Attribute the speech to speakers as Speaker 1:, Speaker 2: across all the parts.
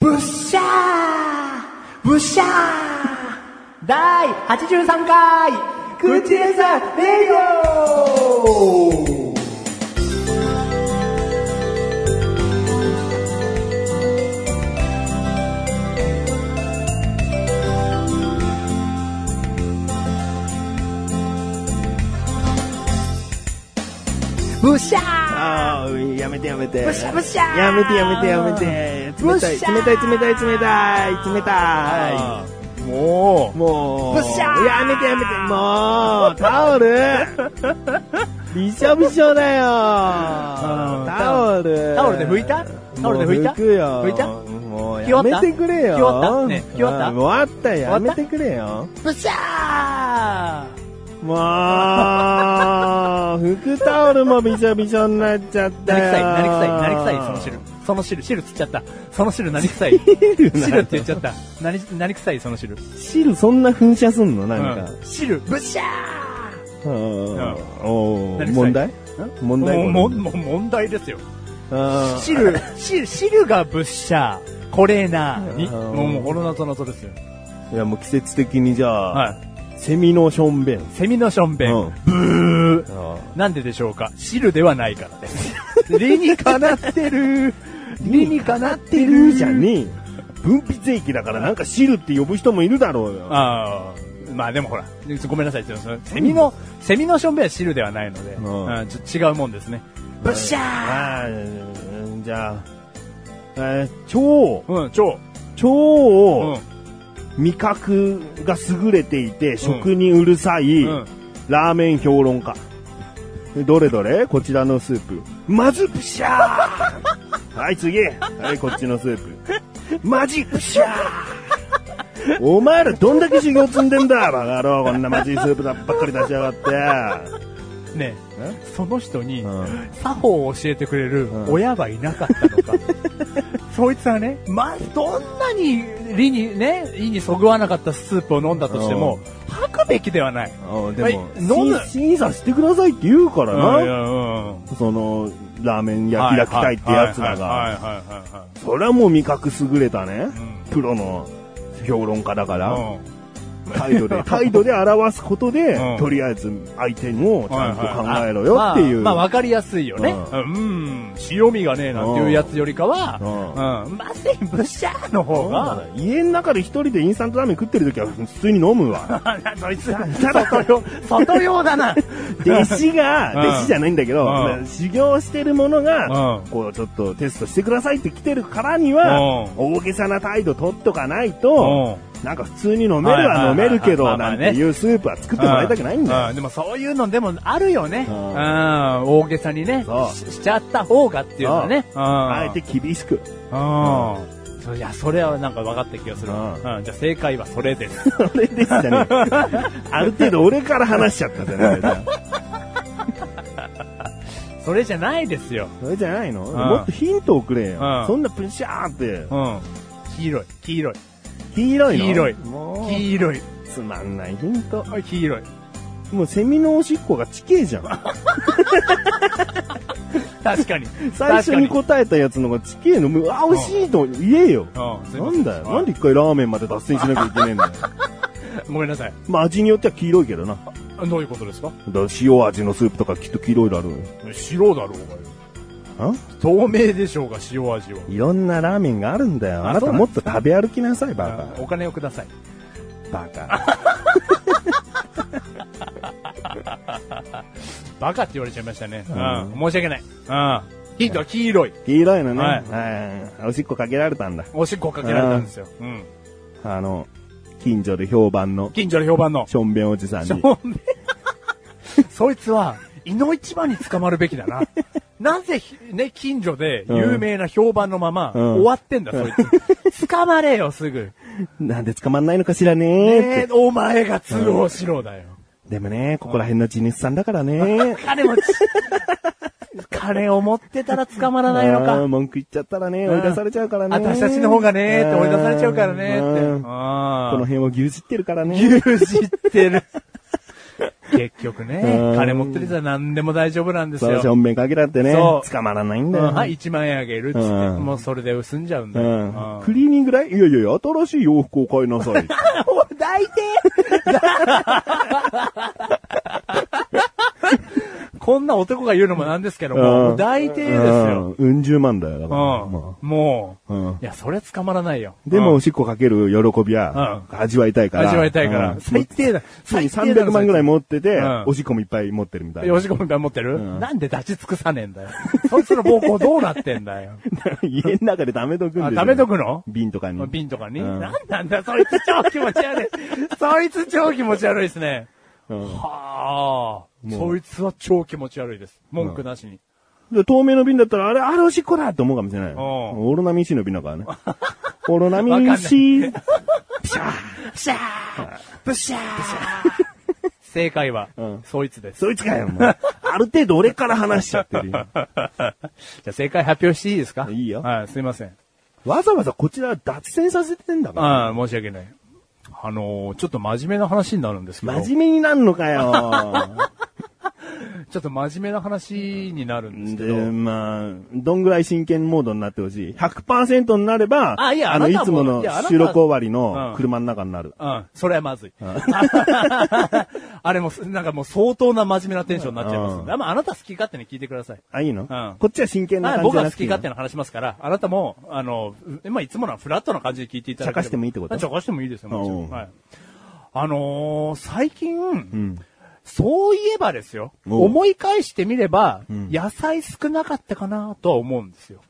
Speaker 1: ブッシャーブッシャー第83回口レさんレイディオブッシャー
Speaker 2: ああ、やめてやめて。
Speaker 1: ブシャブシャー
Speaker 2: やめてやめてやめて。冷たい、
Speaker 1: ブシャー
Speaker 2: 冷たい、冷たい、冷たい、冷た
Speaker 3: い。も
Speaker 2: い。もう、
Speaker 1: ブシャー
Speaker 2: やめてやめて、もう、タオルびしょびしょだよ
Speaker 3: ん
Speaker 2: タオル。
Speaker 3: タオルで拭いたタオルで拭いた
Speaker 2: もうくよ。
Speaker 3: 拭いた
Speaker 2: もう、
Speaker 3: 清
Speaker 2: や
Speaker 3: った
Speaker 2: めてくれよ。
Speaker 3: 清ったね清った
Speaker 2: うん終わったよ。やめてくれよ。
Speaker 3: う。ブシャ
Speaker 2: もう、服タオルもびしょびしょになっちゃっ
Speaker 3: ー
Speaker 2: た
Speaker 3: なり
Speaker 2: よ。
Speaker 3: くさい、なりくさい、なりくさい、その汁。その汁、汁つっちゃった。その汁、なりくさい。汁
Speaker 2: な
Speaker 3: って 言っちゃった。なり、なりくさい、その汁。
Speaker 2: 汁そんな噴射すんのな
Speaker 3: うん
Speaker 2: か。
Speaker 3: ん。汁、ブシャ
Speaker 2: うん
Speaker 3: ん
Speaker 2: お
Speaker 3: 何
Speaker 2: ー
Speaker 3: 臭い
Speaker 2: 問題
Speaker 3: ー
Speaker 2: 問題
Speaker 3: もう、もう
Speaker 2: これ
Speaker 3: もう問題ですよ。
Speaker 2: あー
Speaker 3: 汁、汁、汁がブッシャー。これなーに。
Speaker 2: うん
Speaker 3: もう、もう、この謎謎ですよ。
Speaker 2: いやもう季節的にじゃあ、
Speaker 3: はい。
Speaker 2: セミのションベン。
Speaker 3: セミのションベ
Speaker 2: うん
Speaker 3: ン。ブー。なんででしょうか汁ではないからです。 理にかなってる。理にかなってる
Speaker 2: じゃねえ。分泌液だからなんか汁って呼ぶ人もいるだろうよ。
Speaker 3: ああ、まあでもほら、ごめんなさい、そのセミの、セミのションベンは汁ではないので、
Speaker 2: うん
Speaker 3: うんちょ違うもんですね。ブッシャー
Speaker 2: あーじゃあ、えー腸、
Speaker 3: うん、超、
Speaker 2: 腸
Speaker 3: う
Speaker 2: を
Speaker 3: ん、
Speaker 2: 味覚が優れていて食にうるさい、
Speaker 3: うん
Speaker 2: ラーメン評論家。どれどれこちらのスープ。まずプシャ ーはい、次。はい、こっちのスープ。マジプシャーお前らどんだけ修行積んでんだバカ野郎、こんなマジスープばっかり出しやがって。
Speaker 3: ね
Speaker 2: え
Speaker 3: その人に、
Speaker 2: うん
Speaker 3: 作法を教えてくれる
Speaker 2: うん
Speaker 3: 親はいなかった のか。そいつはね、まずどんなに理に、ね、意にそぐわなかったスープを飲んだとしても、吐くべきではない。
Speaker 2: でも、
Speaker 3: はい飲む
Speaker 2: し審査してくださいって言うから
Speaker 3: うんい
Speaker 2: な。
Speaker 3: やうん
Speaker 2: その、ラーメン焼き焼きたいってやつだ
Speaker 3: はい
Speaker 2: が。
Speaker 3: はいはいはいはい
Speaker 2: それはもう味覚優れたね
Speaker 3: うん。
Speaker 2: プロの評論家だから。
Speaker 3: はい。うん
Speaker 2: 態度 で、態度で表すことで、
Speaker 3: うん
Speaker 2: とりあえず相手をちゃんと考えろよ
Speaker 3: は
Speaker 2: っていう。
Speaker 3: まあ、まあ、わかりやすいよね。
Speaker 2: う
Speaker 3: うん、うん塩味がねえなんていうやつよりかは、
Speaker 2: う
Speaker 3: うん、まずいブシャーの方が、
Speaker 2: 家の中で一人でインスタントラーメン食ってる時は普通に飲むわ。
Speaker 3: そいつ、外用、外用だな。
Speaker 2: 弟子が、
Speaker 3: うん
Speaker 2: 弟子じゃないんだけど、
Speaker 3: うん
Speaker 2: まあ修行してる者が
Speaker 3: うん、
Speaker 2: こうちょっとテストしてくださいって来てるからには、大げさな態度取っとかないと、なんか普通に飲めるは飲めるけ
Speaker 3: は
Speaker 2: ど、
Speaker 3: いはいはい
Speaker 2: な
Speaker 3: は
Speaker 2: ん
Speaker 3: い
Speaker 2: ていうスープは 作ってもらいたくないんだ
Speaker 3: う
Speaker 2: よ。
Speaker 3: でもそういうのでもあるよね。
Speaker 2: う
Speaker 3: うんん、大げさにね
Speaker 2: そう
Speaker 3: し、しちゃった方がっていうのはね。うん。
Speaker 2: あえて厳しく。
Speaker 3: うん。そういや、それはなんか分かった気がする。
Speaker 2: う
Speaker 3: うんん。じゃあ正解はそれです。
Speaker 2: それですじ ゃねえ。ある程度俺から話しちゃったじゃない
Speaker 3: それじゃないですよ。
Speaker 2: それじゃないの、
Speaker 3: ん
Speaker 2: もっとヒントをくれよ。
Speaker 3: うん
Speaker 2: そんなプシャーって。
Speaker 3: うん。黄色い、黄色い、
Speaker 2: 黄色いの
Speaker 3: 黄色い
Speaker 2: もう、
Speaker 3: 黄色い、
Speaker 2: つまんないヒント。
Speaker 3: 黄色い。
Speaker 2: もうセミのおしっこが地形 じゃん。
Speaker 3: 確かに。
Speaker 2: 最初に
Speaker 3: 確
Speaker 2: 答えたやつのが地形の、もう、あ、美味しいと言えよ。
Speaker 3: かにうんすい
Speaker 2: な
Speaker 3: ませ
Speaker 2: んだよ。
Speaker 3: はい
Speaker 2: なんで一回ラーメンまで脱線しなきゃいけねえんだ よ。
Speaker 3: ごめんなさい。
Speaker 2: まあ味によっては黄色いけどな。だか
Speaker 3: あどういうことですから
Speaker 2: 塩味のスープとかきっと黄色いだろうよ。
Speaker 3: 白だろうがよ
Speaker 2: ん
Speaker 3: 透明でしょうが、塩味は。
Speaker 2: いろんなラーメンがあるんだよ。
Speaker 3: あ
Speaker 2: あな
Speaker 3: そ
Speaker 2: た
Speaker 3: うなん
Speaker 2: もっと食べ歩きなさい、バ
Speaker 3: お金をください。
Speaker 2: カ。バカ。
Speaker 3: バカって言われちゃいましたね。うんん。申し訳ない。うん。ヒントは黄色い。
Speaker 2: 黄色いのね。は
Speaker 3: はいい。
Speaker 2: おしっこかけられたんだ。
Speaker 3: おしっこかけられたんですよ。うん。
Speaker 2: あの、近所で評判の、
Speaker 3: 近所の評判の。
Speaker 2: しょんべんおじさん
Speaker 3: しょ
Speaker 2: に。
Speaker 3: んべんそいつは、胃の一番に捕まるべきだ な。なぜひ、ね、近所で有名な評判のまま、
Speaker 2: うん
Speaker 3: 終わってんだ、そいつ。捕まれよ、すぐ。
Speaker 2: なんで捕まんないのかしらねーって。
Speaker 3: ねえ、お前が通報しろだよ。
Speaker 2: でもね、ここら辺の地主さんだからね。
Speaker 3: 金持ち。金を持ってたら捕まらないの
Speaker 2: あー
Speaker 3: か。
Speaker 2: 文句言っちゃったらね、
Speaker 3: う
Speaker 2: 追
Speaker 3: ん
Speaker 2: い出されちゃうからね。
Speaker 3: 私たちの方がね、って追い出されちゃうからね、って。
Speaker 2: うんこの
Speaker 3: ああ。
Speaker 2: 辺を牛耳ってるからね。
Speaker 3: 牛耳ってる。 結局ね
Speaker 2: う、ん
Speaker 3: 金持ってるじゃ何でも大丈夫なんです
Speaker 2: そ
Speaker 3: よ
Speaker 2: う、。正面かけだってね、
Speaker 3: そう
Speaker 2: 捕まらないん
Speaker 3: う
Speaker 2: だ
Speaker 3: ん
Speaker 2: よ。
Speaker 3: はい、1万円あげるっつって、
Speaker 2: うん
Speaker 3: もうそれで済んじゃうんだ
Speaker 2: う
Speaker 3: よ。
Speaker 2: ん
Speaker 3: う ん
Speaker 2: クリーニング代いやいやいや、新しい洋服を買いなさい。
Speaker 1: もう抱いて
Speaker 3: こんな男が言うのもなんですけど
Speaker 2: う
Speaker 3: も、
Speaker 2: ん
Speaker 3: 大抵ですよ。
Speaker 2: うん。うん十万だよ、だ
Speaker 3: う
Speaker 2: から。
Speaker 3: ん
Speaker 2: ま。
Speaker 3: もう
Speaker 2: うん、
Speaker 3: いや、それ捕まらないよ。
Speaker 2: あでも、
Speaker 3: う
Speaker 2: お
Speaker 3: ん、
Speaker 2: しっこかける喜びは、味わいたいから。
Speaker 3: 味わいたいから。
Speaker 2: うん
Speaker 3: 最低だ。
Speaker 2: 常に
Speaker 3: 最低だ
Speaker 2: 300万ぐらい持ってて
Speaker 3: うん、
Speaker 2: おしっこもいっぱい持ってるみたいな。
Speaker 3: よしこみ持ってる、
Speaker 2: ん
Speaker 3: なんで立ち尽くさねえんだよ。そいつの暴行どうなってんだよ。
Speaker 2: 家の中でダメとくんでしょ
Speaker 3: あ、ダメとくの
Speaker 2: 瓶とかに。
Speaker 3: 瓶とかに、
Speaker 2: う
Speaker 3: なんん、なんだよ、そいつ超気持ち悪い。 そいつ超気持ち悪いですね。
Speaker 2: うん
Speaker 3: はあ。そいつは超気持ち悪いです。文句なしに。
Speaker 2: で透明の瓶だったら、あれ、あれおしっこだって思うかもしれない。
Speaker 3: ん
Speaker 2: オロナミン C の瓶だ からね。オロナミ
Speaker 3: わかんな
Speaker 2: ン
Speaker 3: い
Speaker 2: C。
Speaker 3: プシャープシャー正解は、
Speaker 2: うん
Speaker 3: そいつ です。
Speaker 2: そいつかよ、もうある程度俺から話しちゃってるよ。
Speaker 3: じゃあ正解発表していいですか
Speaker 2: いいよ
Speaker 3: はい、すいません。
Speaker 2: わざわざこちら脱線させてんだから。
Speaker 3: ああ、申し訳ない。あのーちょっと真面目な話になるんですけど。
Speaker 2: 真面目になんのかよ。
Speaker 3: ちょっと真面目な話になるんですけど。
Speaker 2: で、まあ、どんぐらい真剣モードになってほしい。100%になれば、
Speaker 3: あいや
Speaker 2: の、
Speaker 3: あ
Speaker 2: い
Speaker 3: なた
Speaker 2: つ
Speaker 3: も
Speaker 2: もの
Speaker 3: いやあなた
Speaker 2: 収録終わりの
Speaker 3: うん
Speaker 2: 車の中になる。
Speaker 3: うん、それはまずい。 あれも、なんかもう相当な真面目なテンションになっちゃいます
Speaker 2: うん
Speaker 3: で。まあ、あなた好き勝手に聞いてください。
Speaker 2: あ、いいの
Speaker 3: うん
Speaker 2: こっちは真剣な
Speaker 3: あ
Speaker 2: 感じ
Speaker 3: 僕
Speaker 2: じゃ
Speaker 3: は好
Speaker 2: なく
Speaker 3: き
Speaker 2: ていいの。
Speaker 3: 勝手な話しますから、あなたも、あの、うまあ、いつものはフラットな感じで聞いていただければ
Speaker 2: 茶化してもいいってこと
Speaker 3: 茶化してもいいですよ、もちろ。
Speaker 2: おうん
Speaker 3: はい。あのー最近、
Speaker 2: うん。
Speaker 3: そういえばですよ、
Speaker 2: おう
Speaker 3: 思い返してみれば、
Speaker 2: ん
Speaker 3: 野菜少なかったかなとは思うんですよ。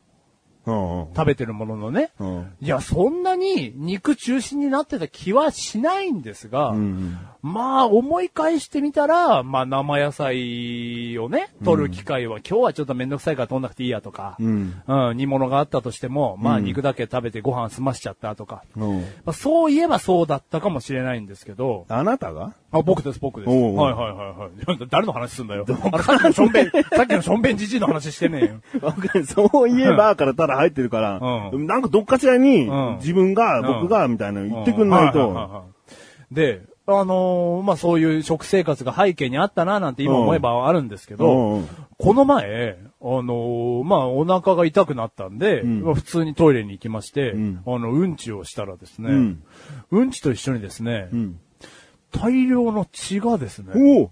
Speaker 2: うんうん
Speaker 3: 食べてるもののね。
Speaker 2: うん
Speaker 3: いや、そんなに肉中心になってた気はしないんですが、
Speaker 2: うん
Speaker 3: まあ、思い返してみたら、まあ、生野菜をね、取る機会は、今日はちょっとめんどくさいから取んなくていいやとか、
Speaker 2: うん
Speaker 3: うん煮物があったとしても、まあ、肉だけ食べてご飯済ましちゃったとか、
Speaker 2: うん。
Speaker 3: まあ、そういえばそうだったかもしれないんですけど、
Speaker 2: あなたが
Speaker 3: あ、僕です、僕です。
Speaker 2: おうおう
Speaker 3: はいはいはいはい。 誰の話すんだよ。あれさっきのしょんべん、さっきのしょんべんじじいの話してねえよ。
Speaker 2: 僕そういえばからただ入ってるから、
Speaker 3: うん
Speaker 2: なんかどっかしらに
Speaker 3: うん
Speaker 2: 自分が、
Speaker 3: うん
Speaker 2: 僕が、みたいなの言ってくんない
Speaker 3: うんはいはいはい
Speaker 2: と、
Speaker 3: はいで、あのーまあ、そういう食生活が背景にあったな、なんて今思えばあるんですけ
Speaker 2: うんう
Speaker 3: ど
Speaker 2: ん、
Speaker 3: この前、あのーまあ、お腹が痛くなったんで、
Speaker 2: ん
Speaker 3: まあ普通にトイレに行きまして、
Speaker 2: ん
Speaker 3: あの、うんちをしたらですね、
Speaker 2: う
Speaker 3: うんん、ちと一緒にですね、
Speaker 2: ん
Speaker 3: 大量の血がですね、
Speaker 2: おお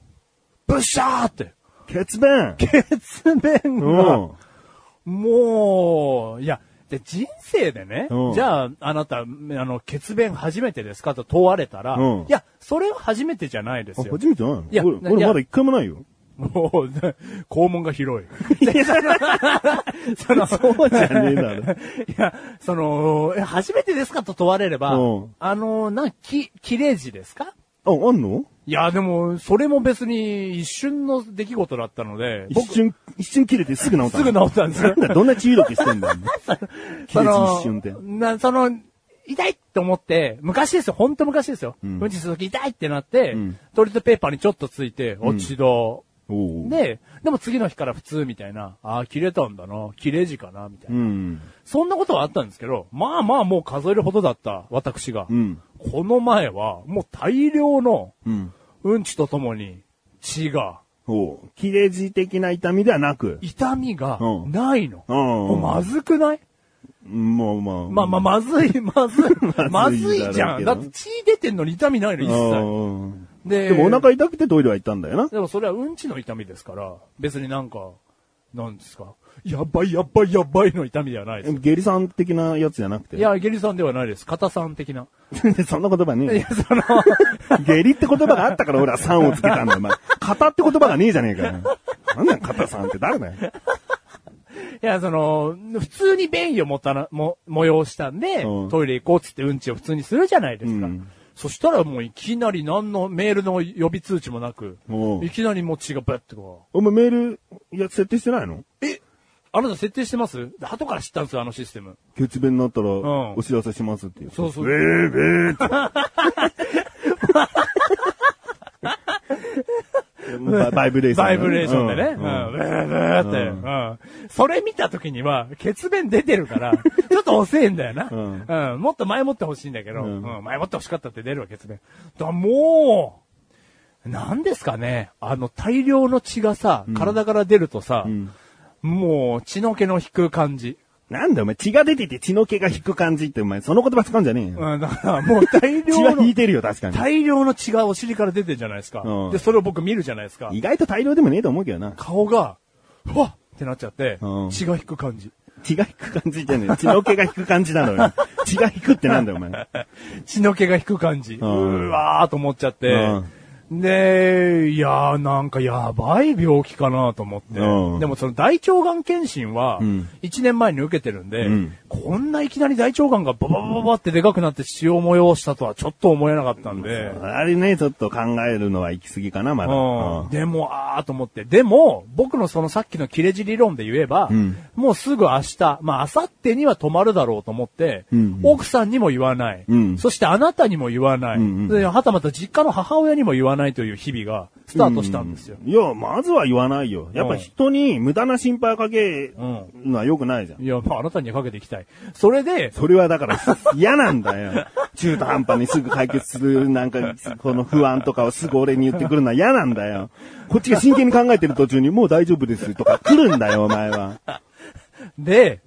Speaker 3: ブシャー って、
Speaker 2: 血便
Speaker 3: 血便
Speaker 2: うん
Speaker 3: が、もう、いや、で人生でね、
Speaker 2: うん
Speaker 3: じゃあ、あなた、あの、血便初めてですかと問われたら、
Speaker 2: うん
Speaker 3: いや、それは初めてじゃないです
Speaker 2: あ
Speaker 3: よ。
Speaker 2: 初めてないの
Speaker 3: いや
Speaker 2: 俺
Speaker 3: い
Speaker 2: 俺
Speaker 3: や
Speaker 2: まだ一回もないよ。
Speaker 3: もう、ね肛門 が広い。で その、そう
Speaker 2: じゃねえだろ。
Speaker 3: いや、その、え初めてですかと問われれば、
Speaker 2: うん
Speaker 3: あの、なん、き、切れ字ですか
Speaker 2: あ、あんの
Speaker 3: いや、でも、それも別に一瞬の出来事だったので、
Speaker 2: 一
Speaker 3: 僕
Speaker 2: 瞬、一瞬切れてすぐ治った
Speaker 3: す
Speaker 2: の。
Speaker 3: ぐ治ったんですよ。
Speaker 2: なんだ、どんな血色気してんだよ。切
Speaker 3: そ
Speaker 2: れず
Speaker 3: の
Speaker 2: 一瞬って。
Speaker 3: な、その、痛いって思って、昔ですよ、本当昔ですよ。
Speaker 2: ん
Speaker 3: うんちするとき痛いってなって、
Speaker 2: ん
Speaker 3: トイレットペーパーにちょっとついて、落ち度。
Speaker 2: おう
Speaker 3: で、でも次の日から普通みたいな、ああ、切れたんだな、切れ字かな、みたいうな、
Speaker 2: ん。
Speaker 3: そんなことはあったんですけど、まあまあもう数えるほどだった、私が。
Speaker 2: うん。
Speaker 3: この前は、もう大量の、
Speaker 2: うん。
Speaker 3: うんちとともに、血が、
Speaker 2: おう切れ字的な痛みではなく。
Speaker 3: 痛みが
Speaker 2: うん
Speaker 3: ないの。
Speaker 2: うん
Speaker 3: もうまずくない
Speaker 2: もうまあ。、
Speaker 3: まあまあ、まずい、ま ずいまずいじゃん。
Speaker 2: まずいだろうけど
Speaker 3: だって血出てんのに痛みないの、一
Speaker 2: うん
Speaker 3: 切。で
Speaker 2: でもお腹痛くてトイレは行ったんだよな。
Speaker 3: でもそれはうんちの痛みですから、別になんか、なんですか、やばいやばいやばいの痛みではないです。
Speaker 2: 下痢さん的なやつじゃなくて。
Speaker 3: い、や、ゲリさんではないです。肩さん的な。
Speaker 2: そんな言葉
Speaker 3: い
Speaker 2: ね
Speaker 3: や、 その、
Speaker 2: えよ。下痢って言葉があったから俺はさんをつけたんだよ。まあ、型って言葉がねえじゃねえかよ。なんなん型さんって誰だよ。
Speaker 3: いや、その、普通に便意をもたな、も、催したんで、
Speaker 2: うん
Speaker 3: トイレ行こうっつってうんちを普通にするじゃないですか。
Speaker 2: うん
Speaker 3: そしたらもういきなり何のメールの予備通知もなく
Speaker 2: お、う
Speaker 3: いきなりもう血がブッてこう。
Speaker 2: お前メール、いや、設定してないの
Speaker 3: え、あなた設定してます後から知ったんですよ、あのシステム。
Speaker 2: 血便になったら、
Speaker 3: ん
Speaker 2: お知らせしますっていう。
Speaker 3: そうそう
Speaker 2: えー、えー って。ババイブレーション、
Speaker 3: バイブレーションでね。
Speaker 2: う
Speaker 3: うんん。
Speaker 2: う
Speaker 3: ブ
Speaker 2: ん
Speaker 3: ーブーって。うん。それ見た時には、血便出て るから、ちょっと遅えんだよな。うん。もっと前もってほしいんだけど、
Speaker 2: う
Speaker 3: うんん。前もってほしかったって出るわ、血便。だ、もう、なんですかね、あの大量の血がさ、体から出るとさ、
Speaker 2: ん
Speaker 3: もう血の気の引く感じ。
Speaker 2: なんだお前、血が出てて血の毛が引く感じってお前、その言葉使うんじゃねえよ。
Speaker 3: うん、だからもう大
Speaker 2: 血
Speaker 3: 量
Speaker 2: は引
Speaker 3: の
Speaker 2: い、てるよ、確かに。
Speaker 3: 大量の血がお尻から出てるじゃないですか。
Speaker 2: うん
Speaker 3: で、それを僕見るじゃないですか。
Speaker 2: 意外と大量でもねえと思うけどな。
Speaker 3: 顔が、うわっってなっちゃって、
Speaker 2: うん
Speaker 3: 血が引く感じ。
Speaker 2: 血が引く感じじゃねえよ。血の毛が引く感じなのよ。血が引くってなんだよ、お前。
Speaker 3: 血の気が引く感じ。うんわーと思っちゃって。で、いやーなんかやばい病気かなと思って。
Speaker 2: うん
Speaker 3: でもその大腸がん検診は、
Speaker 2: ん
Speaker 3: 1年前に受けてるんで、
Speaker 2: うん
Speaker 3: こんないきなり大腸がんがバババババってでかくなって血を催したとはちょっと思えなかったんで。
Speaker 2: あれね、ちょっと考えるのは行き過ぎかな、まだ。
Speaker 3: うん。でも、あーと思って。でも、僕のそのさっきの切れ字理論で言えば、
Speaker 2: ん
Speaker 3: もうすぐ明日、まあ、明後日には止まるだろうと思って、
Speaker 2: うん
Speaker 3: 奥さんにも言わない、
Speaker 2: うん
Speaker 3: そしてあなたにも言わない、
Speaker 2: うんうん
Speaker 3: で、はたまた実家の母親にも言わないという日々がスタートしたんですよ。
Speaker 2: いや、まずは言わないよ。やっぱ人に無駄な心配かけるのは良くないじゃん。
Speaker 3: いや、まあ、あなたにはかけていきたい。それで、
Speaker 2: それはだから嫌なんだよ。 中途半端にすぐ解決するなんか、この不安とかをすぐ俺に言ってくるのは嫌なんだよ。こっちが真剣に考えてる途中にもう大丈夫ですとか来るんだよ、お前は。
Speaker 3: で、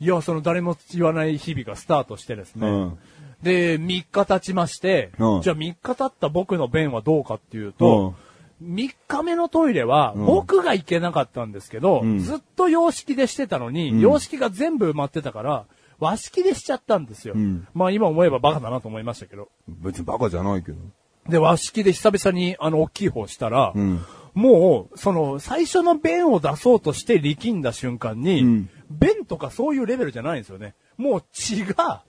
Speaker 3: いや、その誰も言わない日々がスタートしてですね。
Speaker 2: うん
Speaker 3: で、3日経ちまして、
Speaker 2: うん
Speaker 3: じゃあ3日経った僕の便はどうかっていうと、3日目のトイレは
Speaker 2: ん
Speaker 3: 僕が行けなかったんですけど、
Speaker 2: ん
Speaker 3: ずっと洋式でしてたのに、洋式が全部埋まってたから、和式でしちゃったんですよ。
Speaker 2: ん
Speaker 3: まあ今思えばバカだなと思いましたけど。
Speaker 2: 別にバカじゃないけど。
Speaker 3: で、和式で久々に、あの、大きい方したら、
Speaker 2: ん
Speaker 3: もう、その、最初の便を出そうとして力んだ瞬間に、
Speaker 2: ん
Speaker 3: 便とかそういうレベルじゃないんですよね。もう血が、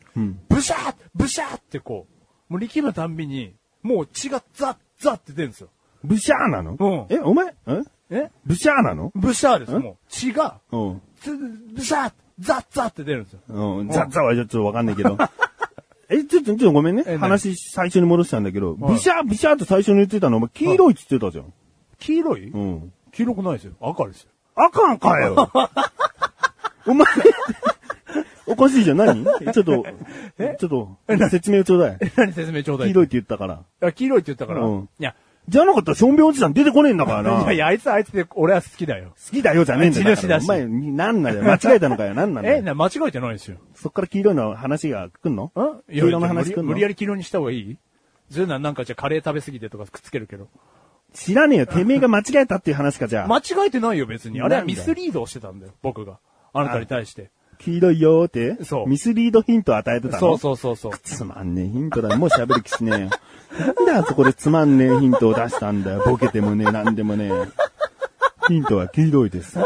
Speaker 3: ブシャーブシャーってこう、もう力むたんびに、もう血がザッザッって出るんですよ。
Speaker 2: ブシャーなの
Speaker 3: うん
Speaker 2: え、お前え
Speaker 3: え
Speaker 2: ブシャーなの
Speaker 3: ブシャーです。もう、血が、
Speaker 2: うん。
Speaker 3: つブシャーザッザッって出るんですよ。
Speaker 2: うん、ザッザッはちょっとわかんないけ ど。え、ちょっと、ちょっとごめんね
Speaker 3: え。何
Speaker 2: 話最初に戻したんだけど、
Speaker 3: はい
Speaker 2: ブシャー、ブシャーって最初に言ってたの、お前黄色いって言ってたじゃん。
Speaker 3: 黄色い、
Speaker 2: うん。
Speaker 3: 黄色くないですよ。赤ですよ。
Speaker 2: あかんかよ。お前、おかしいじゃん。何ちょっと、ちょっと、説明ちょうだい。
Speaker 3: 何説明ちょうだい
Speaker 2: 黄色いって言ったから。
Speaker 3: あ黄色いって言ったから、
Speaker 2: うん
Speaker 3: いや、
Speaker 2: じゃなかったら、しょんべんおじさん出てこねえんだからな。
Speaker 3: いやいや、あいつはあいつで俺は好きだよ。
Speaker 2: 好きだよじゃねえんだよ。
Speaker 3: 地主だし
Speaker 2: お前、なんなんだよ。間違えたのかよ。なんなんだ
Speaker 3: え、
Speaker 2: よ。
Speaker 3: な、間違えてないですよ。
Speaker 2: そっから黄色いの話が来んの
Speaker 3: ん
Speaker 2: 黄色の話来ん
Speaker 3: 無
Speaker 2: の
Speaker 3: 理やり黄色にした方がいいずうな、なんかじゃあカレー食べ過ぎてとかくっつけるけど。
Speaker 2: 知らねえよ。てめえが間違えたっていう話か、じゃあ。
Speaker 3: 間違えてないよ別に。あれは
Speaker 2: なんだ
Speaker 3: ミ
Speaker 2: よ
Speaker 3: スリードをしてたんだよ、僕が。あなたに対して。
Speaker 2: 黄色いよーって、
Speaker 3: そう
Speaker 2: ミスリードヒントを与えてたの
Speaker 3: そうそうそうそう。
Speaker 2: つまんねえヒントだ。もう喋る気しねえよ。なんであそこでつまんねえヒントを出したんだよ。ボケてもねえ、なんでもねえ。ヒントは黄色いです。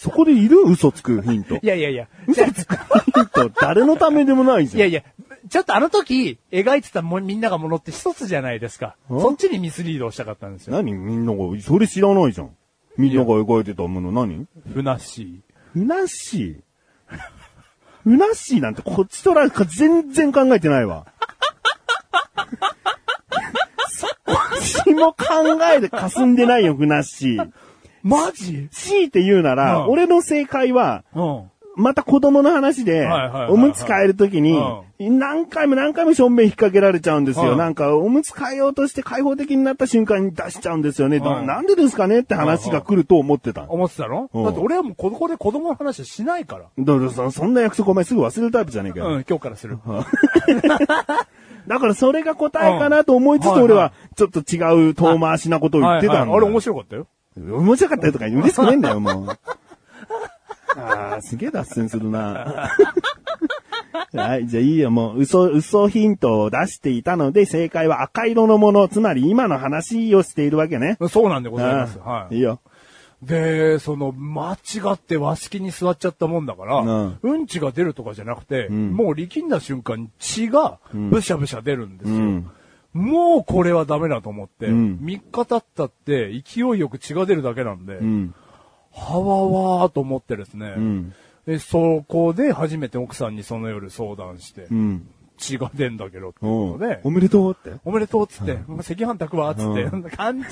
Speaker 2: そこでいる嘘つくヒント。
Speaker 3: いやいやいや。
Speaker 2: 嘘つくヒント、誰のためでもないじ
Speaker 3: い
Speaker 2: ゃん。
Speaker 3: やいや、ちょっとあの時、描いてたもみんながものって一つじゃないですか。
Speaker 2: ん
Speaker 3: そっちにミスリードをしたかったんですよ。
Speaker 2: 何みんなが、それ知らないじゃん。みんなが描いてたもの何
Speaker 3: ふなっし
Speaker 2: ふなっしー。ふなっしーなんてこっちとらか全然考えてないわ。そこっちも考えて霞んでないよ、ふなっしー。
Speaker 3: マジ
Speaker 2: 強いて言うなら、
Speaker 3: うん
Speaker 2: 俺の正解は、
Speaker 3: うん。
Speaker 2: また子供の話で
Speaker 3: はいはいはいは、い
Speaker 2: おむつ替えるときに、何回も何回も正面引っ掛けられちゃうんですよ。
Speaker 3: うん
Speaker 2: なんか、おむつ替えようとして開放的になった瞬間に出しちゃうんですよね。ななんでですかねって話が来ると思ってた。
Speaker 3: 思ってたの
Speaker 2: うん
Speaker 3: だって俺はもうここで子供の話はしないから。
Speaker 2: だからそそんな約束お前すぐ忘れるタイプじゃねえかよ。
Speaker 3: うん、今日からする。
Speaker 2: だからそれが答えかなと思いつつ
Speaker 3: うんはいはい
Speaker 2: 俺はちょっと違う遠回しなことを言ってたんだ
Speaker 3: はいはいあれ面白かったよ。
Speaker 2: 面白かったよとか嬉しくねえんだよ、も う。ああ、すげえ脱線するな。 はい、じゃあいいよ、もう、嘘、嘘ヒントを出していたので、正解は赤色のもの、つまり今の話をしているわけね。
Speaker 3: そうなんでございます。
Speaker 2: あ
Speaker 3: は
Speaker 2: あ
Speaker 3: い
Speaker 2: い。いよ。
Speaker 3: で、その、間違って和式に座っちゃったもんだから、う
Speaker 2: うんん、
Speaker 3: ちが出るとかじゃなくて、
Speaker 2: ん
Speaker 3: もう力んだ瞬間に血がブシャブシャ出るんですよ。
Speaker 2: うん
Speaker 3: もうこれはダメだと思って、
Speaker 2: ん
Speaker 3: 3日経ったって勢いよく血が出るだけなんで、
Speaker 2: うん。
Speaker 3: はわわーと思ってですね、
Speaker 2: ん
Speaker 3: でそこで初めて奥さんにその夜相談して、
Speaker 2: うん。
Speaker 3: 血が出んだけどって
Speaker 2: う
Speaker 3: ことで
Speaker 2: ん。お、めでとうって。
Speaker 3: おめでとうっつって、もう赤飯炊くわっつって、
Speaker 2: う
Speaker 3: 勘 違い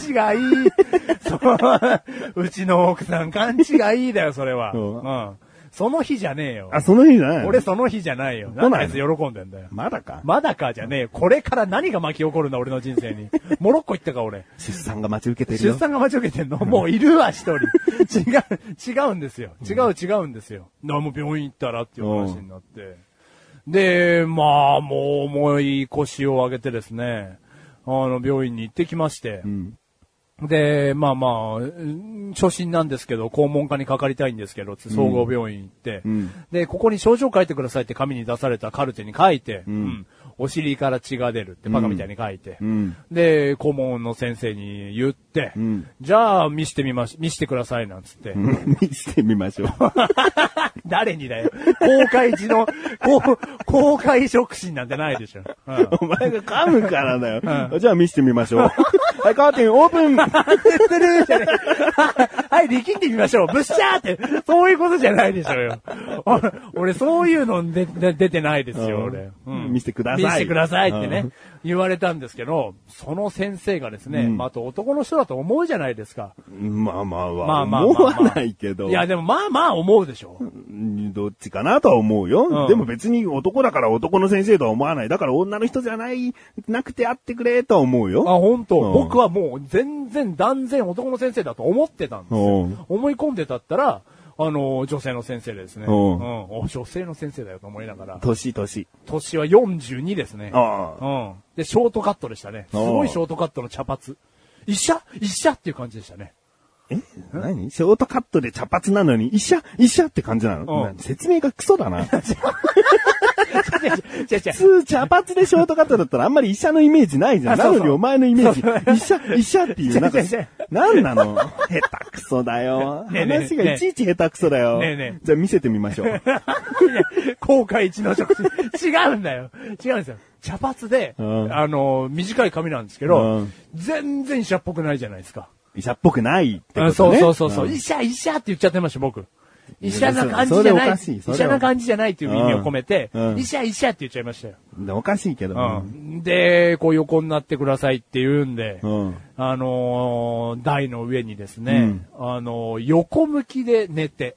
Speaker 3: そう、うちの奥さん勘違いだよ、それは。
Speaker 2: う
Speaker 3: うん。その日じゃねえよ。
Speaker 2: あ、その日じゃないの
Speaker 3: 俺、その日じゃないよ。
Speaker 2: な
Speaker 3: なん
Speaker 2: の
Speaker 3: であいつ喜んでんだよ。
Speaker 2: まだか
Speaker 3: まだかじゃねえよ。これから何が巻き起こるんだ、俺の人生に。 モロッコ行ったか、俺。
Speaker 2: 出産 が待ち受けてる
Speaker 3: 出
Speaker 2: よ。
Speaker 3: 産が待ち受けてんのもういるわ、一人。違う、違うんですよ。違う、違うんですよ。な、もう病院行ったらっていう話になって。で、まあ、もう重い腰を上げてですね、あの、病院に行ってきまして。
Speaker 2: ん
Speaker 3: で、まあまあうん、初診なんですけど、肛門科にかかりたいんですけど、つ総合病院行って、
Speaker 2: うん
Speaker 3: で、ここに症状書いてくださいって紙に出されたカルテに書いて、
Speaker 2: ん
Speaker 3: うんお尻から血が出るってバカみたいに書いて、
Speaker 2: うん
Speaker 3: で、顧問の先生に言って、
Speaker 2: ん
Speaker 3: じゃあ見してみまし、見してくださいなんつって。
Speaker 2: 見せてみましょう。
Speaker 3: 誰にだよ。公開時の、公公開触診なんてないでしょ。 うん
Speaker 2: お前が噛むからだよ。じゃあ見せてみま しょう。はい、カーテンオープン
Speaker 3: ってるじゃねえはい、力んでみましょう。ブッシャーって、そういうことじゃないでしょうよ。お俺、そういうのでで出てないですよ、
Speaker 2: うん
Speaker 3: 俺。
Speaker 2: 見せてください
Speaker 3: 見せてくださいって
Speaker 2: う
Speaker 3: ね、言われたんですけど、その先生がですね、まあ、あと男の人だと思うじゃないですか。
Speaker 2: まあまあ
Speaker 3: ま
Speaker 2: は、
Speaker 3: あまあまあ
Speaker 2: 思
Speaker 3: まあ
Speaker 2: わないけど。
Speaker 3: いや、でもまあまあ思うでしょ。
Speaker 2: うんどっちかなとは思うよ、
Speaker 3: うん
Speaker 2: でも別に男だから男の先生とは思わない。だから女の人じゃない、なくてあってくれとは思うよ。
Speaker 3: あ、本当、
Speaker 2: うん
Speaker 3: 僕はもう全然断然男の先生だと思ってたんです
Speaker 2: う
Speaker 3: よ
Speaker 2: ん。
Speaker 3: 思い込んでたったら、あの、女性の先生ですね。
Speaker 2: うん
Speaker 3: お女性の先生だよと思いながら。
Speaker 2: 年、年。
Speaker 3: 年は42ですね。
Speaker 2: ああ
Speaker 3: うん。で、ショートカットでしたね。す
Speaker 2: ああ
Speaker 3: ごいショートカットの茶髪。医者医者っていう感じでしたね。
Speaker 2: え何ショートカットで茶髪なのに、医者、医者って感じなの、
Speaker 3: うん
Speaker 2: な説明がクソだな。
Speaker 3: 違う違う違う
Speaker 2: 普通、茶髪でショートカットだったらあんまり医者のイメージないじゃん。
Speaker 3: あそ
Speaker 2: な
Speaker 3: うそう
Speaker 2: のにお前のイメージ、医者、医者っていう、なんか
Speaker 3: 違う違う違う、
Speaker 2: なんなの下手くそだ よ。
Speaker 3: ねえねえ
Speaker 2: 話がいちいち下手くそだよ。
Speaker 3: ねえねえ
Speaker 2: じゃあ見せてみましょ う。
Speaker 3: いや後悔一の職種。違うんだよ。違うんですよ。茶髪で、
Speaker 2: うん
Speaker 3: あの、短い髪なんですけど、
Speaker 2: うん
Speaker 3: 全然医者っぽくないじゃないですか。
Speaker 2: 医者っぽくないってことね。
Speaker 3: あそうそうそうそう、
Speaker 2: ん
Speaker 3: 医者、医者って言っちゃってました、僕。医者な感じ
Speaker 2: そ
Speaker 3: じ
Speaker 2: れ
Speaker 3: ゃ
Speaker 2: お
Speaker 3: ない。
Speaker 2: かしい
Speaker 3: 医
Speaker 2: それ
Speaker 3: 者な感じじゃないっていう意味を込めて、
Speaker 2: うんうん
Speaker 3: 医者、医者って言っちゃいましたよ。
Speaker 2: おかしいけど。
Speaker 3: うん。で、こう横になってくださいって言うんで、
Speaker 2: うん
Speaker 3: あのー台の上にですね、あのー横向きで寝て、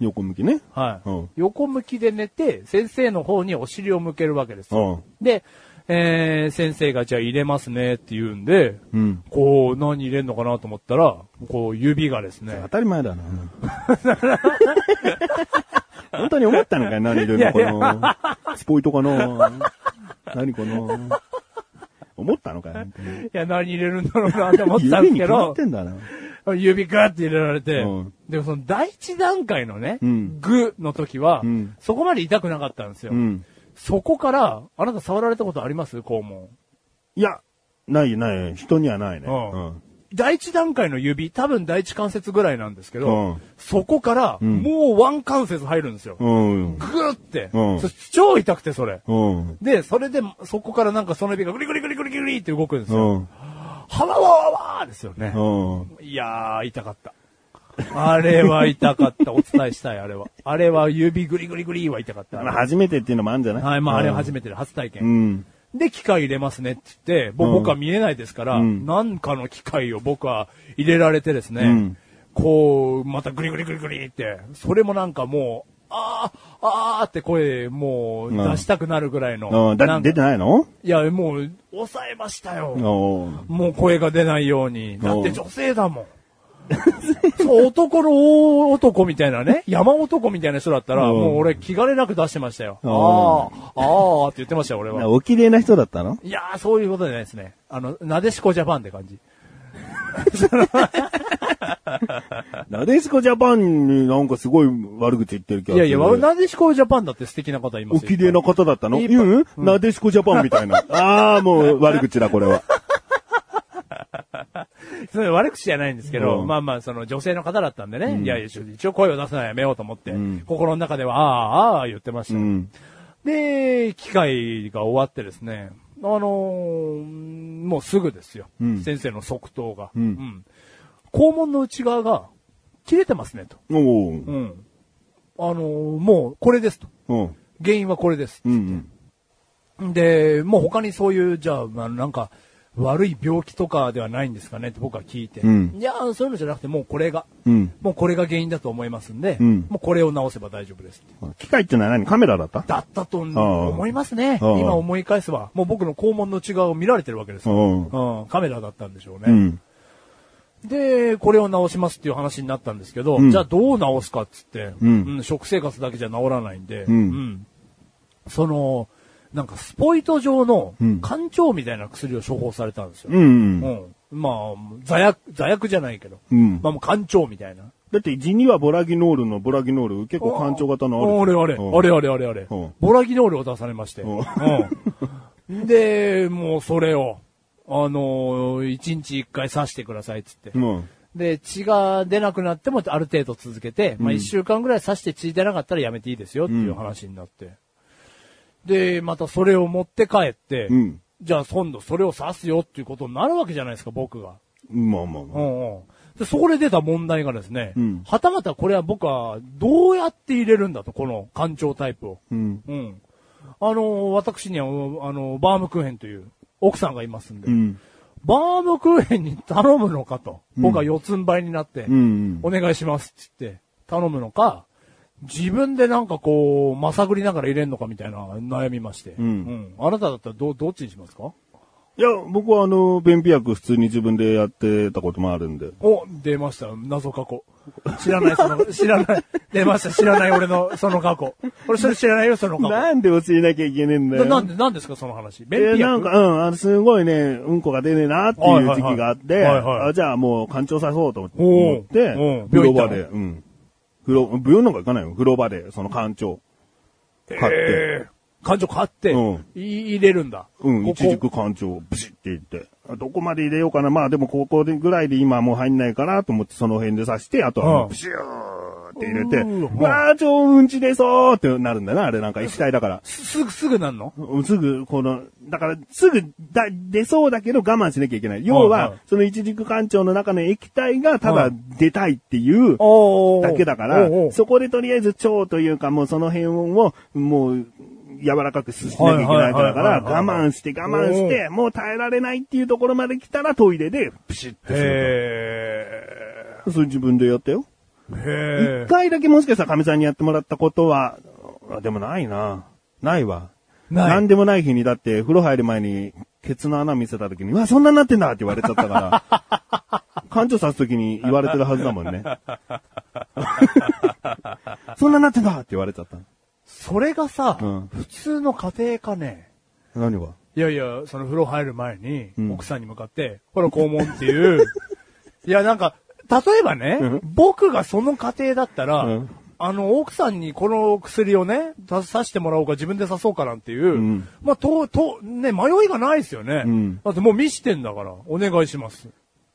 Speaker 2: 横向きね。
Speaker 3: はい、
Speaker 2: うん
Speaker 3: 横向きで寝て、先生の方にお尻を向けるわけですよ。
Speaker 2: うん。
Speaker 3: で、えー先生がじゃあ入れますねって言うんで、
Speaker 2: うん。
Speaker 3: こう、何入れんのかなと思ったら、こう、指がですね
Speaker 2: 当、たり前 だな。本当に思ったのかよ何入れるのこの、スポイトかな何この、思ったのかよ本当に
Speaker 3: いや、何入れるんだろうなって思ってたん
Speaker 2: 指
Speaker 3: です
Speaker 2: に
Speaker 3: け
Speaker 2: 決まっ
Speaker 3: ど、
Speaker 2: てんだな。
Speaker 3: 指ガーって入れられて、
Speaker 2: うん
Speaker 3: でもその第一段階のね、
Speaker 2: うん
Speaker 3: グーの時は、
Speaker 2: うん
Speaker 3: そこまで痛くなかったんですよ。
Speaker 2: うん。
Speaker 3: そこから、あなた触られたことあります肛門。
Speaker 2: いや、ないない。人にはないね。
Speaker 3: うん
Speaker 2: うん
Speaker 3: 第一段階の指、多分第一関節ぐらいなんですけど、
Speaker 2: うん
Speaker 3: そこから、
Speaker 2: ん
Speaker 3: もうワン関節入るんですよ。
Speaker 2: うん。
Speaker 3: グーって、
Speaker 2: うん
Speaker 3: そ超痛くて、それ。
Speaker 2: うん。
Speaker 3: で、それで、そこからなんかその指がグリグリグリグリグリって動くんです
Speaker 2: う
Speaker 3: よ。
Speaker 2: ん。
Speaker 3: はわわわわーですよね。
Speaker 2: うん。
Speaker 3: いやー、痛かった。あれは痛かった。お伝えしたい、あれは。あれは指グリグリグリは痛かった。
Speaker 2: まあ初めてっていうのもあるんじゃない
Speaker 3: はい、まああれは
Speaker 2: め
Speaker 3: 初めてで、初体
Speaker 2: う
Speaker 3: 験。
Speaker 2: ん。
Speaker 3: で、機械入れますねって言って、ぼ
Speaker 2: うん
Speaker 3: 僕は見えないですから、
Speaker 2: うん
Speaker 3: なんかの機械を僕は入れられてですね、
Speaker 2: うん
Speaker 3: こう、またグリグリグリグリって、それもなんかもう、あー、あーって声、もう出したくなるぐらいの。
Speaker 2: うん。
Speaker 3: な
Speaker 2: だ、
Speaker 3: んか
Speaker 2: 出てないの
Speaker 3: いや、もう、抑えましたよ。
Speaker 2: うん。
Speaker 3: もう声が出ないように。だって
Speaker 2: うん
Speaker 3: 女性だもん。そう男の大男みたいなね、山男みたいな人だったら、
Speaker 2: うん
Speaker 3: もう俺気兼ねなく出してましたよ。
Speaker 2: うん
Speaker 3: ああ、ああって言ってましたよ、俺は。
Speaker 2: お綺麗な人だったの
Speaker 3: いやー、そういうことじゃないですね。あの、なでしこジャパンって感じ。
Speaker 2: なでしこジャパンになんかすごい悪口言ってる気が
Speaker 3: い
Speaker 2: す
Speaker 3: や
Speaker 2: る。
Speaker 3: いや、なでしこジャパンだって素敵な方いま
Speaker 2: お
Speaker 3: すよ。
Speaker 2: 綺麗な方だったの
Speaker 3: いっ
Speaker 2: う
Speaker 3: ぱい
Speaker 2: んなでしこジャパンみたいな。 ああ、もう悪口だ、これは。
Speaker 3: それ悪口じゃないんですけど、
Speaker 2: うん
Speaker 3: まあまあ、その女性の方だったんでね、いやいや、一応声を出すのはやめようと思って、心の中では、ああ、ああ、言ってました
Speaker 2: う
Speaker 3: よ。
Speaker 2: ん。
Speaker 3: で、機会が終わってですね、あのーもうすぐですよ、
Speaker 2: うん
Speaker 3: 先生の即答が、
Speaker 2: うん
Speaker 3: うん肛門の内側が切れてますねと。
Speaker 2: おお。
Speaker 3: うんあのーもうこれですと。
Speaker 2: うん。
Speaker 3: 原因はこれです。
Speaker 2: うん。
Speaker 3: で、もう他にそういう、じゃあ、まあ、なんか、悪い病気とかではないんですかねって僕は聞いて、
Speaker 2: うん
Speaker 3: いや、そういうのじゃなくて、もうこれが、
Speaker 2: うん
Speaker 3: もうこれが原因だと思いますんで、
Speaker 2: うん
Speaker 3: もうこれを直せば大丈夫ですって。
Speaker 2: 機械ってのは何カメラだった
Speaker 3: だったと思いますね。
Speaker 2: ああ
Speaker 3: 今思い返せば、もう僕の肛門の違を見られてるわけですよ。
Speaker 2: う
Speaker 3: うん、カメラだったんでしょうね。
Speaker 2: うん。
Speaker 3: で、これを直しますっていう話になったんですけど、
Speaker 2: うん
Speaker 3: じゃあどう直すかっつって、
Speaker 2: うん
Speaker 3: うん食生活だけじゃ治らないんで、
Speaker 2: ん
Speaker 3: うんその、なんかスポイト状の
Speaker 2: うん
Speaker 3: 肝腸みたいな薬を処方されたんですよ。
Speaker 2: うん。
Speaker 3: うんまあ、座薬、座薬じゃないけど、
Speaker 2: うん
Speaker 3: まあもう肝腸みたいな。
Speaker 2: だって、地にはボラギノールのボラギノール、結構干潮型のあ
Speaker 3: あ
Speaker 2: る
Speaker 3: れ
Speaker 2: じゃん。
Speaker 3: あれ、
Speaker 2: うん
Speaker 3: あれあれあれあれ
Speaker 2: うん。
Speaker 3: ボラギノールを出されまして。
Speaker 2: うん
Speaker 3: うんで、もうそれを、あのー、一日一回刺してくださいっつって。
Speaker 2: うん。
Speaker 3: で、血が出なくなってもある程度続けて、まあ一週間ぐらい刺して血出なかったらやめていいですよっていう話になって。で、またそれを持って帰って、
Speaker 2: うん
Speaker 3: じゃあ今度それを刺すよっていうことになるわけじゃないですか、僕が。
Speaker 2: まあまあ
Speaker 3: う
Speaker 2: まあ。
Speaker 3: んうん。で、そこで出た問題がですね、
Speaker 2: うん
Speaker 3: はたまたこれは僕はどうやって入れるんだと、この艦長タイプを。
Speaker 2: うん。
Speaker 3: うん。あの、私には、あの、バームクーヘンという奥さんがいますんで、
Speaker 2: うん。
Speaker 3: バームクーヘンに頼むのかと、僕は四つん這いになって、
Speaker 2: うん。
Speaker 3: お願いしますって言って、頼むのか、自分でなんかこう、まさぐりながら入れんのかみたいな悩みまして。うんあなただったらど、どっちにしますか
Speaker 2: いや、僕はあの、便秘薬普通に自分でやってたこともあるんで。
Speaker 3: お、出ました。謎過去。知らない、その、知らない。出ました。知らない俺の、その過去。俺それ知らないよ、その過去。
Speaker 2: なんで教えなきゃいけねえんだ
Speaker 3: な
Speaker 2: よ。
Speaker 3: なんで、なんですか、その話。
Speaker 2: え
Speaker 3: 便秘薬、
Speaker 2: ーなんか、うん、あの、すごいね、うんこが出ねえなっていう時期があって、
Speaker 3: はいはいはいはいはい
Speaker 2: あじゃあもう、干潮さそうと思って
Speaker 3: おー
Speaker 2: 思って
Speaker 3: うん、
Speaker 2: 風呂
Speaker 3: 病院行
Speaker 2: 場
Speaker 3: ったの
Speaker 2: で、うん。風呂、病院なんか行かないよ。風呂場で、その干潮。買って、
Speaker 3: えー感情買って、
Speaker 2: うん
Speaker 3: い入れるんだ。
Speaker 2: うん、
Speaker 3: ここ
Speaker 2: 一軸干潮、ブシっていって、あどこまで入れようかな。まあでも、ここでぐらいで今もう入んないかなと思って、その辺で刺して、あとはも
Speaker 3: うん
Speaker 2: う、ブシューって入れて、
Speaker 3: うー
Speaker 2: わあ、超うんち出そうってなるんだな、あれなんか液体だから。
Speaker 3: すすぐ、すぐなんの
Speaker 2: うんすぐ、この、だから、すぐだ、出そうだけど我慢しなきゃいけない。要
Speaker 3: はいは、
Speaker 2: はいその一軸干潮の中の液体がた
Speaker 3: は
Speaker 2: だ
Speaker 3: い
Speaker 2: 出たいっていう
Speaker 3: お
Speaker 2: だけだから
Speaker 3: おうおう、
Speaker 2: そこでとりあえず腸というかもうその辺を、もう、柔らかくすしなきゃいけないからだか
Speaker 3: はいはいはい
Speaker 2: ら、
Speaker 3: はいは
Speaker 2: 我
Speaker 3: い
Speaker 2: 慢して我慢して、もう耐えられないっていうところまで来たらトイレで、プシッてする
Speaker 3: へ
Speaker 2: と。それ自分でやったよ。
Speaker 3: ー。
Speaker 2: 一
Speaker 3: へー。
Speaker 2: 回だけもしかしたら神さんにやってもらったことは、あでもないな。ないわ。
Speaker 3: ない
Speaker 2: なんでもない日に、だって、風呂入る前に、ケツの穴見せた時に、うわ、そんなになってんだって言われちゃった から、館長刺す時に言われてるはずだもんね。 そんなになってんだって言われちゃった。
Speaker 3: それがさ、
Speaker 2: うん
Speaker 3: 普通の家庭かね。
Speaker 2: 何が
Speaker 3: いやいや、その風呂入る前に、
Speaker 2: ん
Speaker 3: 奥さんに向かって、ほら、肛門って いう。いや、なんか、例えばね、僕がその家庭だったら、
Speaker 2: うん
Speaker 3: あの、奥さんにこの薬をね、た刺してもらおうか自分で刺そうかなんていう、
Speaker 2: ん
Speaker 3: まあ、と、と、ね、迷いがないですよね。
Speaker 2: うん
Speaker 3: だってもう見してんだから、お願いします。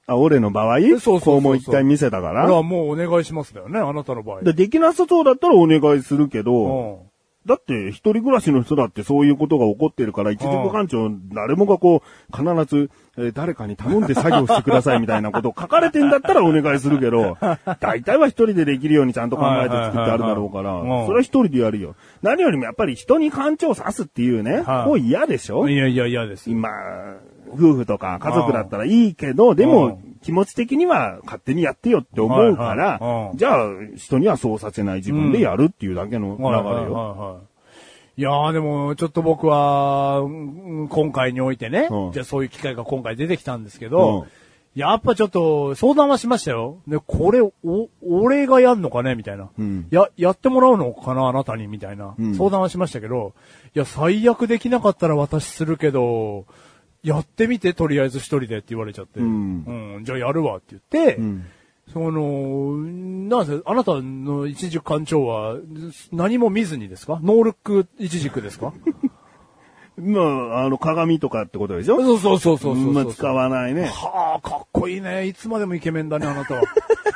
Speaker 2: あ、俺の場合
Speaker 3: そうそうそう
Speaker 2: 肛門一回見せたか
Speaker 3: あれは
Speaker 2: ら。
Speaker 3: もうお願いしますだよね、あなたの場合。
Speaker 2: でできなさそうだったらお願いするけ
Speaker 3: う
Speaker 2: ど、
Speaker 3: ん。
Speaker 2: だって、一人暮らしの人だってそういうことが起こってるから、一
Speaker 3: う
Speaker 2: 軸
Speaker 3: ん
Speaker 2: 館長、誰もがこう、必ず、えー誰かに頼んで作業してくださいみたいなことを書かれてんだったらお願いするけ ど、大体は一人でできるようにちゃんと考えて作ってあるだろうか
Speaker 3: はい
Speaker 2: ら
Speaker 3: はいはいはいうん、
Speaker 2: それは一人でやるよ。何よりもやっぱり人に館長を刺すっていうね、
Speaker 3: はい
Speaker 2: もう嫌でしょ
Speaker 3: いやいや、嫌です。
Speaker 2: 今、夫婦とか家族だったらいいけど、で
Speaker 3: う
Speaker 2: も
Speaker 3: ん
Speaker 2: 気持ち的には勝手にやってよって思うか
Speaker 3: はいはい
Speaker 2: ら
Speaker 3: う、ん
Speaker 2: じゃあ人にはそうさせない自分でやるっていうだけの流
Speaker 3: はいはい
Speaker 2: れよ。
Speaker 3: はいはいいやーでも、ちょっと僕は、うん今回においてね、
Speaker 2: うん
Speaker 3: じゃあそういう機会が今回出てきたんですけ
Speaker 2: う
Speaker 3: ど、
Speaker 2: ん
Speaker 3: やっぱちょっと相談はしましたよ。で、これ、お、俺がやんのかねみたいな、
Speaker 2: うん
Speaker 3: や、やってもらうのかなあなたにみたいな、
Speaker 2: ん
Speaker 3: 相談はしましたけど、いや、最悪できなかったら私するけど、やってみて、とりあえず一人でって言われちゃって、
Speaker 2: ん
Speaker 3: うんじゃあやるわって言って、
Speaker 2: ん
Speaker 3: その、なんせ、あなたの一軸館長は、何も見ずにですかノールック一軸ですか
Speaker 2: まあ、あの、鏡とかってことでしょ
Speaker 3: そうそうそうそうそうそう。
Speaker 2: まあ、使わないね。
Speaker 3: はあ、かっこいいね。いつまでもイケメンだね、あなたは。い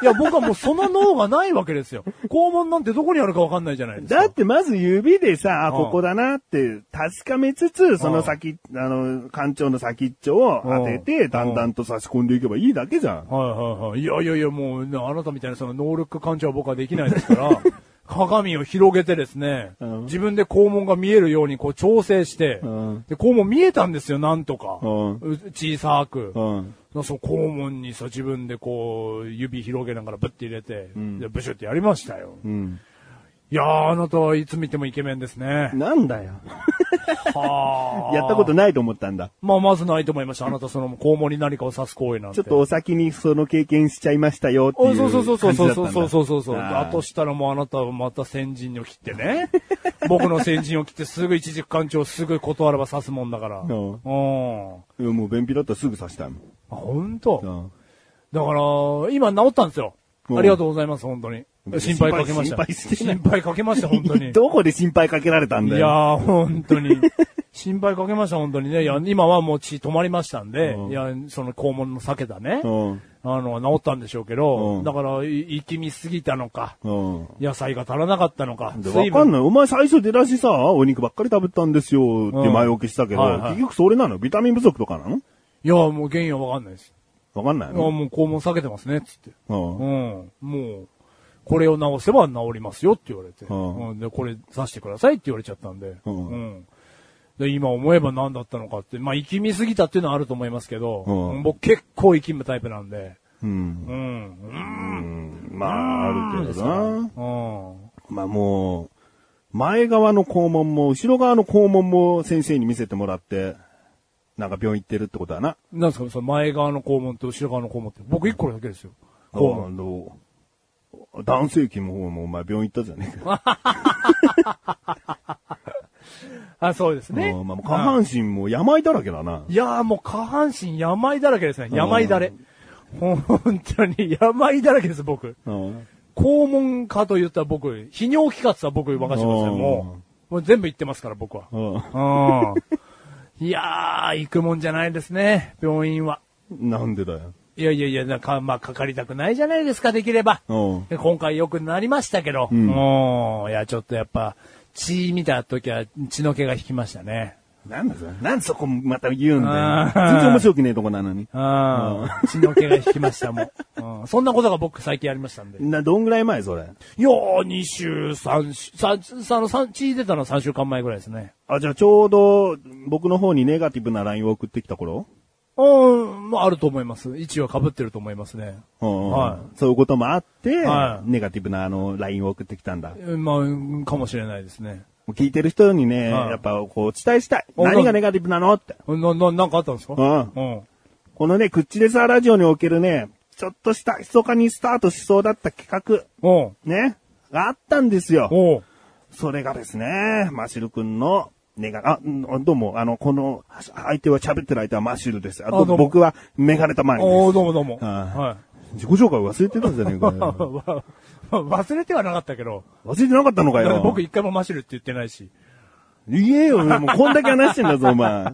Speaker 3: や、僕はもうその脳がないわけですよ。肛門なんてどこにあるかわかんないじゃないですか。
Speaker 2: だってまず指でさ、あ
Speaker 3: うん
Speaker 2: ここだなって確かめつつ、その先、あの、干潮の先っちょを当て
Speaker 3: う
Speaker 2: て、
Speaker 3: ん
Speaker 2: だんだんと差し込んでいけばいいだけじゃん。
Speaker 3: はいはいはい。いやいやいや、もう、ねあなたみたいなその能力感情は僕はできないですから、 鏡を広げてですね、
Speaker 2: うん
Speaker 3: 自分で肛門が見えるようにこう調整して、
Speaker 2: うん
Speaker 3: で、肛門見えたんですよ、なんとか。
Speaker 2: うん
Speaker 3: う小さく。
Speaker 2: うん。
Speaker 3: その肛門にさ、自分でこう、指広げながらブッて入れて、
Speaker 2: ん
Speaker 3: でブシュってやりましたよ。
Speaker 2: うん。
Speaker 3: いやー、あなたはいつ見てもイケメンですね。
Speaker 2: なんだよ。
Speaker 3: はー
Speaker 2: やったことないと思ったんだ。
Speaker 3: まあ、まずないと思いました。あなたその肛門に何かを刺す行為なん
Speaker 2: ち
Speaker 3: て。
Speaker 2: ょっとお先にその経験しちゃいましたよってい
Speaker 3: お
Speaker 2: う
Speaker 3: そ
Speaker 2: 感
Speaker 3: う
Speaker 2: じだ
Speaker 3: そ
Speaker 2: ったん
Speaker 3: う
Speaker 2: だ。
Speaker 3: そうそうそうそうそうそうそう。
Speaker 2: あー
Speaker 3: だとしたらもうあなたはまた先陣を切って ね。僕の先陣を切ってすぐ一軸艦長すぐ断れば刺すもんだから。うん。
Speaker 2: ん
Speaker 3: あ、
Speaker 2: いやもう便秘だったらすぐ刺したの。
Speaker 3: 本当。
Speaker 2: うん
Speaker 3: だから、今治ったんですよ。
Speaker 2: うん
Speaker 3: ありがとうございます、本当に。心配かけまし
Speaker 2: 心
Speaker 3: た。
Speaker 2: 配してない
Speaker 3: 心配かけました、本当に。
Speaker 2: どこで心配かけられたん
Speaker 3: い
Speaker 2: だ
Speaker 3: や
Speaker 2: よ。
Speaker 3: ー、本当に。心配かけました、本当にね。いや、今はもう血止まりましたんで、
Speaker 2: うん
Speaker 3: いや、その肛門の避けたね、
Speaker 2: うん。
Speaker 3: あの、治ったんでしょうけど、
Speaker 2: うん
Speaker 3: だから、い生き見すぎたのか、
Speaker 2: うん。
Speaker 3: 野菜が足らなかったのか、
Speaker 2: でわかんない。お前最初出だしさ、お肉ばっかり食べたんですよって前置きしたけど、
Speaker 3: うんはいはい
Speaker 2: 結局それなのビタミン不足とかなの
Speaker 3: いや、もう原因はわかんないです。
Speaker 2: わかんない
Speaker 3: いや、
Speaker 2: の
Speaker 3: もう肛門避けてますね、つって。
Speaker 2: うん
Speaker 3: う。ん。もう、これを直せば治りますよって言われて。
Speaker 2: うん
Speaker 3: うんで、これ刺してくださいって言われちゃったんで。
Speaker 2: うん
Speaker 3: で、今思えば何だったのかって。まあ、生き見すぎたっていうのはあると思いますけど、
Speaker 2: うん
Speaker 3: 僕結構生きむタイプなんで。
Speaker 2: うん。
Speaker 3: うん。
Speaker 2: うんまあ、あるけどな。
Speaker 3: うん。
Speaker 2: まあもう、前側の肛門も、後ろ側の肛門も先生に見せてもらって、なんか病院行ってるってことだな。
Speaker 3: なんですかその前側の肛門と後ろ側の肛門って。僕一個だけですよ。肛門。
Speaker 2: 門。男性器ももうお前病院行ったじゃね えか。
Speaker 3: あ、そうですね。
Speaker 2: うんまあ、下半身も病だらけだな。
Speaker 3: いやーもう下半身病だらけですね。病だれ。本当に病だらけです、僕。
Speaker 2: うん
Speaker 3: 肛門科と言ったら僕、泌尿器科って言ったら僕任せてますよ、
Speaker 2: うん
Speaker 3: もう。もう全部言ってますから、僕は。
Speaker 2: うん
Speaker 3: うん。いやー、行くもんじゃないですね、病院は。
Speaker 2: なんでだよ。
Speaker 3: いやいやいや、なんか、まあ、かかりたくないじゃないですか、できれば。
Speaker 2: うん
Speaker 3: で今回良くなりましたけど、
Speaker 2: ん
Speaker 3: もう、いや、ちょっとやっぱ、血見た時は血の毛が引きましたね。
Speaker 2: なんだそれ。なんでそこまた言うんだ
Speaker 3: あ
Speaker 2: よ。
Speaker 3: ー
Speaker 2: 全然面白くねえとこなのに。
Speaker 3: うん。血の毛が引きました、も う、うん。そんなことが僕最近やりましたんで。い
Speaker 2: な、どんぐらい前それ。
Speaker 3: やー、2週、3週、3、その三血出たの3週間前ぐらいですね。
Speaker 2: あ、じゃあちょうど僕の方にネガティブな LINE を送ってきた頃
Speaker 3: うん、まあ、あると思います。位置は被ってると思いますね。
Speaker 2: うん
Speaker 3: は
Speaker 2: そういうこともあって、
Speaker 3: はい
Speaker 2: ネガティブなあの LINE を送ってきたんだ。も
Speaker 3: まあうん、かもしれないですね。
Speaker 2: う聞いてる人にね、
Speaker 3: はい
Speaker 2: やっぱこうお伝えしたい。
Speaker 3: お
Speaker 2: 何がネガティブなのって。
Speaker 3: な、な、なんかあったんですか
Speaker 2: う
Speaker 3: うん。
Speaker 2: このね、クッチレザーラジオにおけるね、ちょっとした、密かにスタートしそうだった企
Speaker 3: うん。
Speaker 2: 画、ね、があったんですよ。
Speaker 3: おう
Speaker 2: それがですね、マシル君の、ネガ、あ、うんどうも、あの、この、相手は喋ってる相手はマシルです。あ
Speaker 3: あどうも
Speaker 2: 僕はメガネたマニで
Speaker 3: おうどうもどうも。
Speaker 2: は
Speaker 3: は
Speaker 2: す。自己紹介忘れてたんじゃねえか
Speaker 3: い。
Speaker 2: よ。
Speaker 3: わ忘れてはなかったけど、
Speaker 2: 忘れてなかったのか
Speaker 3: だって
Speaker 2: よ。
Speaker 3: 僕一回もマシルって言ってないし。
Speaker 2: 言えよ、もうこんだけ話してんだぞ、お 前。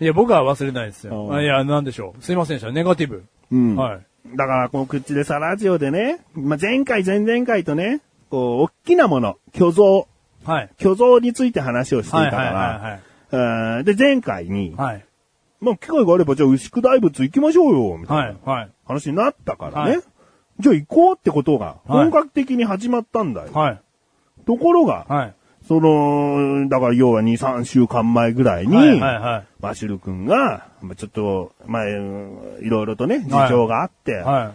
Speaker 3: いや、僕は忘れないです
Speaker 2: お
Speaker 3: よ。
Speaker 2: う
Speaker 3: あいや、なんでしょう。すいませんでした。ネガティブ。
Speaker 2: うん。
Speaker 3: はい。
Speaker 2: だから、この口でさ、ラジオでね、まあ、前回、前々回とね、こう、大きなもの、巨像、
Speaker 3: はい。
Speaker 2: 巨像について話をしていたか
Speaker 3: はいはいはい
Speaker 2: ら、うんで、前回に、
Speaker 3: はい。
Speaker 2: まあ、機会があれば、じゃあ、牛久大仏行きましょうよ、みたいな。
Speaker 3: はい。はい。
Speaker 2: 話になったからね。
Speaker 3: はい
Speaker 2: じゃあ行こうってことが、
Speaker 3: はい
Speaker 2: 本格的に始まったんだよ。
Speaker 3: はい。
Speaker 2: ところが、
Speaker 3: はい。
Speaker 2: その、だから要は2、3週間前ぐらいに、
Speaker 3: はい。は
Speaker 2: マシュル君が、まあちょっと、まあ、うんいろいろとね、事情があって、
Speaker 3: い。は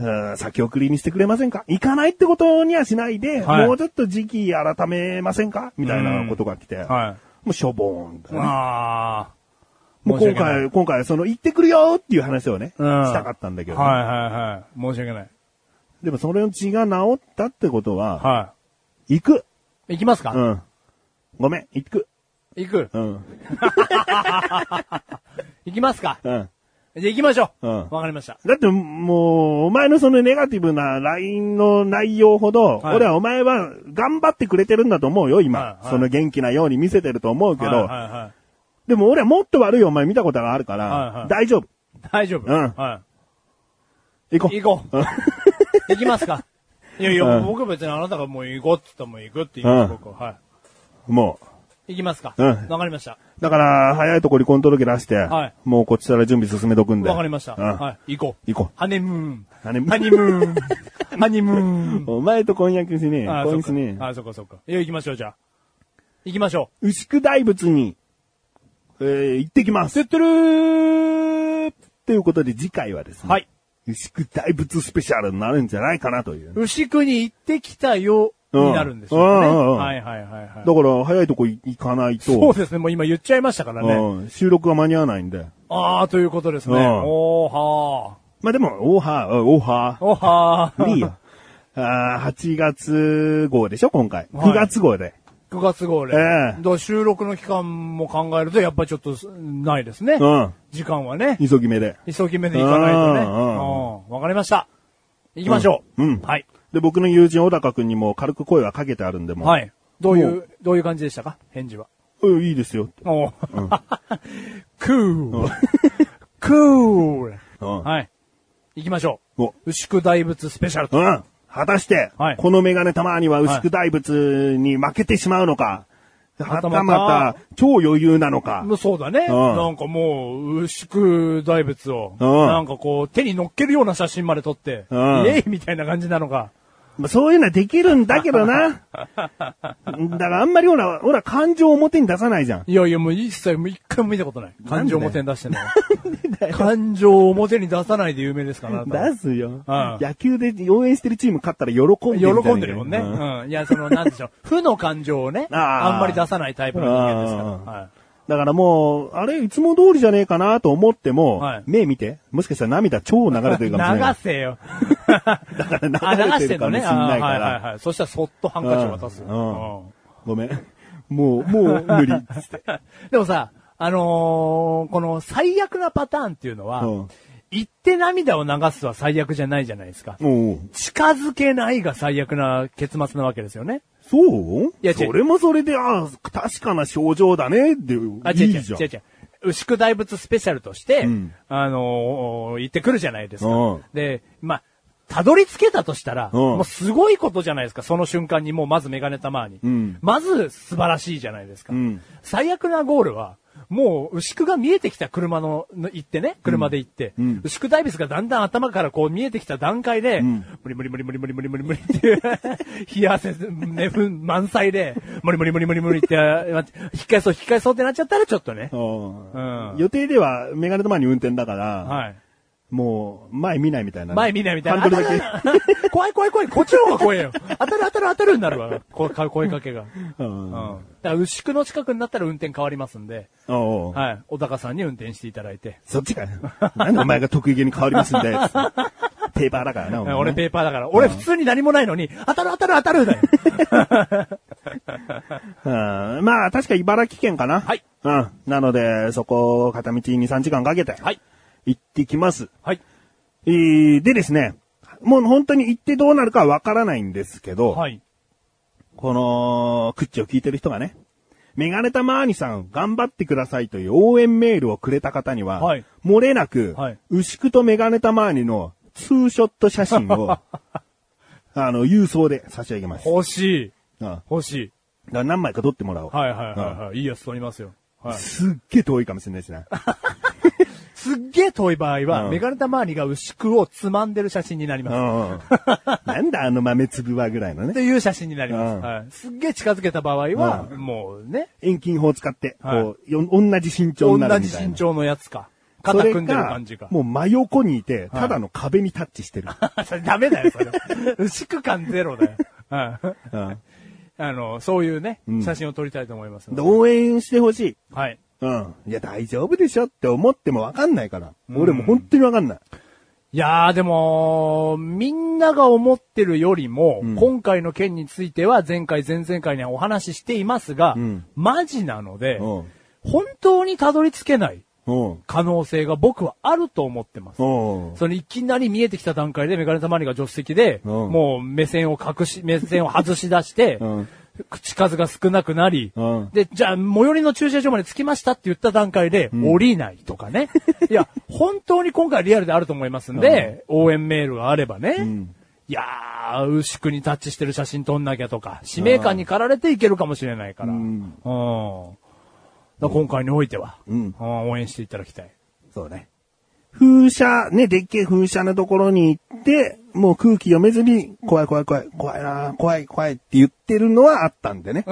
Speaker 2: うん先送りにしてくれませんか行かないってことにはしないで、
Speaker 3: はい
Speaker 2: もうちょっと時期改めませんかみたいなことが来て、
Speaker 3: い。は
Speaker 2: もうしょぼーんだ
Speaker 3: い。
Speaker 2: ね。
Speaker 3: あー
Speaker 2: もう今。
Speaker 3: 申し訳ない
Speaker 2: 回、今回はその行ってくるよーっていう話をね、
Speaker 3: うん
Speaker 2: したかったんだけど、
Speaker 3: はいはいはい。申し訳ない。
Speaker 2: でもそれの血が治ったってことは、
Speaker 3: は
Speaker 2: 行く。
Speaker 3: い。行きますか
Speaker 2: うん。ごめん、行く。
Speaker 3: 行く
Speaker 2: うん。
Speaker 3: 行きますか
Speaker 2: うん。
Speaker 3: じゃあ行きましょう。
Speaker 2: うん
Speaker 3: わかりました。
Speaker 2: だって、もう、お前のそのネガティブな LINE の内容ほど、
Speaker 3: はい
Speaker 2: 俺はお前は頑張ってくれてるんだと思うよ、今。
Speaker 3: はいはい
Speaker 2: その元気なように見せてると思うけど、
Speaker 3: はいはいはい
Speaker 2: でも俺はもっと悪いお前見たことがあるから、
Speaker 3: はいはい
Speaker 2: 大丈夫。
Speaker 3: 大丈夫。
Speaker 2: うん
Speaker 3: は
Speaker 2: 行こう。
Speaker 3: い。行こう。 行きますか。いやいや、
Speaker 2: うん
Speaker 3: 僕は別にあなたがもう行こうって言ったらもう行くって言います、
Speaker 2: うん
Speaker 3: 僕は。はい。
Speaker 2: もう、
Speaker 3: いきますか。
Speaker 2: うん
Speaker 3: わかりました。
Speaker 2: だから、早いとこ離婚届出して、
Speaker 3: はい
Speaker 2: もうこっちから準備進めとくんで。
Speaker 3: わかりました。
Speaker 2: うん
Speaker 3: はい。行こう。
Speaker 2: 行こう
Speaker 3: ハネムーン。
Speaker 2: ハネムーン
Speaker 3: ハニムーン。ハニムーン。
Speaker 2: お前と婚約しねえ。
Speaker 3: あ
Speaker 2: 婚約しね
Speaker 3: そっかあ、そっかそっか。いや、行きましょう、じゃあ。行きましょ
Speaker 2: え。牛久大仏に、えー、行ってきま
Speaker 3: う。セ
Speaker 2: す。
Speaker 3: ットルー
Speaker 2: ということで次回はですね。
Speaker 3: はい。
Speaker 2: 牛久大仏スペシャルになるんじゃないかなという。
Speaker 3: 牛久に行ってきたよ、
Speaker 2: うん
Speaker 3: になるんでしょうね。
Speaker 2: うんうんうん
Speaker 3: はいはいはいはい。
Speaker 2: だから、早いとこ行かないと。
Speaker 3: そうですね、もう今言っちゃいましたからね。
Speaker 2: うん収録が間に合わないんで。
Speaker 3: ああ、ということですね。
Speaker 2: うん
Speaker 3: おーは
Speaker 2: まあでも、オーハー、うんオーハ
Speaker 3: ー。おーは
Speaker 2: ー。い
Speaker 3: ー。
Speaker 2: いよ。あー8月号でしょ、今回。
Speaker 3: はい
Speaker 2: 9月号で。
Speaker 3: 9月号で。
Speaker 2: ええ
Speaker 3: だから収録の期間も考えると、やっぱりちょっとないですね。
Speaker 2: うん。
Speaker 3: 時間はね。
Speaker 2: 急ぎ目で。
Speaker 3: 急ぎ目で行かないとね。
Speaker 2: う
Speaker 3: うん
Speaker 2: うん
Speaker 3: んわかりました。行きましょう。
Speaker 2: うんうん
Speaker 3: はい。
Speaker 2: で、僕の友人小高くんにも軽く声はかけてあるんでもう。
Speaker 3: はい。どうい
Speaker 2: も
Speaker 3: う、どういう感じでしたか返事は。
Speaker 2: うんいいですよって。
Speaker 3: おうクール。クール。
Speaker 2: うん
Speaker 3: はい。行きましょ
Speaker 2: お
Speaker 3: う。牛久大仏スペシャルと。
Speaker 2: うん。果たして、
Speaker 3: はい
Speaker 2: このメガネたまには牛久大仏に負けてしまうのか、は
Speaker 3: は
Speaker 2: た
Speaker 3: たまた
Speaker 2: また超余裕なのか、
Speaker 3: もうそうだね。
Speaker 2: うん
Speaker 3: なんかもう、牛久大仏を、
Speaker 2: うん
Speaker 3: なんかこう、手に乗っけるような写真まで撮って、
Speaker 2: う
Speaker 3: イ
Speaker 2: ん
Speaker 3: エイみたいな感じなのか。
Speaker 2: まあ、そういうのはできるんだけど な。だからあんまりほら、ほら感情を表に出さないじゃん。
Speaker 3: いやいや、もう一切、もう一回も見たことない。
Speaker 2: で
Speaker 3: 感情を表に出してない。感情を表に出さないで有名ですから、あなたは
Speaker 2: 出すよ。
Speaker 3: うん
Speaker 2: 野球で応援してるチーム勝ったら喜んでるじゃねえか
Speaker 3: 喜んでるもんね。
Speaker 2: う
Speaker 3: うん。いや、その、なんでしょう。負の感情をね、
Speaker 2: あー
Speaker 3: あんまり出さないタイプの人間ですか
Speaker 2: あー
Speaker 3: ら。はい。
Speaker 2: だからもう、あれ、いつも通りじゃねえかなと思っても、
Speaker 3: はい
Speaker 2: 目見て、もしかしたら涙超流れてるかもしれない。
Speaker 3: 流せよ。
Speaker 2: だか
Speaker 3: あ、流
Speaker 2: ら流れ
Speaker 3: してて
Speaker 2: る
Speaker 3: ん
Speaker 2: か
Speaker 3: の
Speaker 2: も
Speaker 3: ね。
Speaker 2: しれないか
Speaker 3: あーはい
Speaker 2: ら
Speaker 3: はい。はい。そしたらそっとハンカチを渡す。
Speaker 2: うん
Speaker 3: うん
Speaker 2: ごめん。もう、もう 無理。つって。
Speaker 3: でもさ、あのーこの最悪なパターンっていうのは
Speaker 2: うん、
Speaker 3: 言って涙を流すは最悪じゃないじゃないですか。
Speaker 2: おう
Speaker 3: 近づけないが最悪な結末なわけですよね。
Speaker 2: そう
Speaker 3: いや違う
Speaker 2: それもそれで、ああ、確かな症状だね、って、
Speaker 3: あ、
Speaker 2: い
Speaker 3: 違う違
Speaker 2: いうじゃん
Speaker 3: 違う。違う。牛久大仏スペシャルとして、
Speaker 2: うん
Speaker 3: あのー行ってくるじゃないですか。
Speaker 2: うん
Speaker 3: で、まあ、たどり着けたとしたら、
Speaker 2: うん
Speaker 3: もうすごいことじゃないですか、その瞬間にもうまずメガネたまに、
Speaker 2: うん
Speaker 3: まず素晴らしいじゃないですか。
Speaker 2: うん
Speaker 3: 最悪なゴールは、もう牛久が見えてきた車の、の行ってね、車で行って、
Speaker 2: うん
Speaker 3: 牛久大仏がだんだん頭からこう見えてきた段階で、
Speaker 2: ん
Speaker 3: 無理無理無理無理無理無理無理無理っていう、冷や汗、ね、ふん満載で、無理無理無理無理無理って、引き返そう引き返そうってなっちゃったらちょっとね。
Speaker 2: うん
Speaker 3: うん
Speaker 2: 予定では、メガネと前に運転だから、
Speaker 3: はい。
Speaker 2: もう、前見ないみたいなね。
Speaker 3: 前見ないみたいな。
Speaker 2: ハンドルだ
Speaker 3: 当たる怖い怖い怖い。こっちの方が怖いよ。当たる当たる当たるになるわ。こか声かけが。
Speaker 2: け。う。
Speaker 3: うんん。
Speaker 2: お
Speaker 3: だから、牛久の近くになったら運転変わりますんで、
Speaker 2: うおう
Speaker 3: はい。小高さんに運転していただいて。
Speaker 2: そっちかよ。なんでお前が得意げに変わりますんだよ。 ペーパーだからな、お前ね
Speaker 3: 俺ペーパーだから。俺普通に何もないのに、当たる当たる当たる だよ。
Speaker 2: うんまあ、確か茨城県かな。
Speaker 3: はい。
Speaker 2: うん。なので、そこを片道2、3時間かけて。
Speaker 3: はい。
Speaker 2: 行ってきます。
Speaker 3: はい。
Speaker 2: えー、でですね、もう本当に行ってどうなるかはわからないんですけど、
Speaker 3: はい。
Speaker 2: この、クッチを聞いてる人がね、メガネタマーニさん、頑張ってくださいという応援メールをくれた方には、
Speaker 3: はい
Speaker 2: 漏れなく、
Speaker 3: はい
Speaker 2: 牛久とメガネタマーニのツーショット写真 を、あの、郵送で差し上げます。
Speaker 3: 欲しい。
Speaker 2: うんだか
Speaker 3: 欲しい。
Speaker 2: ら何枚か撮ってもらおう。
Speaker 3: はいはいはいはい。いいやつ取りますよ。はい。
Speaker 2: すっげえ遠いかもしれないしな。
Speaker 3: すっげえ遠い場合は、
Speaker 2: うん
Speaker 3: メガネタ周りが牛久をつまんでる写真になります。
Speaker 2: うんうんなんだあの豆粒はぐらいの
Speaker 3: っ
Speaker 2: ね。
Speaker 3: ていう写真になります。
Speaker 2: うん
Speaker 3: はい、すっげえ近づけた場合は、もうね、
Speaker 2: 遠近法使って、
Speaker 3: はい
Speaker 2: こう、よ同じ身長
Speaker 3: 同
Speaker 2: になるみ
Speaker 3: じ
Speaker 2: たい
Speaker 3: 身
Speaker 2: な。
Speaker 3: 長のやつか。
Speaker 2: そ
Speaker 3: 肩
Speaker 2: れ
Speaker 3: 組んでる感じか。
Speaker 2: もう真横にいて、ただの壁にタッチして る。
Speaker 3: そ れダメだよ、 それ。牛久感ゼロだよ。はい
Speaker 2: うん
Speaker 3: あの、そういうね
Speaker 2: ん、
Speaker 3: 写真を撮りたいと思いますの
Speaker 2: で
Speaker 3: で、
Speaker 2: 応援してほしい。
Speaker 3: はい。
Speaker 2: うん。いや、大丈夫でしょって思ってもわかんないから。俺も本当にわかんない。
Speaker 3: いやーでも、みんなが思ってるよりも、
Speaker 2: ん
Speaker 3: 今回の件については前回前々回にはお話ししていますが、
Speaker 2: うん
Speaker 3: マジなので、
Speaker 2: うん
Speaker 3: 本当にたどり着けない
Speaker 2: うん。
Speaker 3: 可能性が僕はあると思ってます。
Speaker 2: うん。
Speaker 3: そのいきなり見えてきた段階でメガネたまりが助手席で、
Speaker 2: うん
Speaker 3: もう目線を隠し、目線を外し出して、
Speaker 2: うん
Speaker 3: 口数が少なくなり、
Speaker 2: うん
Speaker 3: で、じゃあ最寄りの駐車場まで着きましたって言った段階で、降りないと かね。いや、本当に今回リアルであると思いますんで、応援メールがあればね、いやー、牛久にタッチしてる写真撮んなきゃとか、使命感に駆られていけるかもしれないから。うん。だから今回においては、
Speaker 2: うん
Speaker 3: 応援していただきたい。
Speaker 2: そうね。風車、ね、でっけえ風車のところに行って、もう空気読めずに、怖い怖い怖い、怖いなあ怖い怖いって言ってるのはあったん でね。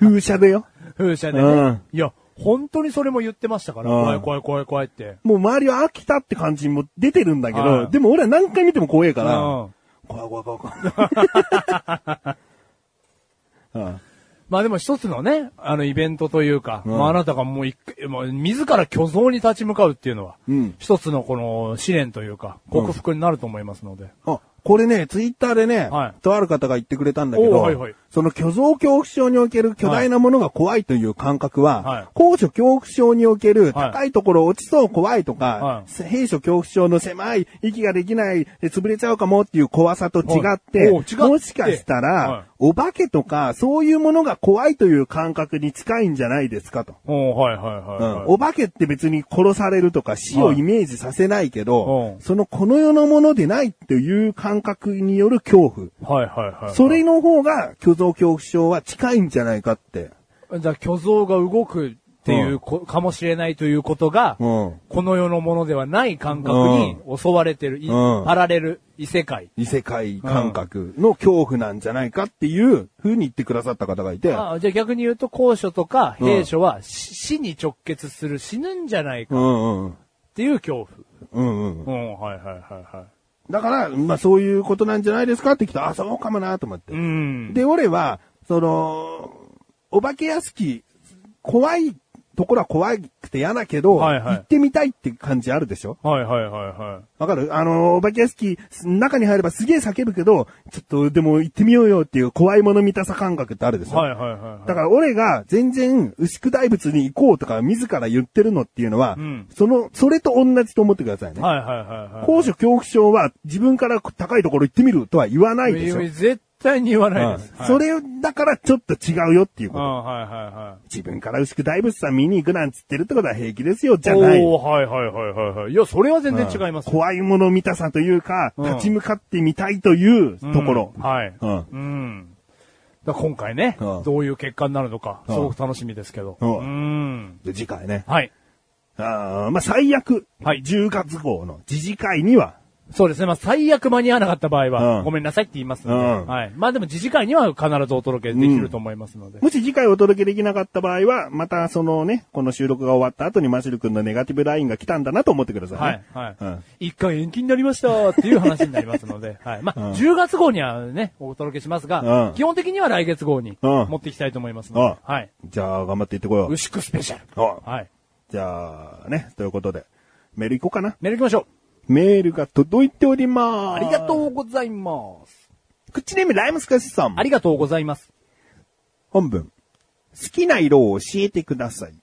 Speaker 2: 風車でよ。
Speaker 3: 風車でね。
Speaker 2: うん
Speaker 3: いや、本当にそれも言ってましたから、
Speaker 2: うん
Speaker 3: 怖い怖い怖い怖いって。
Speaker 2: もう周りは飽きたって感じも出てるんだけど、
Speaker 3: はい
Speaker 2: でも俺は何回見ても怖えから、
Speaker 3: うん
Speaker 2: 怖い怖い怖い怖い。 うん
Speaker 3: まあでも一つのね、あのイベントというか、
Speaker 2: うん
Speaker 3: まああなたがもう一回、まあ自ら巨像に立ち向かうっていうのは、
Speaker 2: うん
Speaker 3: 一つのこの試練というか、克服になると思いますので。
Speaker 2: あ、これね、ツイッターでね、
Speaker 3: はい
Speaker 2: とある方が言ってくれたんだけど、
Speaker 3: おーはいはい
Speaker 2: その巨像恐怖症における巨大なものが怖いという感覚は、
Speaker 3: はい
Speaker 2: 高所恐怖症における
Speaker 3: はい
Speaker 2: 高いところ落ちそう怖いとか、
Speaker 3: はい
Speaker 2: 閉所恐怖症の狭い、息ができない、で潰れちゃうかもっていう怖さと違って、
Speaker 3: はいおー違って
Speaker 2: もしかしたら、
Speaker 3: はい
Speaker 2: お化けとかそういうものが怖いという感覚に近いんじゃないですかと。
Speaker 3: おはいはいはい、
Speaker 2: うん
Speaker 3: はい
Speaker 2: お化けって別に殺されるとか死をイメージさせないけ
Speaker 3: はい
Speaker 2: ど、
Speaker 3: うん
Speaker 2: そのこの世のものでないっていう感覚による恐怖。
Speaker 3: はいはいはいはい。
Speaker 2: それの方が虚像恐怖症は近いんじゃないかって。
Speaker 3: じゃあ虚像が動くっていうこ、かもしれないということが、
Speaker 2: うん。
Speaker 3: この世のものではない感覚に襲われてる、い
Speaker 2: うん
Speaker 3: パラレル異世界。
Speaker 2: 異世界感覚の恐怖なんじゃないかっていう風に言ってくださった方がいて、
Speaker 3: ああじゃあ逆に言うと高所とか
Speaker 2: うん
Speaker 3: 兵所は死死に直結する死ぬんじゃないか
Speaker 2: う
Speaker 3: っ
Speaker 2: んうん。
Speaker 3: ていう恐怖。
Speaker 2: うんうん。
Speaker 3: うん、はいはいはいは
Speaker 2: だから、まあそういうことなんじゃないですかって来た。あ、そうかもなと思って
Speaker 3: い。う。ん。
Speaker 2: で、俺は、その、お化け屋敷、怖いところは怖くて嫌だけど、
Speaker 3: はいはい
Speaker 2: 行ってみたいって感じあるでしょ
Speaker 3: はいはいはいは
Speaker 2: わかるあの、お化け屋敷、中に入ればすげえ叫ぶけど、ちょっとでも行ってみようよっていう怖いもの見たさ感覚ってあるでし
Speaker 3: い。
Speaker 2: ょ
Speaker 3: はいはいはいはい。
Speaker 2: だから俺が全然牛久大仏に行こうとか自ら言ってるのっていうのは、
Speaker 3: うん
Speaker 2: その、それと同じと思ってくださいね。
Speaker 3: はいはいはいはい。
Speaker 2: 高所恐怖症は自分から高いところ行ってみるとは言わないでしょ。
Speaker 3: 絶対に言わないです。
Speaker 2: うん
Speaker 3: はい
Speaker 2: それだからちょっと違うよっていう
Speaker 3: う
Speaker 2: こと。
Speaker 3: ん、はいはいはい。
Speaker 2: 自分から牛久大仏さん見に行くなんつってるってことは平気ですよ、じゃない。
Speaker 3: おーはいはいはいはいはい。いや、それは全然違います
Speaker 2: うん
Speaker 3: よ。
Speaker 2: 怖いもの見たさというか、
Speaker 3: うん
Speaker 2: 立ち向かってみたいというところ。
Speaker 3: うんはい。
Speaker 2: う
Speaker 3: うんん。だから今回ね、
Speaker 2: うん
Speaker 3: どういう結果になるのか、
Speaker 2: うん
Speaker 3: すごく楽しみですけど。
Speaker 2: うん
Speaker 3: ん。
Speaker 2: で次回ね。
Speaker 3: はい。
Speaker 2: あーまあ、最悪、
Speaker 3: はい
Speaker 2: 10月号の次次回には、
Speaker 3: そうですね。まあ、最悪間に合わなかった場合
Speaker 2: う
Speaker 3: は、
Speaker 2: ん
Speaker 3: ごめんなさいって言いますので、
Speaker 2: うん
Speaker 3: はい。まあでも、自治会には必ずお届けできると思いますので。
Speaker 2: もし次回お届けできなかった場合は、またそのね、この収録が終わった後にマシル君のネガティブラインが来たんだなと思ってください、ね。
Speaker 3: はい、は
Speaker 2: うん
Speaker 3: い。一、回延期になりましたっていう話になりますので、はい。まあ、
Speaker 2: うん
Speaker 3: 10月号にはね、お届けしますが、
Speaker 2: うん
Speaker 3: 基本的には来月号に
Speaker 2: うん
Speaker 3: 持っていきたいと思いますので、
Speaker 2: うん
Speaker 3: はい。
Speaker 2: じゃあ、頑張っていってこよう。
Speaker 3: 牛久スペシャル。
Speaker 2: お
Speaker 3: はい。
Speaker 2: じゃあ、ね、ということで、メール行こうかな。
Speaker 3: メール行きましょ
Speaker 2: メールが届いており
Speaker 3: う。
Speaker 2: ま
Speaker 3: あ
Speaker 2: す。
Speaker 3: りがとうございます。
Speaker 2: う。口ネームライムスカシさん
Speaker 3: あ。りがとうございます。
Speaker 2: 本文。好きな色を教えてくだ さい。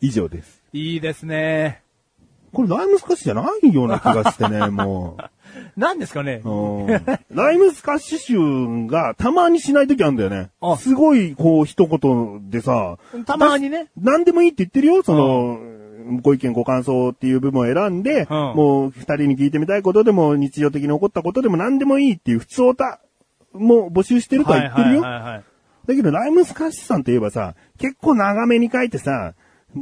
Speaker 2: 以上です。
Speaker 3: いいですね。
Speaker 2: これライムスカッシュじゃないような気がして ね、も
Speaker 3: なんですかね
Speaker 2: う。うんライムスカッシュ集がたまにしないときあるんだよね
Speaker 3: あ。
Speaker 2: すごい、こう、一言でさ。
Speaker 3: たまにね。
Speaker 2: 何でもいいって言ってるよ、その、ご意見ご感想っていう部分を選んで、
Speaker 3: うん
Speaker 2: もう二人に聞いてみたいことでも、日常的に起こったことでも何でもいいっていう普通オタも募集してるとは言ってるよ。
Speaker 3: はいはいはいはい。
Speaker 2: だけど、ライムスカッシュさんといえばさ、結構長めに書いてさ、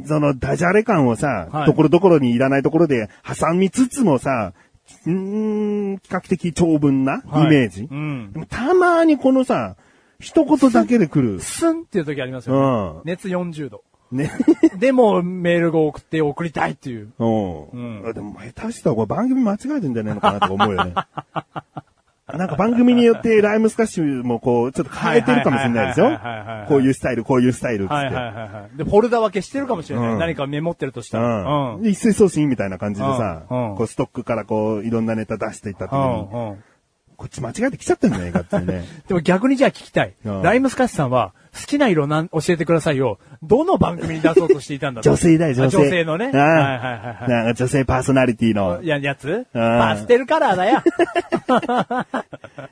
Speaker 2: そのダジャレ感をさ、
Speaker 3: はい
Speaker 2: ところどころにいらないところで挟みつつもさ、うーん、比較的長文なイ
Speaker 3: はい
Speaker 2: メージ。
Speaker 3: うん
Speaker 2: でもたまにこのさ、一言だけで来る。
Speaker 3: スンっていう時ありますよね。熱40度。
Speaker 2: ね。
Speaker 3: でも、メールを送って送りたいっていう。
Speaker 2: うん。
Speaker 3: うん
Speaker 2: でも下手したらこれ番組間違えてんじゃないのかなとか思うよね。 なんか番組によってライムスカッシュもこう、ちょっと変えてるかもしれないです
Speaker 3: は
Speaker 2: よ
Speaker 3: いはいはいはいはいはい。
Speaker 2: こういうスタイル、こういうスタイルっつって。
Speaker 3: はいはいはいはい。で、フォルダ分けしてるかもしれない。
Speaker 2: うん
Speaker 3: 何かメモってるとしたら。
Speaker 2: う
Speaker 3: うんん。
Speaker 2: で一斉送信みたいな感じでさ、
Speaker 3: うんうん
Speaker 2: こうストックからこういろんなネタ出していった時
Speaker 3: う
Speaker 2: に、
Speaker 3: ん。うん。
Speaker 2: こっち間違えてきちゃったんじゃないかっていうね。
Speaker 3: でも逆にじゃあ聞きたい。
Speaker 2: うん
Speaker 3: ライムスカッシュさんは、好きな色なん教えてくださいよ。どの番組に出そうとしていたんだろう
Speaker 2: 女性だよ、女性。
Speaker 3: あ女性のね。
Speaker 2: う
Speaker 3: は
Speaker 2: ん
Speaker 3: いはいはいは
Speaker 2: なんか女性パーソナリティの
Speaker 3: い。い、や、やつパステルカラーだよ。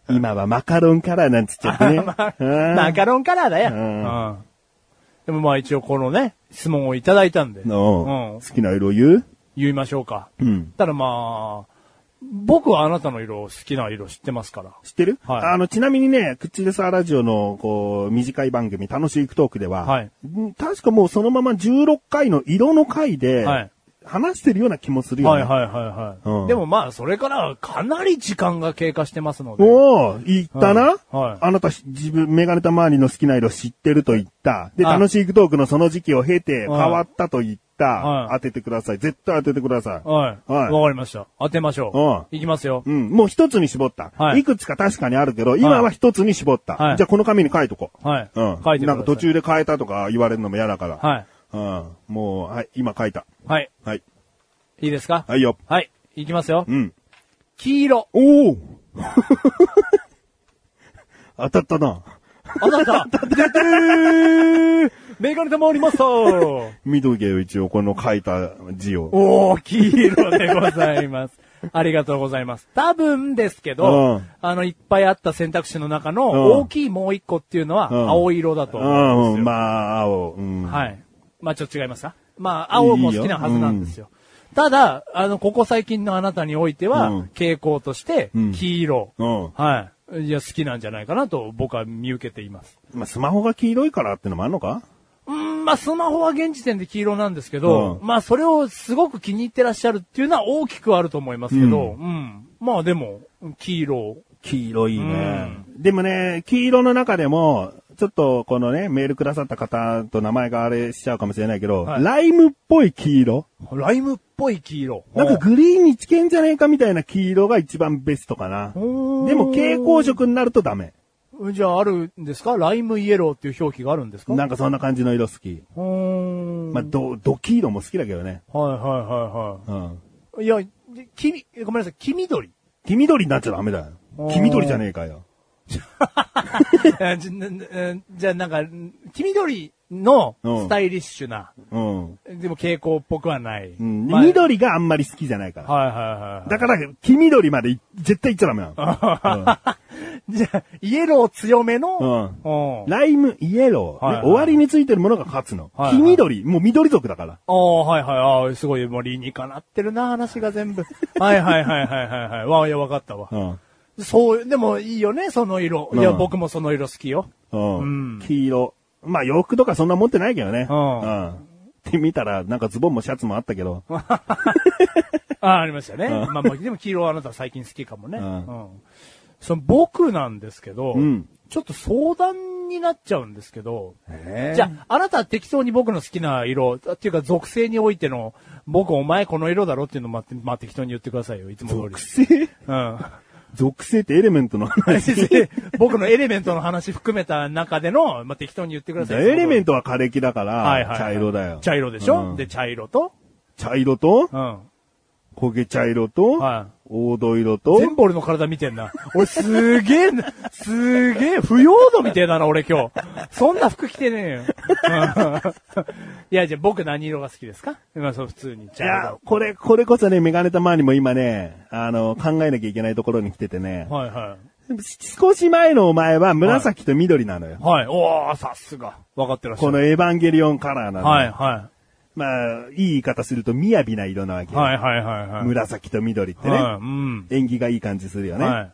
Speaker 2: 今はマカロンカラーなんつっちゃ ってね。うん
Speaker 3: マカロンカラーだよ。
Speaker 2: うん
Speaker 3: うんでもまあ一応このね、質問をいただいたんで。
Speaker 2: の
Speaker 3: うん
Speaker 2: 好きな色言う
Speaker 3: 言いましょうか。
Speaker 2: うん
Speaker 3: ただまあ、僕はあなたの色、好きな色知ってますから。
Speaker 2: 知ってる、
Speaker 3: はい
Speaker 2: あの、ちなみにね、クッチレサーラジオの、こう、短い番組、楽しいクトークでは、
Speaker 3: はい
Speaker 2: ん確かもうそのまま16回の色の回で、
Speaker 3: はい
Speaker 2: 話してるような気もするよ
Speaker 3: はい
Speaker 2: ね。
Speaker 3: はいはいはい。
Speaker 2: うん
Speaker 3: でもまあ、それからはかなり時間が経過してますので。
Speaker 2: おお言ったな、
Speaker 3: はいはい
Speaker 2: あなた、自分、メガネた周りの好きな色知ってると言った。で、
Speaker 3: あ
Speaker 2: 楽しいクトークのその時期を経て、変
Speaker 3: はい
Speaker 2: わったと言った、
Speaker 3: はい
Speaker 2: 当ててください。絶対当ててください。
Speaker 3: はい。
Speaker 2: はい
Speaker 3: わかりました。当てましょう。いきますよ。
Speaker 2: うん。もう一つに絞った。
Speaker 3: はい
Speaker 2: い。くつか確かにあるけど、今は一つに絞った。
Speaker 3: はい
Speaker 2: じゃあこの紙に書いとこう。
Speaker 3: はい
Speaker 2: うん。
Speaker 3: 書いてください
Speaker 2: なんか途中で変えたとか言われるのも嫌だから。
Speaker 3: はい。
Speaker 2: うん。もう、はい、今書いた。
Speaker 3: はい。
Speaker 2: はい。
Speaker 3: いいですか
Speaker 2: はいよ。
Speaker 3: はい。いきますよ。
Speaker 2: うん。
Speaker 3: 黄色。
Speaker 2: お お当たったな。
Speaker 3: あ なた。メガネ玉おりますと。
Speaker 2: 緑を一応この書いた字を。
Speaker 3: おー、黄色でござい ます。ありがとうございます。多分ですけど、
Speaker 2: うん
Speaker 3: あの、いっぱいあった選択肢の中の
Speaker 2: うん
Speaker 3: 大きいもう一個っていうのは、
Speaker 2: うん
Speaker 3: 青色だと
Speaker 2: う
Speaker 3: 思うん
Speaker 2: ん、う
Speaker 3: ですよ。
Speaker 2: ん、まあ、青。うん。
Speaker 3: はい。まあ、ちょっと違いますかまあ、青も好きなはずなんですよ。ただ、あの、ここ最近のあなたにおいては、
Speaker 2: うん
Speaker 3: 傾向として
Speaker 2: うん、
Speaker 3: 黄色、
Speaker 2: うん。
Speaker 3: はい。いや、好きなんじゃないかなと僕は見受けています。
Speaker 2: まあ、スマホが黄色いからってのもあんのか
Speaker 3: うーん、まあ、スマホは現時点で黄色なんですけど、
Speaker 2: うん
Speaker 3: まあ、それをすごく気に入ってらっしゃるっていうのは大きくはあると思いますけど、
Speaker 2: う
Speaker 3: うん。まあ、でも、黄色。
Speaker 2: 黄色いね。でもね、黄色の中でも、ちょっとこのね、メールくださった方と名前があれしちゃうかもしれないけど、
Speaker 3: はい
Speaker 2: ライムっぽい黄色
Speaker 3: ライムっぽい黄色。
Speaker 2: なんかグリーンに近いんじゃねえかみたいな黄色が一番ベストかな。で
Speaker 3: おー
Speaker 2: も蛍光色になるとダメ。
Speaker 3: おじゃあ、あるんですかライムイエローっていう表記があるんですか
Speaker 2: なんかそんな感じの色好き。
Speaker 3: うーん。
Speaker 2: まあ、ど、ド黄色も好きだけどね。
Speaker 3: はいはいは
Speaker 2: うん。
Speaker 3: いはい。いや、で黄み、ごめんなさい、黄緑。
Speaker 2: 黄緑になっちゃダメだよ
Speaker 3: お。ー
Speaker 2: 黄緑じゃねえかよ。
Speaker 3: あじゃななじゃあなんか、黄緑のスタイリッシュな、
Speaker 2: うん。
Speaker 3: でも傾向っぽくはない。
Speaker 2: うん。で
Speaker 3: まあ
Speaker 2: 緑があんまり好きじゃないから。
Speaker 3: はいはいはい。
Speaker 2: だから、黄緑までい絶対行っちゃダメなの。
Speaker 3: じゃあ、イエロー強めの、うん。
Speaker 2: ライム、イエロー、
Speaker 3: はい
Speaker 2: ね
Speaker 3: はい
Speaker 2: 終わりについてるものが勝つの。
Speaker 3: はいはい
Speaker 2: 黄緑、もう緑族だから。
Speaker 3: ああ、はいはい、ああ、すごい、もう理にかなってるな、話が全部。はいはいはいはいはい、はい。わあ、いや、わかったわ。
Speaker 2: うん。
Speaker 3: そう、でもいいよね、その色。いや、
Speaker 2: うん
Speaker 3: 僕もその色好きよ。
Speaker 2: うん
Speaker 3: うん
Speaker 2: 黄色。まあ洋服とかそんな持ってないけどね。
Speaker 3: うん
Speaker 2: って見たら、なんかズボンもシャツもあったけど。
Speaker 3: ああ、ありましたね。まあまあ、でも黄色はあなた最近好きかもね。う
Speaker 2: うん
Speaker 3: ん。その僕なんですけど
Speaker 2: うん、
Speaker 3: ちょっと相談になっちゃうんですけど、じ
Speaker 2: じ
Speaker 3: ゃ
Speaker 2: ゃ
Speaker 3: あ、あなたは適当に僕の好きな色、っていうか属性においての、僕お前この色だろっていうのま、まあ、適当に言ってくださいよ、いつも通り。
Speaker 2: 属性
Speaker 3: うん。
Speaker 2: 属性ってエレメントの 話。
Speaker 3: 僕のエレメントの話含めた中での、まあ、適当に言ってください。
Speaker 2: エレメント
Speaker 3: ト
Speaker 2: は枯れ木だから、
Speaker 3: はいはいはい
Speaker 2: 茶色だよ。
Speaker 3: 茶色でしょ、
Speaker 2: うん
Speaker 3: で、茶色と、
Speaker 2: 茶色と、
Speaker 3: うん。
Speaker 2: 焦げ茶色と、
Speaker 3: は
Speaker 2: 黄土色と、
Speaker 3: 全部俺の体見てんな。俺すげえな、すげえ不要度みてえだな、俺今日。そんな服着てねえよ。うんいや、じゃあ僕何色が好きですかまあ、そう、普通に
Speaker 2: い
Speaker 3: 茶
Speaker 2: や
Speaker 3: 色、。
Speaker 2: これ、これこそね、メガネたまにも今ね、あの、考えなきゃいけないところに来ててね、
Speaker 3: はいはい。
Speaker 2: 少し前のお前は紫と緑なのよ。
Speaker 3: はい。おー、さすが。分かってらっしゃ
Speaker 2: この
Speaker 3: る。
Speaker 2: エヴァンゲリオンカラーなの。
Speaker 3: はい、は
Speaker 2: まあ、いい言い方すると、雅な色なわけ
Speaker 3: い。
Speaker 2: よ。
Speaker 3: はい、はい、はい。はい。
Speaker 2: 紫と緑ってね。
Speaker 3: はい、うん。
Speaker 2: 縁起がいい感じするよね。
Speaker 3: はい。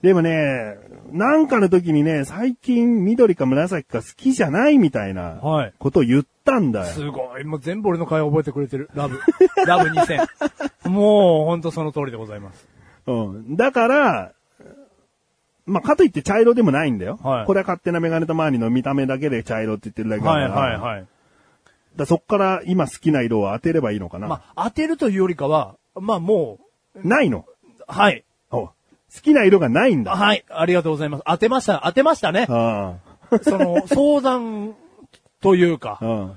Speaker 2: でもね、なんかの時にね、最近緑か紫か好きじゃないみたいな
Speaker 3: はい
Speaker 2: ことを言ったんだよ。
Speaker 3: すごい。もう全部俺の会話覚えてくれてる。ラブ。 ラブ2000。もう、ほんとその通りでございます。
Speaker 2: うん、だから、まあ、かといって茶色でもないんだよ。
Speaker 3: はい
Speaker 2: これは勝手なメガネと周りの見た目だけで茶色って言ってるだけだか
Speaker 3: はい、
Speaker 2: ら。
Speaker 3: はい、
Speaker 2: だか
Speaker 3: はい。
Speaker 2: らそっから今好きな色を当てればいいのかな。
Speaker 3: まあ、当てるというよりかは、まあも
Speaker 2: ないの。
Speaker 3: う、はい。
Speaker 2: お好きな色がないんだ。
Speaker 3: はい。ありがとうございます。当てました。当てましたね。
Speaker 2: あ
Speaker 3: その、相談というか
Speaker 2: あ。う、ん。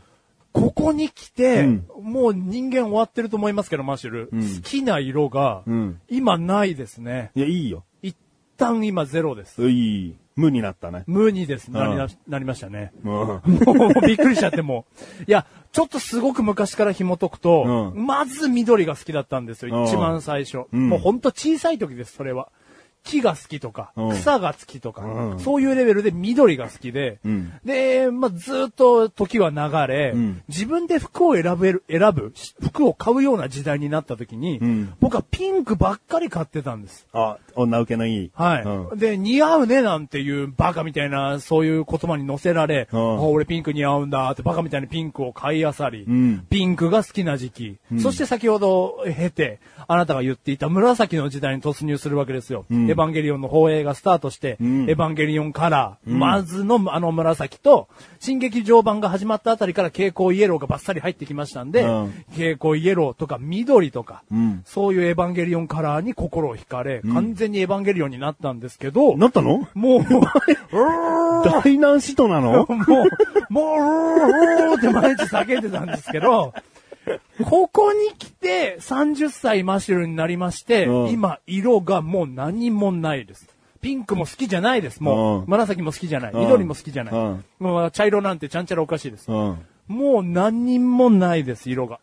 Speaker 3: ここに来て、
Speaker 2: うん
Speaker 3: もう人間終わってると思いますけど、マッシュル。
Speaker 2: うん
Speaker 3: 好きな色が、
Speaker 2: うん
Speaker 3: 今ないですね。
Speaker 2: いや、いいよ。
Speaker 3: 一旦今ゼロです。
Speaker 2: いい。無になったね。
Speaker 3: 無にです。なり
Speaker 2: う、
Speaker 3: なんなりましたね。
Speaker 2: うん。
Speaker 3: もうびっくりしちゃってもう。いや、ちょっとすごく昔から紐解くと、
Speaker 2: う
Speaker 3: まず緑が好きだったんです
Speaker 2: う
Speaker 3: よ。
Speaker 2: ん
Speaker 3: 一番最初。
Speaker 2: うん
Speaker 3: もうほんと小さい時です、それは。木が好きとか
Speaker 2: う、ん
Speaker 3: 草が好きとか、
Speaker 2: うん
Speaker 3: そういうレベルで緑が好きで、
Speaker 2: うん
Speaker 3: で、まあ、ずっと時は流れ、
Speaker 2: うん
Speaker 3: 自分で服を選べる、選ぶ、し服を買うような時代になった時に、
Speaker 2: うん
Speaker 3: 僕はピンクばっかり買ってたんです。
Speaker 2: あ、女受けのいい。
Speaker 3: はい、
Speaker 2: うん
Speaker 3: で、似合うねなんていうバカみたいな、そういう言葉に乗せられ、
Speaker 2: うん
Speaker 3: あ俺ピンク似合うんだってバカみたいなピンクを買い漁り、
Speaker 2: うん
Speaker 3: ピンクが好きな時期、そして先ほど経て、あなたが言っていた紫の時代に突入するわけですよ。
Speaker 2: ん
Speaker 3: エヴァンゲリオンの放映がスタートして、
Speaker 2: ん
Speaker 3: エヴァンゲリオンカラー、まずのあの紫と、新劇場版が始まったあたりから蛍光イエローがバッサリ入ってきましたんで、
Speaker 2: うん
Speaker 3: 蛍光イエローとか緑とか、
Speaker 2: ん
Speaker 3: そういうエヴァンゲリオンカラーに心を惹かれ、完全にエヴァンゲリオンになったんですけど、
Speaker 2: なったの
Speaker 3: もう、も
Speaker 2: 大難使徒なの
Speaker 3: う、もう、うーうーって毎日叫んでたんですけど、ここに来て30歳マシュルになりまして、
Speaker 2: うん
Speaker 3: 今色がもう何もないです。ピンクも好きじゃないです。もう、
Speaker 2: うん
Speaker 3: 紫も好きじゃない。
Speaker 2: うん
Speaker 3: 緑も好きじゃない。
Speaker 2: うん
Speaker 3: もう茶色なんてちゃんちゃらおかしいです。
Speaker 2: うん。
Speaker 3: もう何にもないです、色が。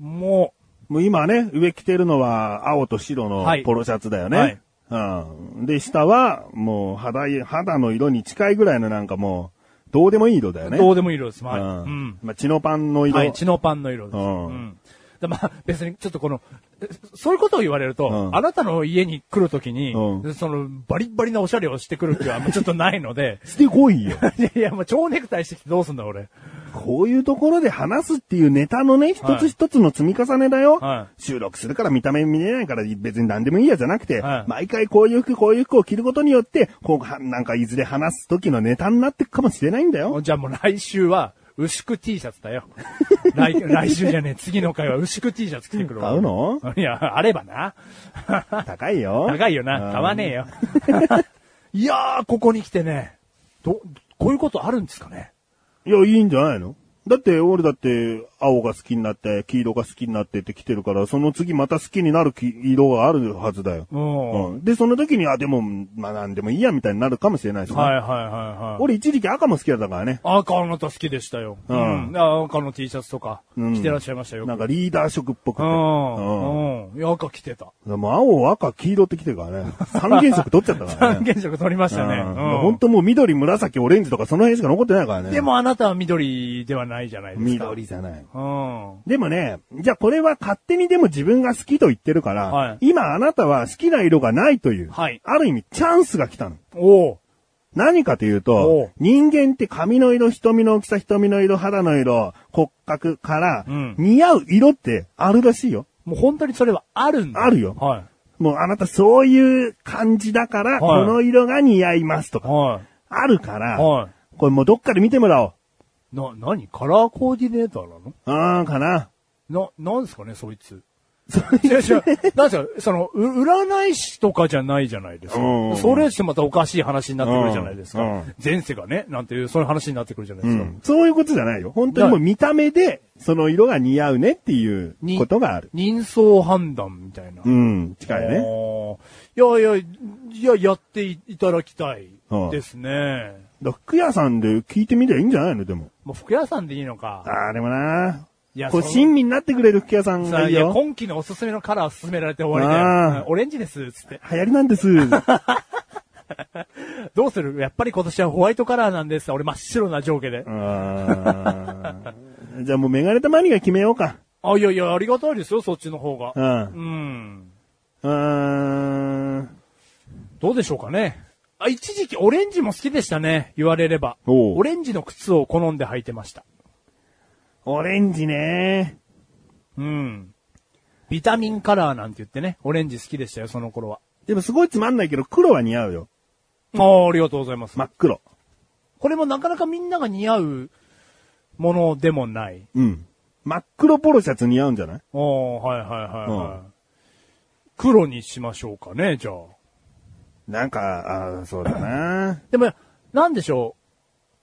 Speaker 3: も
Speaker 2: もう今ね、上着てるのは青と白の
Speaker 3: はい
Speaker 2: ポロシャツだよね。
Speaker 3: はい
Speaker 2: うん。で、下はもう肌い、肌の色に近いぐらいのなんかもう、どうでもいい色だよ
Speaker 3: う、
Speaker 2: ね。
Speaker 3: ど
Speaker 2: う
Speaker 3: うでもいい色です。はい。
Speaker 2: ん。
Speaker 3: うん。
Speaker 2: まあ、血のパンの色。
Speaker 3: はい、血のパンの色です。
Speaker 2: う
Speaker 3: うんん。でまあ、別に、ちょっとこの、えそういうことを言われると、
Speaker 2: うん
Speaker 3: あなたの家に来るときに、
Speaker 2: う、
Speaker 3: その、バリッバリなおしゃれをしてくる気は、まあちょっとないので
Speaker 2: してこいよ。
Speaker 3: いやいや、もう蝶ネクタイしてきてどうすんだ、俺。
Speaker 2: こういうところで話すっていうネタのね、一
Speaker 3: はい
Speaker 2: つ一つの積み重ねだよ。
Speaker 3: は
Speaker 2: 収録するから見た目見えないから別に何でもいいやじゃなくて、
Speaker 3: はい
Speaker 2: 毎回こういう服、こういう服を着ることによって、こうは、なんかいずれ話す時のネタになってくかもしれないんだよ。
Speaker 3: じゃあもう来週は、牛久 T シャツだよ。 来、来週じゃねえ、次の回は牛久 T シャツ着てくるわ。
Speaker 2: 買うの
Speaker 3: いや、あればな。
Speaker 2: 高いよ。
Speaker 3: 高いよな。買わねえ よ。いやー、ここに来てね、ど、こういうことあるんですかね。
Speaker 2: いや、いいんじゃないのだって、俺だって、青が好きになって、黄色が好きになってって来てるから、その次また好きになる黄色があるはずだよ。
Speaker 3: うん
Speaker 2: うんで、その時に、あ、でも、まあ、なんでもいいや、みたいになるかもしれないしね、
Speaker 3: はいはいはいはい。
Speaker 2: 俺一時期赤も好きだったからね。
Speaker 3: 赤あなた好きでしたよ。
Speaker 2: う
Speaker 3: うんん。赤の T シャツとか、
Speaker 2: うん
Speaker 3: 着てらっしゃいましたよ。
Speaker 2: なんかリーダー色っぽくて。
Speaker 3: う
Speaker 2: うん
Speaker 3: ん。うん。いや赤着てた。
Speaker 2: でも青、赤、黄色って来てるからね。三原色取っちゃったからね。
Speaker 3: 三 原色取りましたね。うん。
Speaker 2: 本当もう緑、紫、オレンジとかその辺しか残ってないからね。
Speaker 3: で、もあなたは緑ではないじゃないですか。
Speaker 2: 緑じゃない。
Speaker 3: うん。
Speaker 2: でもね、じゃあこれは勝手にでも自分が好きと言ってるから、
Speaker 3: はい
Speaker 2: 今あなたは好きな色がないという、
Speaker 3: はい
Speaker 2: ある意味チャンスが来たの。
Speaker 3: おう。
Speaker 2: 何かという
Speaker 3: お
Speaker 2: と
Speaker 3: う、
Speaker 2: 人間って髪の色、瞳の大きさ、瞳の色、肌の色、骨格から、
Speaker 3: うん
Speaker 2: 似合う色ってあるらしいよ。
Speaker 3: もう本当にそれはあるんだ。
Speaker 2: あるよ
Speaker 3: は
Speaker 2: もうあなたそういう感じだから、こ
Speaker 3: はい
Speaker 2: の色が似合いますと
Speaker 3: い。
Speaker 2: か、
Speaker 3: は
Speaker 2: あるから、
Speaker 3: い。は
Speaker 2: これもうどっかで見てもらおう。
Speaker 3: い。な、なにカラーコーディネーターなの
Speaker 2: あーかな。
Speaker 3: な、なんですかね、そいつ。いや、違う。なんですか、その、う占い師とかじゃないじゃないですか
Speaker 2: うんうん。
Speaker 3: それしてまたおかしい話になってくるじゃないです
Speaker 2: う
Speaker 3: か
Speaker 2: ん。
Speaker 3: 前世がね、なんていう、そういう話になってくるじゃないうですか。
Speaker 2: ん。そういうことじゃないよ。本当にもう見た目で、その色が似合うねっていう
Speaker 3: に
Speaker 2: ことがある。
Speaker 3: 人相判断みたいな。
Speaker 2: うん、近いね。
Speaker 3: ね。いやいや、いや、やっていただきたいですね。
Speaker 2: だ服屋さんで聞いてみりゃいいんじゃないのでも。
Speaker 3: もう服屋さんでいいのか。
Speaker 2: ああ、でもない
Speaker 3: や
Speaker 2: こう
Speaker 3: その
Speaker 2: 親身になってくれる服屋さん
Speaker 3: さ
Speaker 2: が
Speaker 3: あ、
Speaker 2: いい
Speaker 3: いや、
Speaker 2: よ。
Speaker 3: 今期のおすすめのカラー勧められて終わりだ
Speaker 2: あ
Speaker 3: よ
Speaker 2: ー。
Speaker 3: うんオレンジです、つって。
Speaker 2: 流行りなんです。
Speaker 3: どうするやっぱり今年はホワイトカラーなんです。俺真っ白な上下で。
Speaker 2: あーじゃあもうメガネたまにが決めようか。
Speaker 3: あ、いやいや、ありがたいですよ、そっちの方が
Speaker 2: う。ん。
Speaker 3: うん。
Speaker 2: うーん。
Speaker 3: どうでしょうかね。あ、一時期オレンジも好きでしたね、言われれば。
Speaker 2: おう
Speaker 3: オレンジの靴を好んで履いてました。
Speaker 2: オレンジね。
Speaker 3: うん。ビタミンカラーなんて言ってね、オレンジ好きでしたよ、その頃は。
Speaker 2: でもすごいつまんないけど黒は似合うよ。
Speaker 3: ああ、ありがとうございます。
Speaker 2: 真っ黒。
Speaker 3: これもなかなかみんなが似合うものでもない。
Speaker 2: うん。真っ黒ポロシャツ似合うんじゃない
Speaker 3: ああ、はいはいはい、はい
Speaker 2: うん
Speaker 3: 黒にしましょうかね、じゃあ。
Speaker 2: なんか、あーそうだな。
Speaker 3: でも、なんでしょ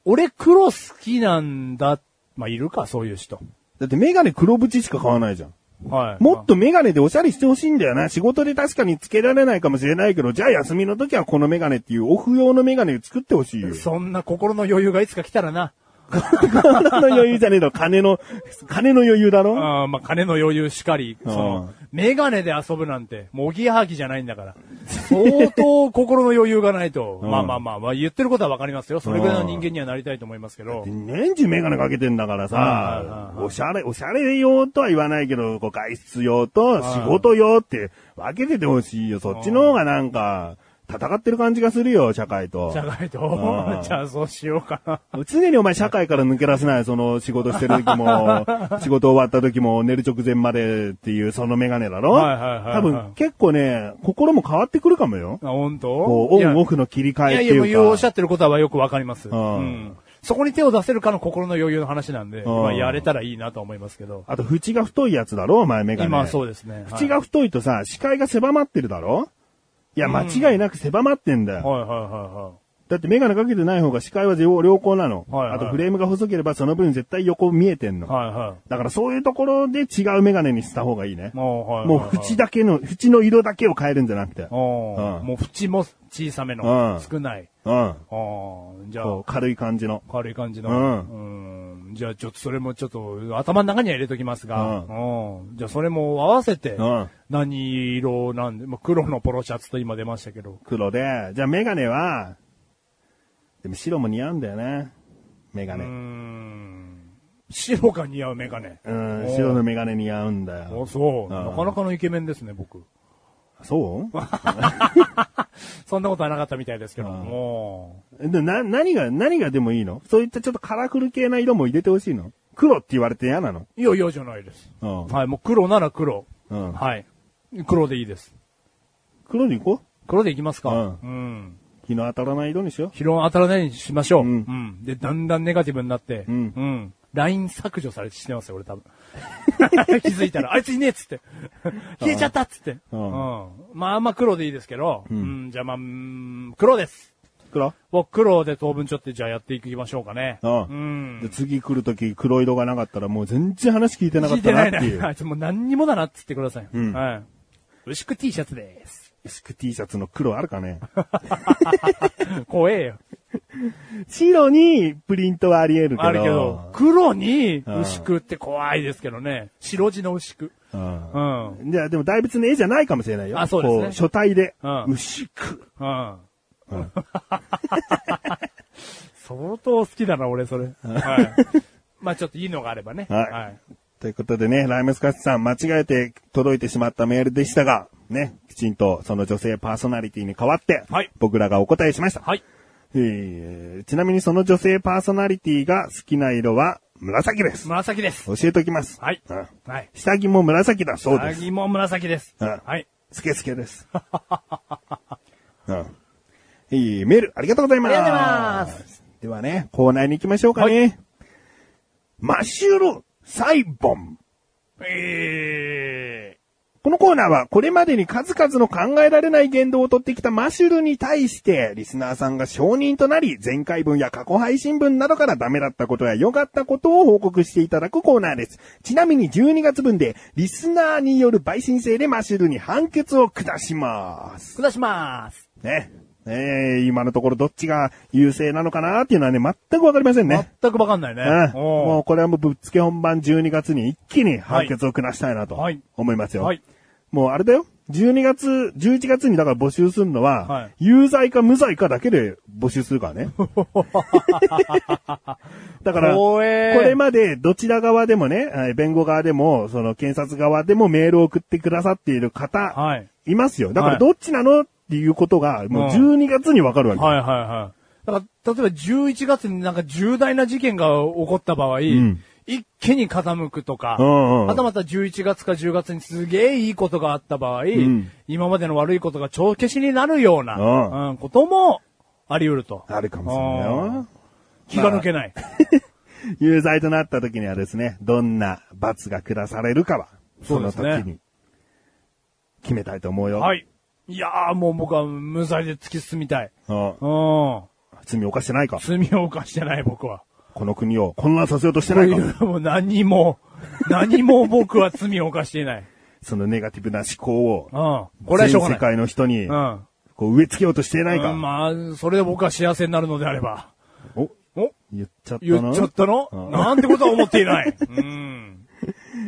Speaker 3: う。俺黒好きなんだ。まあ、いるか、そういう人。
Speaker 2: だってメガネ黒縁しか買わないじゃん。
Speaker 3: はい。
Speaker 2: もっとメガネでおしゃれしてほしいんだよな。仕事で確かにつけられないかもしれないけど、じゃあ休みの時はこのメガネっていうオフ用のメガネを作ってほしいよ。
Speaker 3: そんな心の余裕がいつか来たらな。
Speaker 2: 体の余裕じゃねえだろ。金の、金の余裕だろ。
Speaker 3: あーまあ、金の余裕しかり、その、メガネで遊ぶなんて、もうおぎやはぎじゃないん だから。相当心の余裕がないと。
Speaker 2: うん
Speaker 3: まあまあまあ、まあ、言ってることはわかりますよ。それぐらいの人間にはなりたいと思いますけど。
Speaker 2: 年中メガネかけてんだからさ、
Speaker 3: うん
Speaker 2: おしゃれ、おしゃれ用とは言わないけど、こう外出用と仕事用って分けててほしいよ。そっちの方がなんか、戦ってる感じがするよ、社会と
Speaker 3: じ。ゃないと
Speaker 2: う、ん
Speaker 3: じゃあそうしようかな。
Speaker 2: 常にお前社会から抜け出せない、その仕事してる時 も、仕事終わった時も寝る直前までっていうそのメガネだろ
Speaker 3: はいはいはいはい
Speaker 2: 多分結構ね、心も変わってくるかもよ。
Speaker 3: あ、本当
Speaker 2: こう、オ
Speaker 3: いや
Speaker 2: ンオフの切り替え
Speaker 3: い
Speaker 2: っ
Speaker 3: や
Speaker 2: て
Speaker 3: いや、もう
Speaker 2: い
Speaker 3: 言うお
Speaker 2: う
Speaker 3: っしゃ
Speaker 2: か。
Speaker 3: ってることはよくわかります。うんん。そこに手を出せるかの心の余裕の話なんで、
Speaker 2: ん
Speaker 3: まあやれたらいいなと思いますけど。
Speaker 2: あと、縁が太いやつだろお前メガネ。
Speaker 3: 今はそうですね。
Speaker 2: 縁が太いとさ、視界が狭まってるだろいや、間違いなく狭まってんだよ。
Speaker 3: はいはいは
Speaker 2: だってメガネかけてない方が視界は良好なの。
Speaker 3: はいはい
Speaker 2: あとフレームが細ければその分絶対横見えてんの。
Speaker 3: いはい。はいは
Speaker 2: だからそういうところで違うメガネにした方がいいね
Speaker 3: い。。もう、はいはい
Speaker 2: も
Speaker 3: は
Speaker 2: う
Speaker 3: い。
Speaker 2: 縁だけの、縁の色だけを変えるんじゃなくて。うん。
Speaker 3: お
Speaker 2: う
Speaker 3: うんもう縁も小さめ
Speaker 2: う
Speaker 3: の
Speaker 2: ん、
Speaker 3: 少ない。おじゃ
Speaker 2: こう
Speaker 3: あ、
Speaker 2: 軽い感じの。
Speaker 3: 軽い感じの。
Speaker 2: う
Speaker 3: うんじゃあ、ちょっとそれもちょっと、頭の中には入れときますが、
Speaker 2: う
Speaker 3: うんじゃあ、それも合わせて
Speaker 2: うん、
Speaker 3: 何色なんで、まあ黒のポロシャツと今出ましたけど、
Speaker 2: 黒で。じゃあメガネは、でも白も似合うんだよね。メガ
Speaker 3: うー
Speaker 2: ネ。
Speaker 3: ん白が似合うメガネ。
Speaker 2: うん、
Speaker 3: おー
Speaker 2: 白のメガネ似合うんだ
Speaker 3: お
Speaker 2: よ。
Speaker 3: そう。
Speaker 2: うん
Speaker 3: なかなかのイケメンですね、僕。
Speaker 2: そう
Speaker 3: そんなことはなかったみたいですけど。
Speaker 2: うん
Speaker 3: も
Speaker 2: でな、何が、何がでもいいのそういったちょっとカラフル系な色も入れてほしいの黒って言われて嫌なの
Speaker 3: ういや、嫌じゃないです。
Speaker 2: うん
Speaker 3: はい、もう黒なら黒。
Speaker 2: うん
Speaker 3: はい。黒でいいです。
Speaker 2: 黒に行こ
Speaker 3: 黒でいきますか。
Speaker 2: う
Speaker 3: うん
Speaker 2: う日の当たらない色にしよ
Speaker 3: 疲労当たらないようにしましょう。
Speaker 2: う
Speaker 3: うんん。で、だんだんネガティブになって、
Speaker 2: う
Speaker 3: うんん。LINE 削除されてしてますよ、俺多分。 気づいたら、あいついねえっつって。消えちゃったっつって。
Speaker 2: う
Speaker 3: うんん。まあまあ黒でいいですけど、うん、じゃあまあ、うん黒です。
Speaker 2: う。黒
Speaker 3: 僕黒で当分ちょっとじゃあやっていきましょうかね。
Speaker 2: うん
Speaker 3: うん
Speaker 2: で。次来るとき黒色がなかったらもう全然話聞いてなか
Speaker 3: 聞
Speaker 2: っ
Speaker 3: い
Speaker 2: た
Speaker 3: てな
Speaker 2: ないって
Speaker 3: な。
Speaker 2: いう。
Speaker 3: あいつもう何にもだなっつってください。
Speaker 2: うん
Speaker 3: はい。牛久 T シャツです。
Speaker 2: 薄く T シャツの黒あるかね
Speaker 3: 怖えよ。
Speaker 2: 白にプリントはあり得るけど。
Speaker 3: あるけど、黒に
Speaker 2: うん
Speaker 3: 牛久って怖いですけどね。白地の牛久。
Speaker 2: うん
Speaker 3: うん。
Speaker 2: じゃあでも大仏の絵じゃないかもしれないよ。
Speaker 3: あそうですね
Speaker 2: こ書体で。
Speaker 3: うん
Speaker 2: 牛く。
Speaker 3: うん。
Speaker 2: うん
Speaker 3: 相当好きだな、俺、それ。はい。まあちょっといいのがあればね。
Speaker 2: はいということでね、ライムスカッシュさん間違えて届いてしまったメールでしたが、ね、きちんとその女性パーソナリティに代わって、
Speaker 3: はい
Speaker 2: 僕らがお答えしました、
Speaker 3: はい。
Speaker 2: えーちなみにその女性パーソナリティが好きな色は紫です。
Speaker 3: 紫です。
Speaker 2: 教えておきます。
Speaker 3: はい
Speaker 2: うん。
Speaker 3: はい。
Speaker 2: 下着も紫だそうです。
Speaker 3: 紫も紫です。
Speaker 2: うん
Speaker 3: はい。
Speaker 2: スケスケです。 うん。いいメール、ありがとうございます。。
Speaker 1: ありがとうございます
Speaker 2: ではね、コーナーに行きましょうかね。マッシュル、サイボン。
Speaker 3: え
Speaker 2: このコーナーは、これまでに数々の考えられない言動をとってきたマシュルに対して、リスナーさんが承認となり、前回分や過去配信分などからダメだったことや良かったことを報告していただくコーナーです。ちなみに12月分で、リスナーによる陪審制でマシュルに判決を下します。
Speaker 1: 下します。
Speaker 2: ね。えー、今のところどっちが優勢なのかなっていうのはね、全くわかりませんね。
Speaker 3: 全くわかんないね。
Speaker 2: うん、も
Speaker 3: お
Speaker 2: うこれはもうぶっつけ本番12月に一気に判決を下したいなと
Speaker 3: はい
Speaker 2: 思いますよ。
Speaker 3: はい
Speaker 2: もうあれだよ。12月、11月にだから募集するのは、
Speaker 3: はい
Speaker 2: 有罪か無罪かだけで募集するからね。 だから、こ
Speaker 3: 怖え
Speaker 2: れまでどちら側でもね、えー弁護側でも、その検察側でもメールを送ってくださっている方、
Speaker 3: ーはい。
Speaker 2: い、ますよ。だから
Speaker 3: はい
Speaker 2: どっちなのっていうことが、もう12月にわかるわけ。
Speaker 3: はいはいはい。だから、例えば11月になんか重大な事件が起こった場合、
Speaker 2: ん
Speaker 3: 一気に傾くとか、
Speaker 2: うんうん
Speaker 3: はたまた11月か10月にすげえいいことがあった場合、
Speaker 2: ん
Speaker 3: 今までの悪いことが帳消しになるような、
Speaker 2: うん
Speaker 3: うんこともあり得ると。
Speaker 2: あるかもしれないよ。
Speaker 3: 気が抜けない。
Speaker 2: 有罪となった時にはですね、どんな罰が下されるかは、そ
Speaker 3: そうで
Speaker 2: の
Speaker 3: すね
Speaker 2: 時に決めたいと思うよ。
Speaker 3: はい。いやーもう僕は無罪で突き進みたい。
Speaker 2: うん
Speaker 3: うん。
Speaker 2: 罪を犯してないか
Speaker 3: 罪を犯してない僕は。
Speaker 2: この国を混乱させようとしてないか
Speaker 3: もう何も、何も僕は罪を犯していない。
Speaker 2: そのネガティブな思考を
Speaker 3: うん。、これはしょう
Speaker 2: 全
Speaker 3: がな
Speaker 2: 世
Speaker 3: い。
Speaker 2: 界の人に、
Speaker 3: うん。
Speaker 2: こう植え付けようとしていないか、
Speaker 3: うんまあ、それで僕は幸せになるのであれば。
Speaker 2: お
Speaker 3: お
Speaker 2: 言っちゃった
Speaker 3: 言
Speaker 2: な。
Speaker 3: っちゃったの
Speaker 2: うん
Speaker 3: なんてことは思って いない。うん。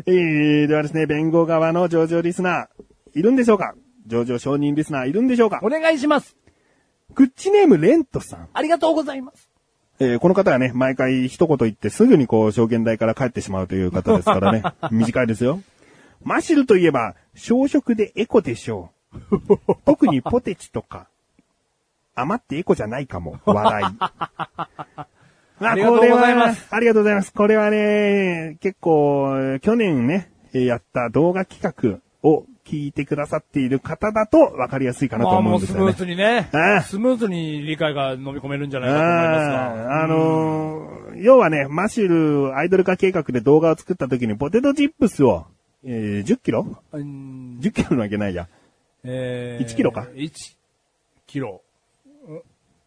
Speaker 2: えー、ではですね、弁護側の上場リスナー、いるんでしょうか上場承認リスナー、いるんでしょうか
Speaker 3: お願いします。
Speaker 2: クッチネームレントさん。
Speaker 3: ありがとうございます。
Speaker 2: えーこの方はね、毎回一言言ってすぐにこう、証券台から帰ってしまうという方ですから ね。短いですよ。マシルといえば、小食でエコでしょう。特にポテチとか、余ってエコじゃないかも。笑い。 あ
Speaker 3: ありがとうございます
Speaker 2: これはありがとうございます。これはね、結構、去年ね、えーやった動画企画を聞いてくださっている方だと分かりやすいかなと
Speaker 3: まあ
Speaker 2: 思
Speaker 3: も
Speaker 2: うんで
Speaker 3: う
Speaker 2: す
Speaker 3: ス
Speaker 2: よね。
Speaker 3: ムーズにね
Speaker 2: ああ、
Speaker 3: スムーズに理解が飲み込めるんじゃないかと思いますが。
Speaker 2: ああのー要はね、マシュルアイドル化計画で動画を作った時にポテトチップスを、えー10キロ
Speaker 3: うん、
Speaker 2: ?10 キロなわけないや。
Speaker 3: えー
Speaker 2: 1キロか
Speaker 3: 1キロ。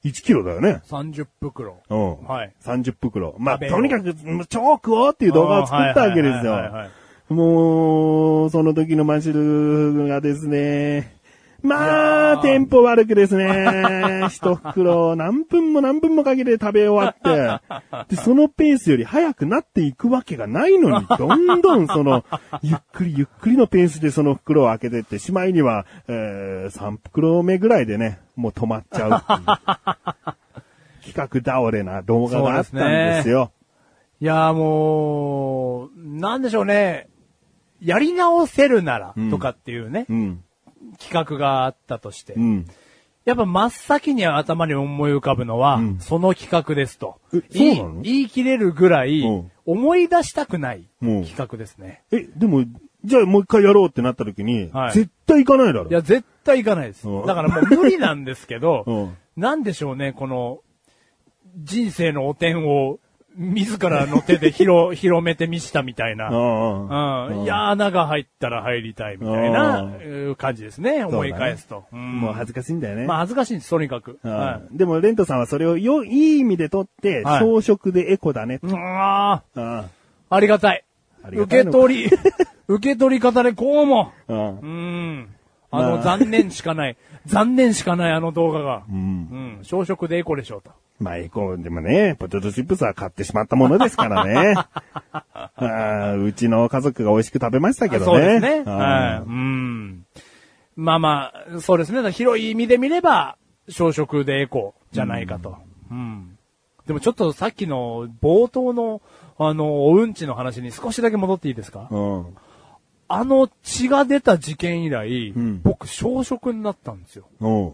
Speaker 2: 1キロだよね。
Speaker 3: 30袋。
Speaker 2: うん。
Speaker 3: はい。
Speaker 2: 30袋。まあ、
Speaker 3: 食べよう
Speaker 2: とにかく、超食おうっていう動画を作ったわけです
Speaker 3: はいはいはいはい
Speaker 2: よ。もう、その時のマシュルがですね、まあ、テンポ悪くですね。一袋を何分も何分もかけて食べ終わって、で、そのペースより早くなっていくわけがないの に、どんどんその、ゆっくりゆっくりのペースでその袋を開けてって、しまいには、えー、3袋目ぐらいでね、もう止まっちゃう っていう企画倒れな動画があったんですよ。
Speaker 3: いやーもう、なんでしょうね。やり直せるなら
Speaker 2: うん
Speaker 3: とかっていうね、
Speaker 2: うん。
Speaker 3: 企画があったとして。
Speaker 2: うん。
Speaker 3: やっぱ真っ先に頭に思い浮かぶのは、
Speaker 2: うん
Speaker 3: その企画ですと
Speaker 2: え。
Speaker 3: 言い
Speaker 2: そうなの
Speaker 3: 言い切れるぐらい
Speaker 2: うん、
Speaker 3: 思い出したくない
Speaker 2: うん
Speaker 3: 企画ですね。
Speaker 2: え、でも、じゃあもう一回やろうってなった時に、
Speaker 3: はい
Speaker 2: 絶対行かないだろ。
Speaker 3: いや、絶対行かないです。
Speaker 2: うん
Speaker 3: だからもう無理なんですけど、
Speaker 2: うん
Speaker 3: なんでしょうね、この、人生の汚点を、自らの手で 広、広めてみしたみたいな。
Speaker 2: うんうん
Speaker 3: うん。いやー、穴が入ったら入りたいみたいな
Speaker 2: うん
Speaker 3: えー感じですね。思い返すと。う
Speaker 2: うん
Speaker 3: ん
Speaker 2: もう恥ずかしいんだよね。
Speaker 3: まあ恥ずかしいんです、とにかく。
Speaker 2: うん
Speaker 3: は
Speaker 2: でも、レントさんはそれをよ、いい意味で取って、
Speaker 3: はい
Speaker 2: 装飾でエコだね。
Speaker 3: い。うわ
Speaker 2: う
Speaker 3: ー
Speaker 2: ん
Speaker 3: ありがたい。
Speaker 2: ありがたい
Speaker 3: 受け
Speaker 2: の
Speaker 3: 取り、 受け取り方でこうも。
Speaker 2: うん
Speaker 3: うん。あの、
Speaker 2: まあ
Speaker 3: 残念しかない。残念しかないあの動画が。うんん。小食でエコでしょうと。
Speaker 2: まあ、エコでもね、ポテトチップスは買ってしまったものですからね。 あーうちの家族が美味しく食べましたけどね。
Speaker 3: そうですね。
Speaker 2: うん
Speaker 3: はい。うん。まあまあ、そうですね。だから広い意味で見れば、小食でエコじゃないかと。うん。でもちょっとさっきの冒頭の、あの、おうんちの話に少しだけ戻っていいですか、
Speaker 2: うん。
Speaker 3: あの血が出た事件以来、
Speaker 2: ん
Speaker 3: 僕、小食になったんですよ。
Speaker 2: うん。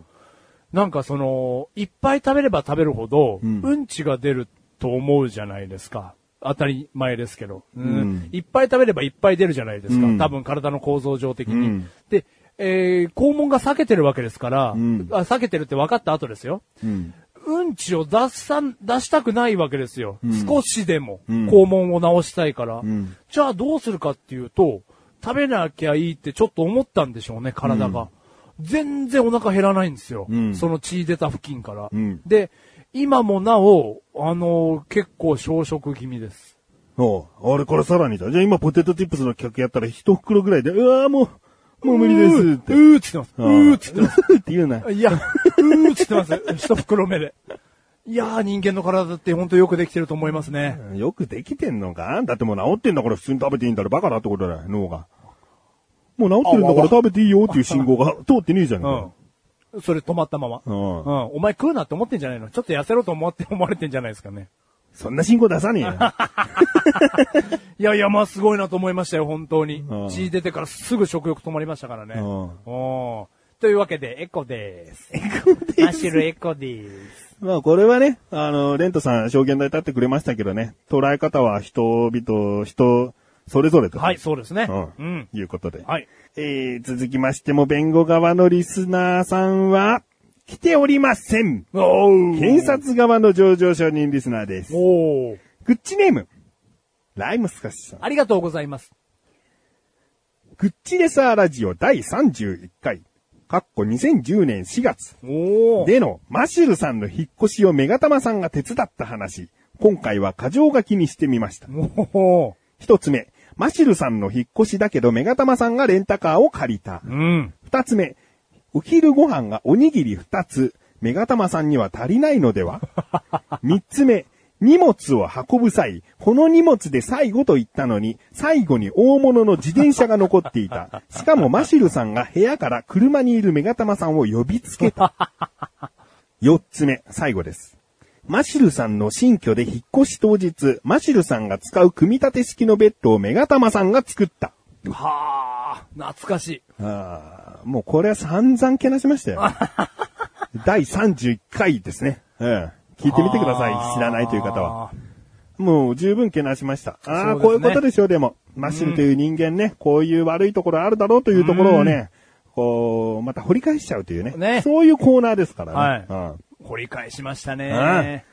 Speaker 3: なんかその、いっぱい食べれば食べるほど、うんん、ちが出ると思うじゃないですか。当たり前ですけど、うん
Speaker 2: うん
Speaker 3: いっぱい食べればいっぱい出るじゃないですか。
Speaker 2: うん
Speaker 3: 多分体の構造上的に。
Speaker 2: うん
Speaker 3: で、えー、肛門が避けてるわけですから、
Speaker 2: ん
Speaker 3: あ避けてるって分かった後ですよ。
Speaker 2: うん。
Speaker 3: うんちを出さん、出したくないわけですよ。少しでも、
Speaker 2: ん
Speaker 3: 肛門を直したいから、
Speaker 2: ん
Speaker 3: じゃあどうするかっていうと、食べなきゃいいってちょっと思ったんでしょうね、体が。全然お腹減らないんですよ。
Speaker 2: うん
Speaker 3: その血出た付近から。
Speaker 2: うん
Speaker 3: で、今もなお、あのー結構消食気味です。
Speaker 2: おうあれからさらにだ。じゃあ今ポテトチップスの企画やったら一袋ぐらいで、うわーもう、もう無理です
Speaker 3: うー
Speaker 2: っ。
Speaker 3: ってて。うーっつってます。うーっつってます。
Speaker 2: うーって 言うな。
Speaker 3: いや、うーっつってます。一袋目で。いやー、人間の体って本当よくできてると思いますね。
Speaker 2: よくできてんのかだってもう治ってんだから普通に食べていいんだろ。バカだってことだよ、脳が。もう治ってるんだから食べていいよっていう信号が 通ってねえじゃねえかよ。
Speaker 3: うん。それ止まったまま。
Speaker 2: うん
Speaker 3: うん。お前食うなって思ってんじゃないのちょっと痩せろと思って思われてんじゃないですかね。
Speaker 2: そんな信号出さねえ よ。
Speaker 3: いやいや、まあすごいなと思いましたよ、本当に
Speaker 2: うん。
Speaker 3: 血出てからすぐ食欲止まりましたからね。
Speaker 2: うん
Speaker 3: うん。というわけで、エコです。エコです。マッシュルエコです。
Speaker 2: まあこれはね、あの、レントさん証言台立ってくれましたけどね、捉え方は人々、人、それぞれと。
Speaker 3: はい、そうですね。
Speaker 2: う
Speaker 3: うんん。。
Speaker 2: いうことで。
Speaker 3: はい。
Speaker 2: えー、続きましても弁護側のリスナーさんは、来ておりません。
Speaker 3: お
Speaker 2: 検察側の上場承認リスナーです。
Speaker 3: おー
Speaker 2: グッチネーム、ライムスカシさん。
Speaker 3: ありがとうございます。
Speaker 2: グッチレサーラジオ第31回、かっこ2010年4月
Speaker 3: おー
Speaker 2: でのマシュルさんの引っ越しをメガタマさんが手伝った話、今回は過剰書きにしてみました。
Speaker 3: おー
Speaker 2: 一つ目、マシルさんの引っ越しだけどメガタマさんがレンタカーを借りた。
Speaker 3: うん。
Speaker 2: 二つ目、お昼ご飯がおにぎり二つ、メガタマさんには足りないのでは三つ目、荷物を運ぶ際、この荷物で最後と言ったのに、最後に大物の自転車が残っていた。しかもマシルさんが部屋から車にいるメガタマさんを呼びつけた。四つ目、最後です。マシルさんの新居で引っ越し当日、マシルさんが使う組み立て式のベッドをメガタマさんが作った。
Speaker 3: はあ、懐かしい。
Speaker 2: あーもうこれは散々けなしました よ。第31回ですね。うん。聞いてみてください。知らないという方は。
Speaker 3: あー。
Speaker 2: もう十分けなしました。ああ、
Speaker 3: そうですね
Speaker 2: こういうことでしょう、でも。マッシュルという人間ね、こういう悪いところあるだろうというところをね、こう、また掘り返しちゃうというね。
Speaker 3: ね
Speaker 2: そういうコーナーですからね。
Speaker 3: は掘り返しました
Speaker 2: うん
Speaker 3: ね。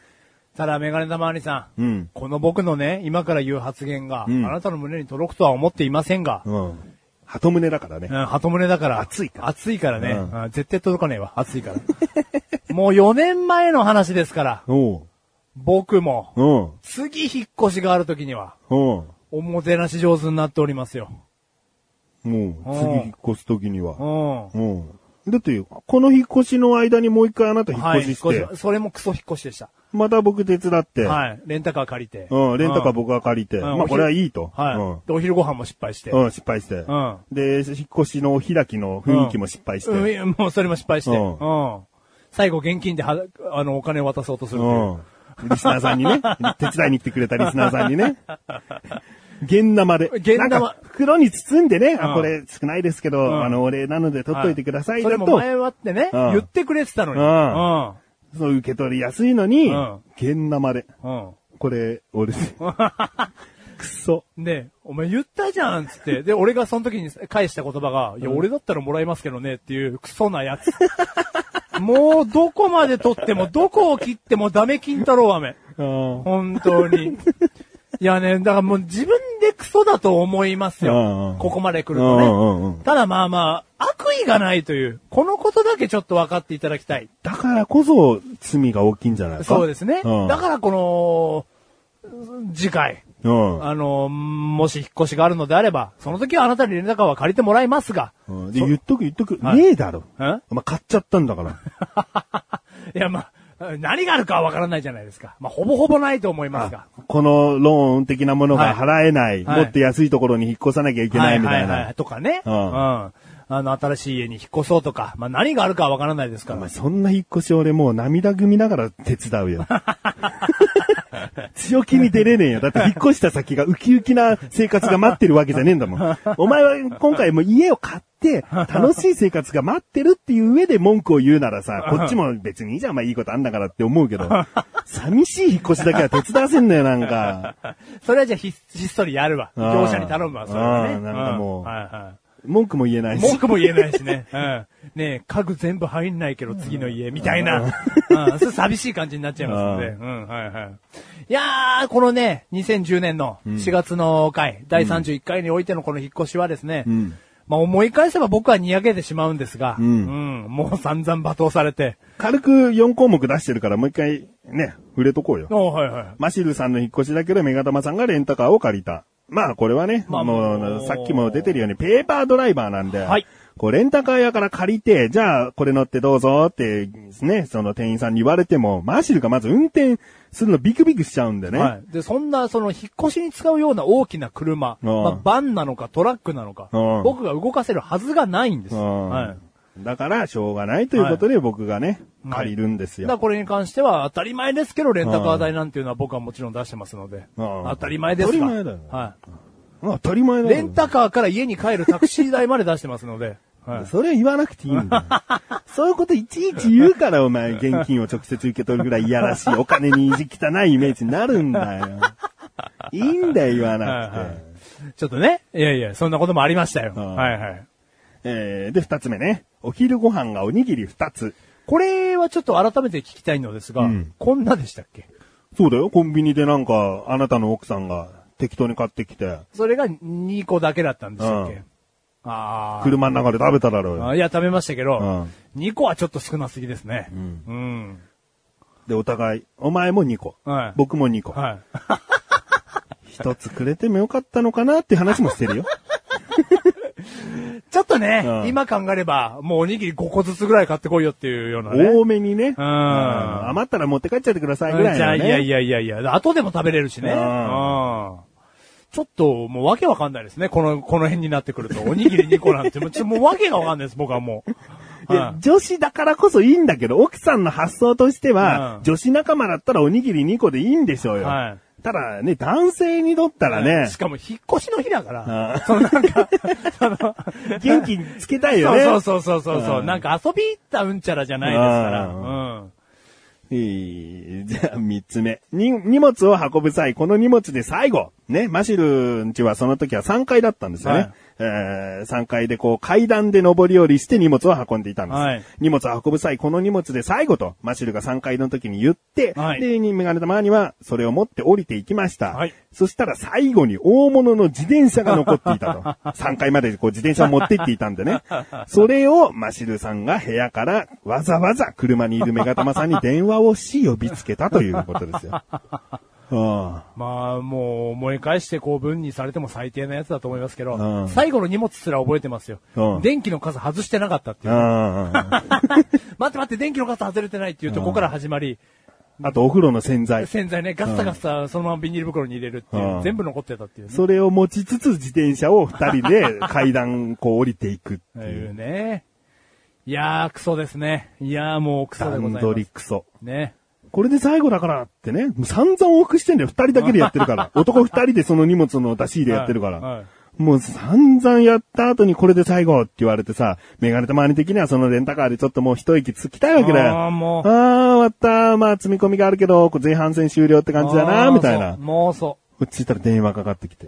Speaker 3: ただ、メガネ玉まりさん,、
Speaker 2: うん
Speaker 3: この僕のね、今から言う発言が、
Speaker 2: うん
Speaker 3: あなたの胸に届くとは思っていませんが、
Speaker 2: うん。うん。鳩胸だからね
Speaker 3: う。ん、鳩胸だから。
Speaker 2: 熱いから
Speaker 3: 熱いからね、
Speaker 2: うん
Speaker 3: うん絶対届かねえわ。熱いから。 もう4年前の話ですから、
Speaker 2: おう。
Speaker 3: 僕も、
Speaker 2: うん。
Speaker 3: 次引っ越しがある時には、
Speaker 2: うん。
Speaker 3: おもてなし上手になっておりますよ。
Speaker 2: もう、次引っ越すときには。
Speaker 3: うん。
Speaker 2: うん。だって、この引っ越しの間にもう一回あなた引っ越しして、
Speaker 3: はい、それもクソ引っ越しでした。
Speaker 2: また僕手伝って、
Speaker 3: はい。レンタカー借りて。
Speaker 2: うん、レンタカー僕が借りて、
Speaker 3: ん
Speaker 2: まあこれはいいと。
Speaker 3: はい、で、お昼ご飯も失敗して。
Speaker 2: うん、うん、失敗して、
Speaker 3: ん
Speaker 2: で、引っ越しのお開きの雰囲気も失敗して、
Speaker 3: うんいやもうそれも失敗して。
Speaker 2: う
Speaker 3: うんん。最後現金では、あの、お金を渡そうとするという
Speaker 2: うん。リスナーさんにね、手伝いに来てくれたリスナーさんにね。現生で。
Speaker 3: 現生
Speaker 2: なんか袋に包んでね、
Speaker 3: う
Speaker 2: あ、
Speaker 3: ん
Speaker 2: これ少ないですけど、
Speaker 3: ん
Speaker 2: あの、お礼なので取っといてください、
Speaker 3: それ
Speaker 2: だ
Speaker 3: も
Speaker 2: と、
Speaker 3: 前はってね、
Speaker 2: うん
Speaker 3: 言ってくれてたのに。
Speaker 2: う
Speaker 3: うんん。
Speaker 2: そう受け取りやすいのに、
Speaker 3: うん
Speaker 2: 現生で。
Speaker 3: うん。
Speaker 2: これ、 俺、くそ。
Speaker 3: で、お前言ったじゃんっつって。で、俺がその時に返した言葉が、いや、俺だったらもらえますけどねっていうクソなやつ。 もう、どこまで取っても、どこを切ってもダメ金太郎飴。
Speaker 2: うん
Speaker 3: 本当に。いやね、だからもう自分でクソだと思います
Speaker 2: うんう
Speaker 3: よ
Speaker 2: ん。
Speaker 3: ここまで来る
Speaker 2: うんうんう
Speaker 3: と
Speaker 2: ん
Speaker 3: ね。ただまあまあ、悪意がないという、このことだけちょっと分かっていただきたい。
Speaker 2: だからこそ罪が大きいんじゃないですか
Speaker 3: そうですね。
Speaker 2: うん
Speaker 3: だからこの、次回、
Speaker 2: うん
Speaker 3: あの、もし引っ越しがあるのであれば、その時はあなたに連絡は借りて もらいますが、
Speaker 2: うん。で、言っとく言っとく。
Speaker 3: はい
Speaker 2: ねえだろ。
Speaker 3: ん
Speaker 2: お前買っちゃったんだから。
Speaker 3: いやまあ、何があるかは分からないじゃないですか。まあ、ほぼほぼないと思いますが。
Speaker 2: このローン的なものが払えない、
Speaker 3: は
Speaker 2: も
Speaker 3: い
Speaker 2: っと安いところに引っ越さなきゃいけないみたいな。
Speaker 3: はははとかね。
Speaker 2: う
Speaker 3: うんん。あの、新しい家に引っ越そうとか、まあ、何があるかはわからないですか
Speaker 2: お前
Speaker 3: ら。
Speaker 2: そんな引っ越し俺もう涙ぐみながら手伝うよ。強気に出れねえよ。だって引っ越した先がウキウキな生活が待ってるわけじゃねえんだもん。お前は今回もう家を買って楽しい生活が待ってるっていう上で文句を言うならさ、こっちも別にいいじゃん、まあいいことあんだからって思うけど、寂しい引っ越しだけは手伝わせんだよ、なんか。
Speaker 3: それはじゃあひっ、ひっそりやるわ。
Speaker 2: うん
Speaker 3: 業者に頼むわ、それはね。
Speaker 2: うんなんかもう
Speaker 3: うんはいは
Speaker 2: 文句も言えない
Speaker 3: い。
Speaker 2: し。
Speaker 3: 文句も言えないしね。うん。ねえ、家具全部入んないけど次の家、みたいな。うん。それ寂しい感じになっちゃいますので。うん、はいはい。いやー、このね、2010年の4月の回、第31回においてのこの引っ越しはですね、
Speaker 2: ん
Speaker 3: まあ思い返せば僕はにやけてしまうんですが、
Speaker 2: ん
Speaker 3: うん、もう散々罵倒されて、
Speaker 2: 軽く4項目出してるからもう一回ね、触れとこうよ。
Speaker 3: おはいはい。
Speaker 2: マシルさんの引っ越しだけど、メガタマさんがレンタカーを借りた。まあ、これはね、
Speaker 3: まあ
Speaker 2: も
Speaker 3: も
Speaker 2: う、
Speaker 3: う
Speaker 2: さっきも出てるように、ペーパードライバーなんで、
Speaker 3: はい
Speaker 2: こう、レンタカー屋から借りて、じゃあ、これ乗ってどうぞって、ね、その店員さんに言われても、マシルがまず運転するのビクビクしちゃうんでね。
Speaker 3: はい。で、そんな、その、引っ越しに使うような大きな車、
Speaker 2: うん
Speaker 3: まあ、バンなのかトラックなのか
Speaker 2: うん、
Speaker 3: 僕が動かせるはずがないんです。
Speaker 2: うん
Speaker 3: はい。
Speaker 2: だから、しょうがないということで、僕がね、
Speaker 3: はい
Speaker 2: 借りるんです
Speaker 3: だ
Speaker 2: よ。
Speaker 3: からこれに関しては当たり前ですけど、レンタカー代なんていうのは僕はもちろん出してますので。
Speaker 2: うん
Speaker 3: 当たり前ですが
Speaker 2: 当たり前だよ
Speaker 3: は
Speaker 2: うん当たり前
Speaker 3: い。
Speaker 2: だよ
Speaker 3: レンタカーから家に帰るタクシー代まで出してますので。はい。
Speaker 2: それは言わなくていいんだよ。 そういうこといちいち言うから、お前、現金を直接受け取るぐらいいやらしい、お金に汚いイメージになるんだよ。いいんだよ、言わなくて。
Speaker 3: はいはいちょっとね。いやいや、そんなこともありましたよ。
Speaker 2: うん
Speaker 3: はいはい。
Speaker 2: えーで、二つ目ね。お昼ご飯がおにぎり二つ。
Speaker 3: これはちょっと改めて聞きたいのですが、
Speaker 2: うん
Speaker 3: こんなでしたっけ
Speaker 2: そうだよ、コンビニでなんか、あなたの奥さんが適当に買ってきて、
Speaker 3: それが2個だけだったんでしたっけ、
Speaker 2: うん
Speaker 3: ああ。
Speaker 2: 車の中で食べただろうよ。
Speaker 3: あいや、食べましたけど、
Speaker 2: う
Speaker 3: 2個はちょっと少なすぎですね。うんん。
Speaker 2: で、お互い、お前も2個、
Speaker 3: はい
Speaker 2: 僕も2個。
Speaker 3: はい。
Speaker 2: 一つくれてもよかったのかなって話もしてるよ。
Speaker 3: ちょっとね、
Speaker 2: うん
Speaker 3: 今考えれば、もうおにぎり5個ずつぐらい買ってこいよっていうようなね。
Speaker 2: 多めにね。
Speaker 3: うん
Speaker 2: 余ったら持って帰っちゃってくださいぐらい
Speaker 3: じゃあ
Speaker 2: のね。
Speaker 3: いやいやいやいや、後でも食べれるしね。
Speaker 2: う
Speaker 3: うんんちょっと、もうわけわかんないですね。この、この辺になってくると。おにぎり2個なんて、もうちょもうわけがわかんないです、僕はもう。
Speaker 2: いや女子だからこそいいんだけど、奥さんの発想としては、
Speaker 3: うん
Speaker 2: 女子仲間だったらおにぎり2個でいいんでしょうよ。
Speaker 3: はい
Speaker 2: ただね、男性にとったら
Speaker 3: うん
Speaker 2: ね
Speaker 3: し、かも、引っ越しの日だから。
Speaker 2: あ
Speaker 3: そのなんか、その、
Speaker 2: ー 元気つけたいよね。
Speaker 3: そうそうそうそうそう、
Speaker 2: うん
Speaker 3: なんか遊び行ったうんちゃらじゃないですから。
Speaker 2: う
Speaker 3: うん。
Speaker 2: いいじゃあ、三つ目。に、荷物を運ぶ際、この荷物で最後。ね、マシルんちはその時は3階だったんですよね。
Speaker 3: はい
Speaker 2: えー3階でこう階段で上り下りして荷物を運んでいたんです。
Speaker 3: はい
Speaker 2: 荷物を運ぶ際、この荷物で最後と、マシルが3階の時に言って、
Speaker 3: はい
Speaker 2: で、メガネ玉にはそれを持って降りていきました。
Speaker 3: はい
Speaker 2: そしたら最後に大物の自転車が残っていたと。3階 までこう自転車を持って行っていたんでね。 それをマシルさんが部屋からわざわざ車にいるメガタマさんに電話をし呼びつけたということですよ。 あ
Speaker 3: まあ、もう、思い返して、こう、分にされても最低なやつだと思いますけど、
Speaker 2: うん
Speaker 3: 最後の荷物すら覚えてますよ。
Speaker 2: うん
Speaker 3: 電気の傘外してなかったって
Speaker 2: あ
Speaker 3: いう。
Speaker 2: あ
Speaker 3: 待って待って、電気の傘外れてないっていうとこから始まり、
Speaker 2: ああとお風呂の洗剤。
Speaker 3: 洗剤ね、ガッサガッサそのままビニール袋に入れるっていう、
Speaker 2: うん
Speaker 3: 全部残ってたっていうね。
Speaker 2: それを持ちつつ自転車を二人で階段こう降りていくって
Speaker 3: と
Speaker 2: い
Speaker 3: いう
Speaker 2: う。
Speaker 3: ね。いやー、クソですね。いやー、もうクソでご
Speaker 2: 段
Speaker 3: ざいま
Speaker 2: 取り
Speaker 3: す。
Speaker 2: クソ。
Speaker 3: ね。
Speaker 2: これで最後だからってね、もう散々往復してんだよ。二人だけでやってる から。男二人でその荷物の出し入れやってるから。
Speaker 3: はいはい
Speaker 2: もう散々やった後にこれで最後って言われてさ、メガネたまに的にはそのレンタカーでちょっともう一息つきたいわけだよ。
Speaker 3: あーもう
Speaker 2: あー終わった。まあ積み込みがあるけど、こう前半戦終了って感じだ
Speaker 3: あ
Speaker 2: な、
Speaker 3: ー
Speaker 2: みたいな
Speaker 3: そう。もうそ。
Speaker 2: 落ち着いたら電話かかってきて。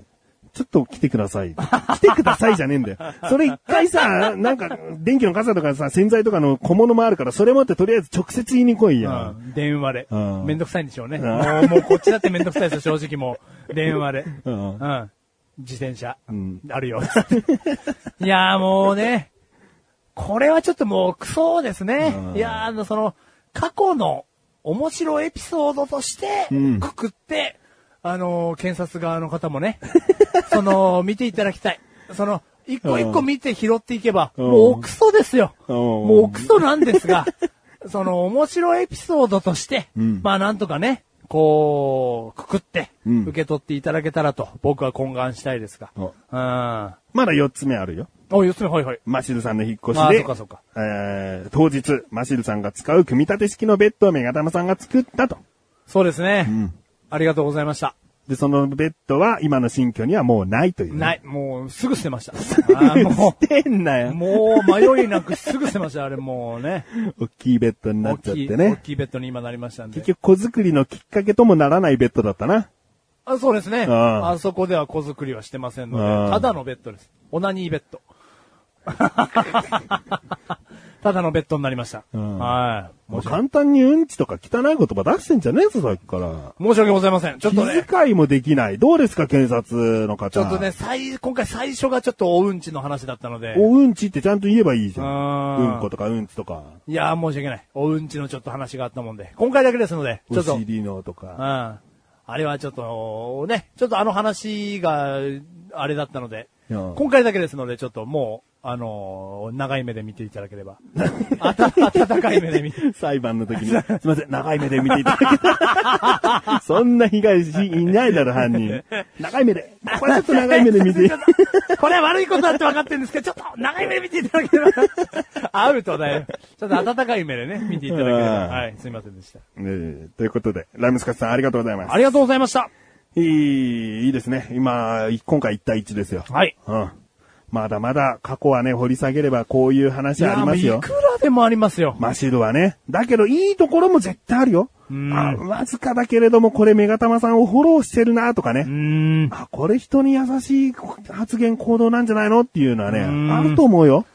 Speaker 2: ちょっと来てください。来てくださいじゃねえんだよ。それ一回さ、なんか、電気の傘とかさ、洗剤とかの小物もあるから、それ持ってとりあえず直接言いに来いう
Speaker 3: う
Speaker 2: や。
Speaker 3: ん。電話で。
Speaker 2: うん
Speaker 3: めんどくさいんでしょうね。
Speaker 2: ん
Speaker 3: もう、もうこっちだってめんどくさいですよ、正直も う。電話で。
Speaker 2: う
Speaker 3: うんん。自転車
Speaker 2: ん。
Speaker 3: あるよ。 いやー、もうね。これはちょっともうクソですね。いやー、あの、その、過去の面白いエピソードとして、
Speaker 2: ん
Speaker 3: くくって、あのー、検察側の方 もね、その、見ていただきたい。その、一個一個見て拾っていけば、
Speaker 2: うん
Speaker 3: もうクソですよ。
Speaker 2: うん
Speaker 3: もうクソなんで すが、その、面白いエピソードとして、
Speaker 2: ん
Speaker 3: まあなんとかね、こう、くくって、
Speaker 2: うん
Speaker 3: 受け取っていただけたらと、僕は懇願したいですが。
Speaker 2: お
Speaker 3: うん。
Speaker 2: まだ四つ目あるよ。
Speaker 3: お、四つ目、はいはい。
Speaker 2: マシルさんの引っ越し
Speaker 3: あー
Speaker 2: で、
Speaker 3: そうかそうか
Speaker 2: えー当日、マシルさんが使う組み立て式のベッドをメガタマさんが作ったと。
Speaker 3: そうですね。ありがとうございました。
Speaker 2: で、そのベッドは今の新居にはもうないというね、
Speaker 3: ない。もう、すぐ捨てました。あーも
Speaker 2: 捨てんな
Speaker 3: う、
Speaker 2: よ。
Speaker 3: もう迷いなくすぐ捨てました、あれもうね。
Speaker 2: 大きいベッド にな
Speaker 3: 大
Speaker 2: っちゃっ
Speaker 3: きい、
Speaker 2: て
Speaker 3: 大
Speaker 2: ね。
Speaker 3: きいベッドに今なりましたんで
Speaker 2: 結。局、子作りのきっかけともならないベッドだったな。
Speaker 3: あそうですね。
Speaker 2: ん
Speaker 3: あそこでは子作りはしてませんの
Speaker 2: うん
Speaker 3: で、ただのベッドです。オナニーベッド。 ただのベッドになりました。
Speaker 2: ん
Speaker 3: はい。
Speaker 2: もう
Speaker 3: 申し訳
Speaker 2: 簡単にうんちとか汚い言葉出してんじゃねえぞ、さっきから。
Speaker 3: 申し訳ございません。ちょっ
Speaker 2: 気
Speaker 3: とね、
Speaker 2: 遣いもできない。どうですか、検察の方。
Speaker 3: ちょっとね、。最、今回最初がちょっとおうんちの話だったので、
Speaker 2: おうんちってちゃんと言えばいいじゃ。
Speaker 3: うんん
Speaker 2: うんことかうんちとか、
Speaker 3: いやー申し訳ない。おうんちのちょっと話があったもんで、今回だけですので、ち
Speaker 2: お
Speaker 3: ょっと、
Speaker 2: 尻のと
Speaker 3: うん。
Speaker 2: か。
Speaker 3: あれはちょっと、ね、ちょっとあの話が、あれだったので、
Speaker 2: うん
Speaker 3: 今回だけですので、ちょっともう、あのー長い目で見ていただければ。あた、温かい目で見て。
Speaker 2: 裁判の時に、すいません、長い目で見ていただけたそんな被害者いないだろ、犯人。長い目で。これちょっと長い目で見て。
Speaker 3: これは悪いことだって分かってるんですけど、ちょっと長い目で見ていただければ。アウトだよ。ちょっと温かい目でね、見ていただければ。
Speaker 2: うん
Speaker 3: はい、すいませんでした。
Speaker 2: ねえということで、ラムスカスさんありがとうございます
Speaker 3: あ。りがとうございました。
Speaker 2: いい、いいですね。今、い今回1対1ですよ。
Speaker 3: はい。
Speaker 2: うん。まだまだ過去はね、掘り下げればこういう話あります
Speaker 3: いや
Speaker 2: よ
Speaker 3: もうい。くらでもありますよ。
Speaker 2: マシルはね。だけど、いいところも絶対あるよ。
Speaker 3: うん
Speaker 2: あ、わずかだけれども、これメガタマさんをフォローしてるなとかね。
Speaker 3: うーん。
Speaker 2: あ、これ人に優しい発言行動なんじゃないのっていうのはね、
Speaker 3: ん
Speaker 2: あると思うよ。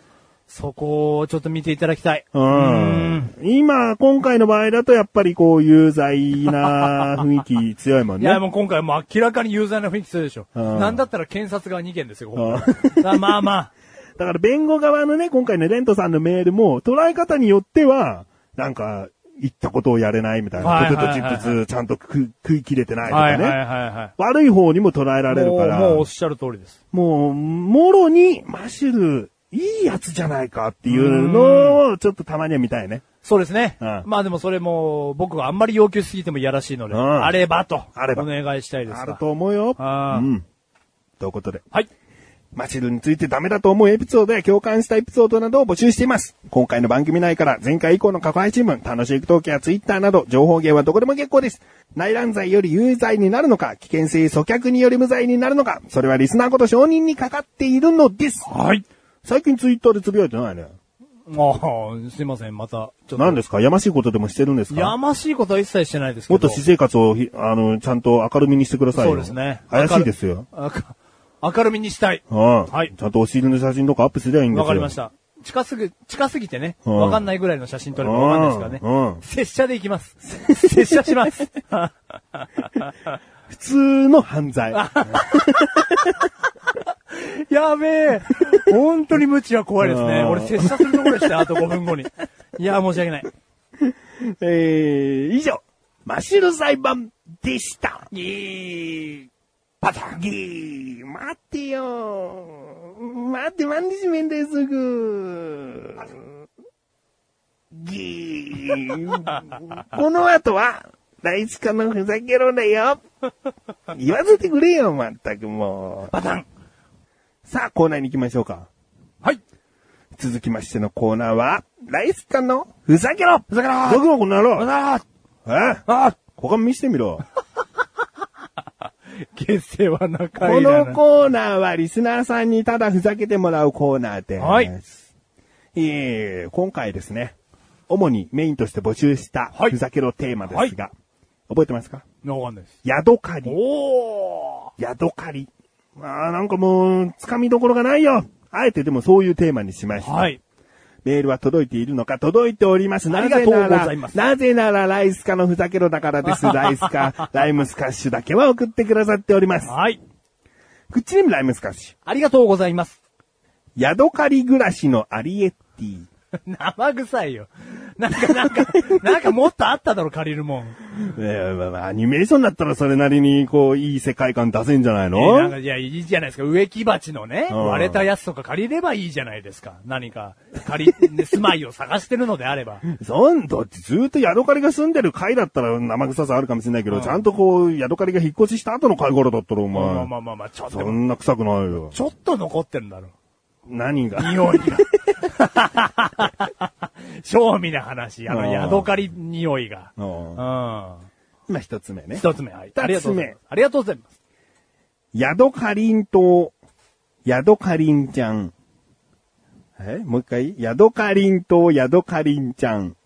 Speaker 3: そこをちょっと見ていただきたい。
Speaker 2: うん。今、今回の場合だとやっぱりこう、有罪な雰囲気強いもん
Speaker 3: い
Speaker 2: ね。
Speaker 3: や、もう今回もう明らかに有罪な雰囲気するでしょ。
Speaker 2: うん
Speaker 3: なんだったら検察側2件ですよ、
Speaker 2: うん
Speaker 3: ここまあまあ まあ。
Speaker 2: だから弁護側のね、今回のレントさんのメールも、捉え方によっては、なんか、言ったことをやれないみたい
Speaker 3: は
Speaker 2: な。ポ
Speaker 3: いはい
Speaker 2: テ
Speaker 3: はい
Speaker 2: ト
Speaker 3: は
Speaker 2: チ
Speaker 3: い
Speaker 2: ップスちゃんと食い食い切れてないと
Speaker 3: はい
Speaker 2: か
Speaker 3: はい
Speaker 2: ね。
Speaker 3: は
Speaker 2: 悪い方にも捉えら
Speaker 3: いは
Speaker 2: れ
Speaker 3: い。
Speaker 2: る
Speaker 3: も
Speaker 2: か
Speaker 3: う、
Speaker 2: ら。
Speaker 3: もうおっしゃる通りです。
Speaker 2: もう、もろに、マシュルいいやつじゃないかっていうのを、ちょっとたまには見たいね。
Speaker 3: そうですね。
Speaker 2: うん
Speaker 3: まあでもそれも、僕があんまり要求しすぎてもいやらしいので、
Speaker 2: うん
Speaker 3: あればと、
Speaker 2: あれば
Speaker 3: お願いしたいですが
Speaker 2: あると思うよ。
Speaker 3: あー
Speaker 2: うん。ということで、
Speaker 3: はい。
Speaker 2: マチルについてダメだと思うエピソードや共感したエピソードなどを募集しています。今回の番組内から前回以降の過去配信分、楽しいトークやツイッターなど情報源はどこでも結構です。内乱罪より有罪になるのか、危険性阻却により無罪になるのか、それはリスナーこと承認にかかっているのです。
Speaker 3: はい。
Speaker 2: 最近ツイッターでつぶやいてないね。
Speaker 3: ああ、すいません、また、ちょっと。
Speaker 2: 何ですかやましいことでもしてるんですか
Speaker 3: やましいことは一切してないですけ
Speaker 2: も
Speaker 3: ど。
Speaker 2: っと私生活をひ、あの、ちゃんと明るみにしてくださいよ。
Speaker 3: そうですね。
Speaker 2: 怪しいですよ。
Speaker 3: 明る。明明るみにしたい。
Speaker 2: うん。
Speaker 3: はい
Speaker 2: ちゃんとお尻の写真とかアップすりゃいいんですよ。
Speaker 3: わかりました。近すぎ、近すぎてね、
Speaker 2: うん
Speaker 3: わかんないぐらいの写真撮ればわかんないですから
Speaker 2: うんう
Speaker 3: ね
Speaker 2: ん。
Speaker 3: 拙者で行きます。拙者します。
Speaker 2: 普通の犯罪。
Speaker 3: やべ え。本当に無知は怖いですね。
Speaker 2: うん
Speaker 3: 俺、拙者するところでした、あと5分 後に。いや、申し訳ない。
Speaker 2: えー、以上、マシュル裁判でした。
Speaker 3: いい。
Speaker 2: パタンギー待ってよ待って、マンディシメンだよ、すぐギ ーこの後は、大塚のふざけろだよ言わせてくれよ、まったくもう。
Speaker 3: パタン。
Speaker 2: さあ、コーナーに行きましょうか。
Speaker 3: はい。
Speaker 2: 続きましてのコーナーは、大塚のふざけろ
Speaker 3: ふざけろ
Speaker 2: ふざけろ、この野郎
Speaker 3: あ
Speaker 2: えー
Speaker 3: あああ
Speaker 2: 股間見してみろ。
Speaker 3: 結成は仲い
Speaker 2: こ
Speaker 3: いな。
Speaker 2: のコーナーはリスナーさんにただふざけてもらうコーナーです。
Speaker 3: はい
Speaker 2: えー今回ですね、主にメインとして募集した
Speaker 3: はい
Speaker 2: ふざけろテーマですが、覚えてますか
Speaker 3: わかんないです。
Speaker 2: ヤドカリ。
Speaker 3: おー
Speaker 2: ヤドカリ。あーなんかもう、つかみどころがないよあえてでもそういうテーマにしました。
Speaker 3: はい。
Speaker 2: メールは届いているのか届いております。なぜな
Speaker 3: ありがとう
Speaker 2: ら
Speaker 3: ございます
Speaker 2: なぜならライスカのふざけろだから です。ライスカ、ライムスカッシュだけは送ってくださっております。
Speaker 3: はい。
Speaker 2: クッチネームライムスカッシュ。
Speaker 3: ありがとうございます。
Speaker 2: ヤドカリ暮らしのアリエッティ。
Speaker 3: 生臭いよ。なんか、なん か、なんかもっとあっただろ、借りるもん。
Speaker 2: えーまあまあアニメーションだったらそれなりに、こう、いい世界観出せんじゃない
Speaker 3: えーな
Speaker 2: の
Speaker 3: んか、いや、いいじゃないですか。植木鉢のね、
Speaker 2: うん
Speaker 3: 割れたやつとか借りればいいじゃないですか。何か、借り、ね住まいを探してるのであれば。
Speaker 2: そんだってずっとヤドカリが住んでる階だったら生臭さあるかもしれないけど、
Speaker 3: うん
Speaker 2: ちゃんとこう、ヤドカリが引っ越しした後の階頃だったら、お前。
Speaker 3: まあまあまあまあ、ちょっと、
Speaker 2: そんな臭くないよ。
Speaker 3: ちょっと残ってるんだろ。
Speaker 2: 何が。
Speaker 3: 匂 いが。賞味な話、あ
Speaker 2: うん
Speaker 3: の、ヤドカリ匂いが。
Speaker 2: うん
Speaker 3: う
Speaker 2: 今一つ目ね
Speaker 3: ん。。一つ目、はい。
Speaker 2: 目
Speaker 3: ありがとうございます。ありがとうございます。
Speaker 2: ヤドカリン島、ヤドカリンちゃん。えもう一回ヤドカリン島、ヤドカリンちゃん。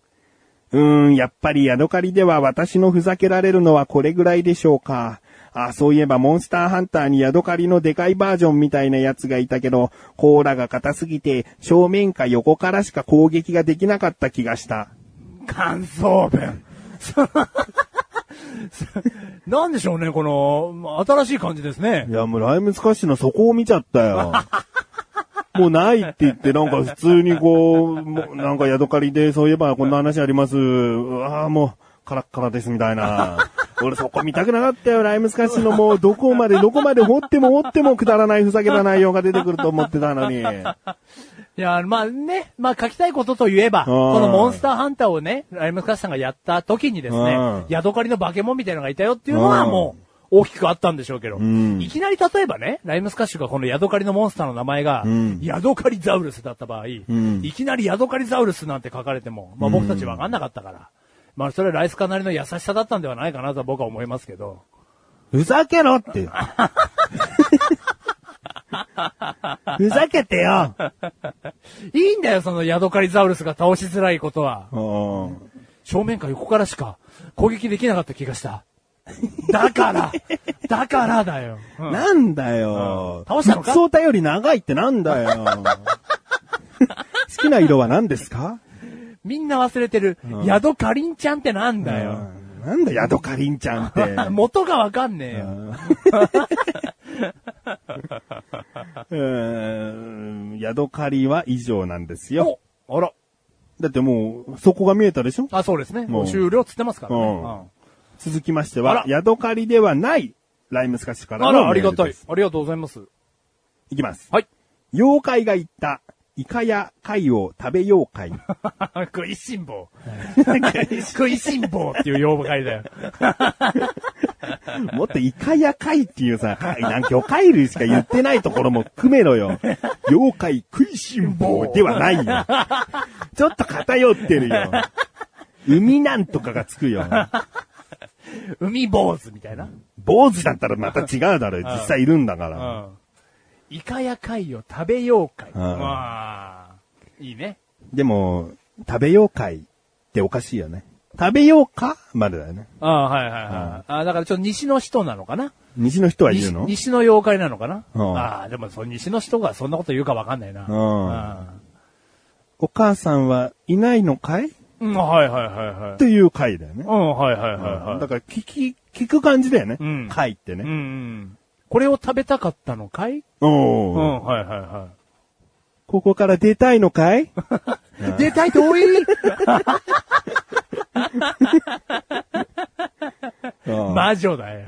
Speaker 2: うーん、やっぱりヤドカリでは私のふざけられるのはこれぐらいでしょうか。あ、そういえばモンスターハンターにヤドカリのでかいバージョンみたいなやつがいたけど、甲羅が硬すぎて正面か横からしか攻撃ができなかった気がした。
Speaker 3: 感想文。そ なんでしょうね、この、新しい感じですね
Speaker 2: い。や、もうライムスカッシュの底を見ちゃった よ。もうないって言って、なんか普通にこう、もうなんかヤドカリで、そういえばこんな話あります。うわあもう、カラッカラですみたいな。 俺そこ見たくなかったよ、ライムスカッシュのもう、どこまで、どこまで掘っても掘ってもくだらないふざけた内容が出てくると思ってたのに。
Speaker 3: いや、まあね、まあ書きたいことといえば、このモンスターハンターをね、ライムスカッシュさんがやった時にです
Speaker 2: うん
Speaker 3: ね、ヤドカリの化け物みたいなのがいたよっていうのは
Speaker 2: うん
Speaker 3: もう、大きくあったんでしょうけど、
Speaker 2: ん
Speaker 3: いきなり例えばね、ライムスカッシュがこのヤドカリのモンスターの名前が、
Speaker 2: ん
Speaker 3: ヤドカリザウルスだった場合、
Speaker 2: ん
Speaker 3: いきなりヤドカリザウルスなんて書かれても、まあ僕たちわかんなかったから、まあそれはライスカなりの優しさだったんではないかなとは僕は思いますけど、
Speaker 2: ふざけろ って。ふざけてよ。
Speaker 3: いいんだよ、そのヤドカリザウルスが倒しづらいことは。
Speaker 2: うん
Speaker 3: 正面か横からしか攻撃できなかった気がした。だから、だからだよ。うん
Speaker 2: なんだよ。
Speaker 3: うん倒したのか
Speaker 2: 服装より長いってなんだよ。 好きな色は何ですか
Speaker 3: みんな忘れてる、ヤドカリンちゃんってなんだ
Speaker 2: う
Speaker 3: よ。
Speaker 2: んなんだヤドカリンちゃんって。
Speaker 3: 元がわかんねえよ。
Speaker 2: うーんヤドカリは以上なんですよ。
Speaker 3: おあら。
Speaker 2: だってもう、そこが見えたでしょ
Speaker 3: あ、そうですね。も
Speaker 2: う
Speaker 3: うん終了っつってますからね。
Speaker 2: うん
Speaker 3: うん
Speaker 2: 続きまして
Speaker 3: あ
Speaker 2: は
Speaker 3: ら、
Speaker 2: ヤドカリではない、ライムスカッシュから
Speaker 3: あ
Speaker 2: の
Speaker 3: ら、ありが
Speaker 2: メー
Speaker 3: た
Speaker 2: ル
Speaker 3: い
Speaker 2: です。
Speaker 3: ありがとうございます。
Speaker 2: いきます。
Speaker 3: はい。
Speaker 2: 妖怪が言った、イカや貝を食べよう会。
Speaker 3: 食いしん坊。食いしん坊っていう用語会だ よ。
Speaker 2: もっとイカや貝っていうさ、貝なんか魚介類しか言ってないところも含めろよ。 妖怪食いしん坊ではないよ。ちょっと偏ってるよ。海なんとかがつくよ。
Speaker 3: 海坊主みたいな。
Speaker 2: 坊主だったらまた違うだろ。実際いるんだから。
Speaker 3: うん。イカや貝を食べようかい。
Speaker 2: ん
Speaker 3: まあ、いいね。
Speaker 2: でも、食べよう会っておかしいよね。食べようかまでだよね。
Speaker 3: ああ、はいはいはい。ああ、だからちょっと西の人なのかな
Speaker 2: 西の人は言う
Speaker 3: 西
Speaker 2: の
Speaker 3: 西の妖怪なのかな
Speaker 2: うん
Speaker 3: ああ、でもそう西の人がそんなこと言うかわかんないな。
Speaker 2: うん
Speaker 3: ああ
Speaker 2: お母さんはいないのかいっ
Speaker 3: うん、はいはいはいはい。
Speaker 2: ていう会だよね。
Speaker 3: うん、はいはいはいはい。
Speaker 2: だから聞き、聞く感じだよね。
Speaker 3: うん
Speaker 2: 会って
Speaker 3: うんう
Speaker 2: ね。
Speaker 3: ん。これを食べたかったのかい
Speaker 2: お
Speaker 3: う
Speaker 2: ー
Speaker 3: ん、はいはいは
Speaker 2: ここから出たいのか い
Speaker 3: い。出たいと多い
Speaker 2: うん
Speaker 3: 魔女だよ。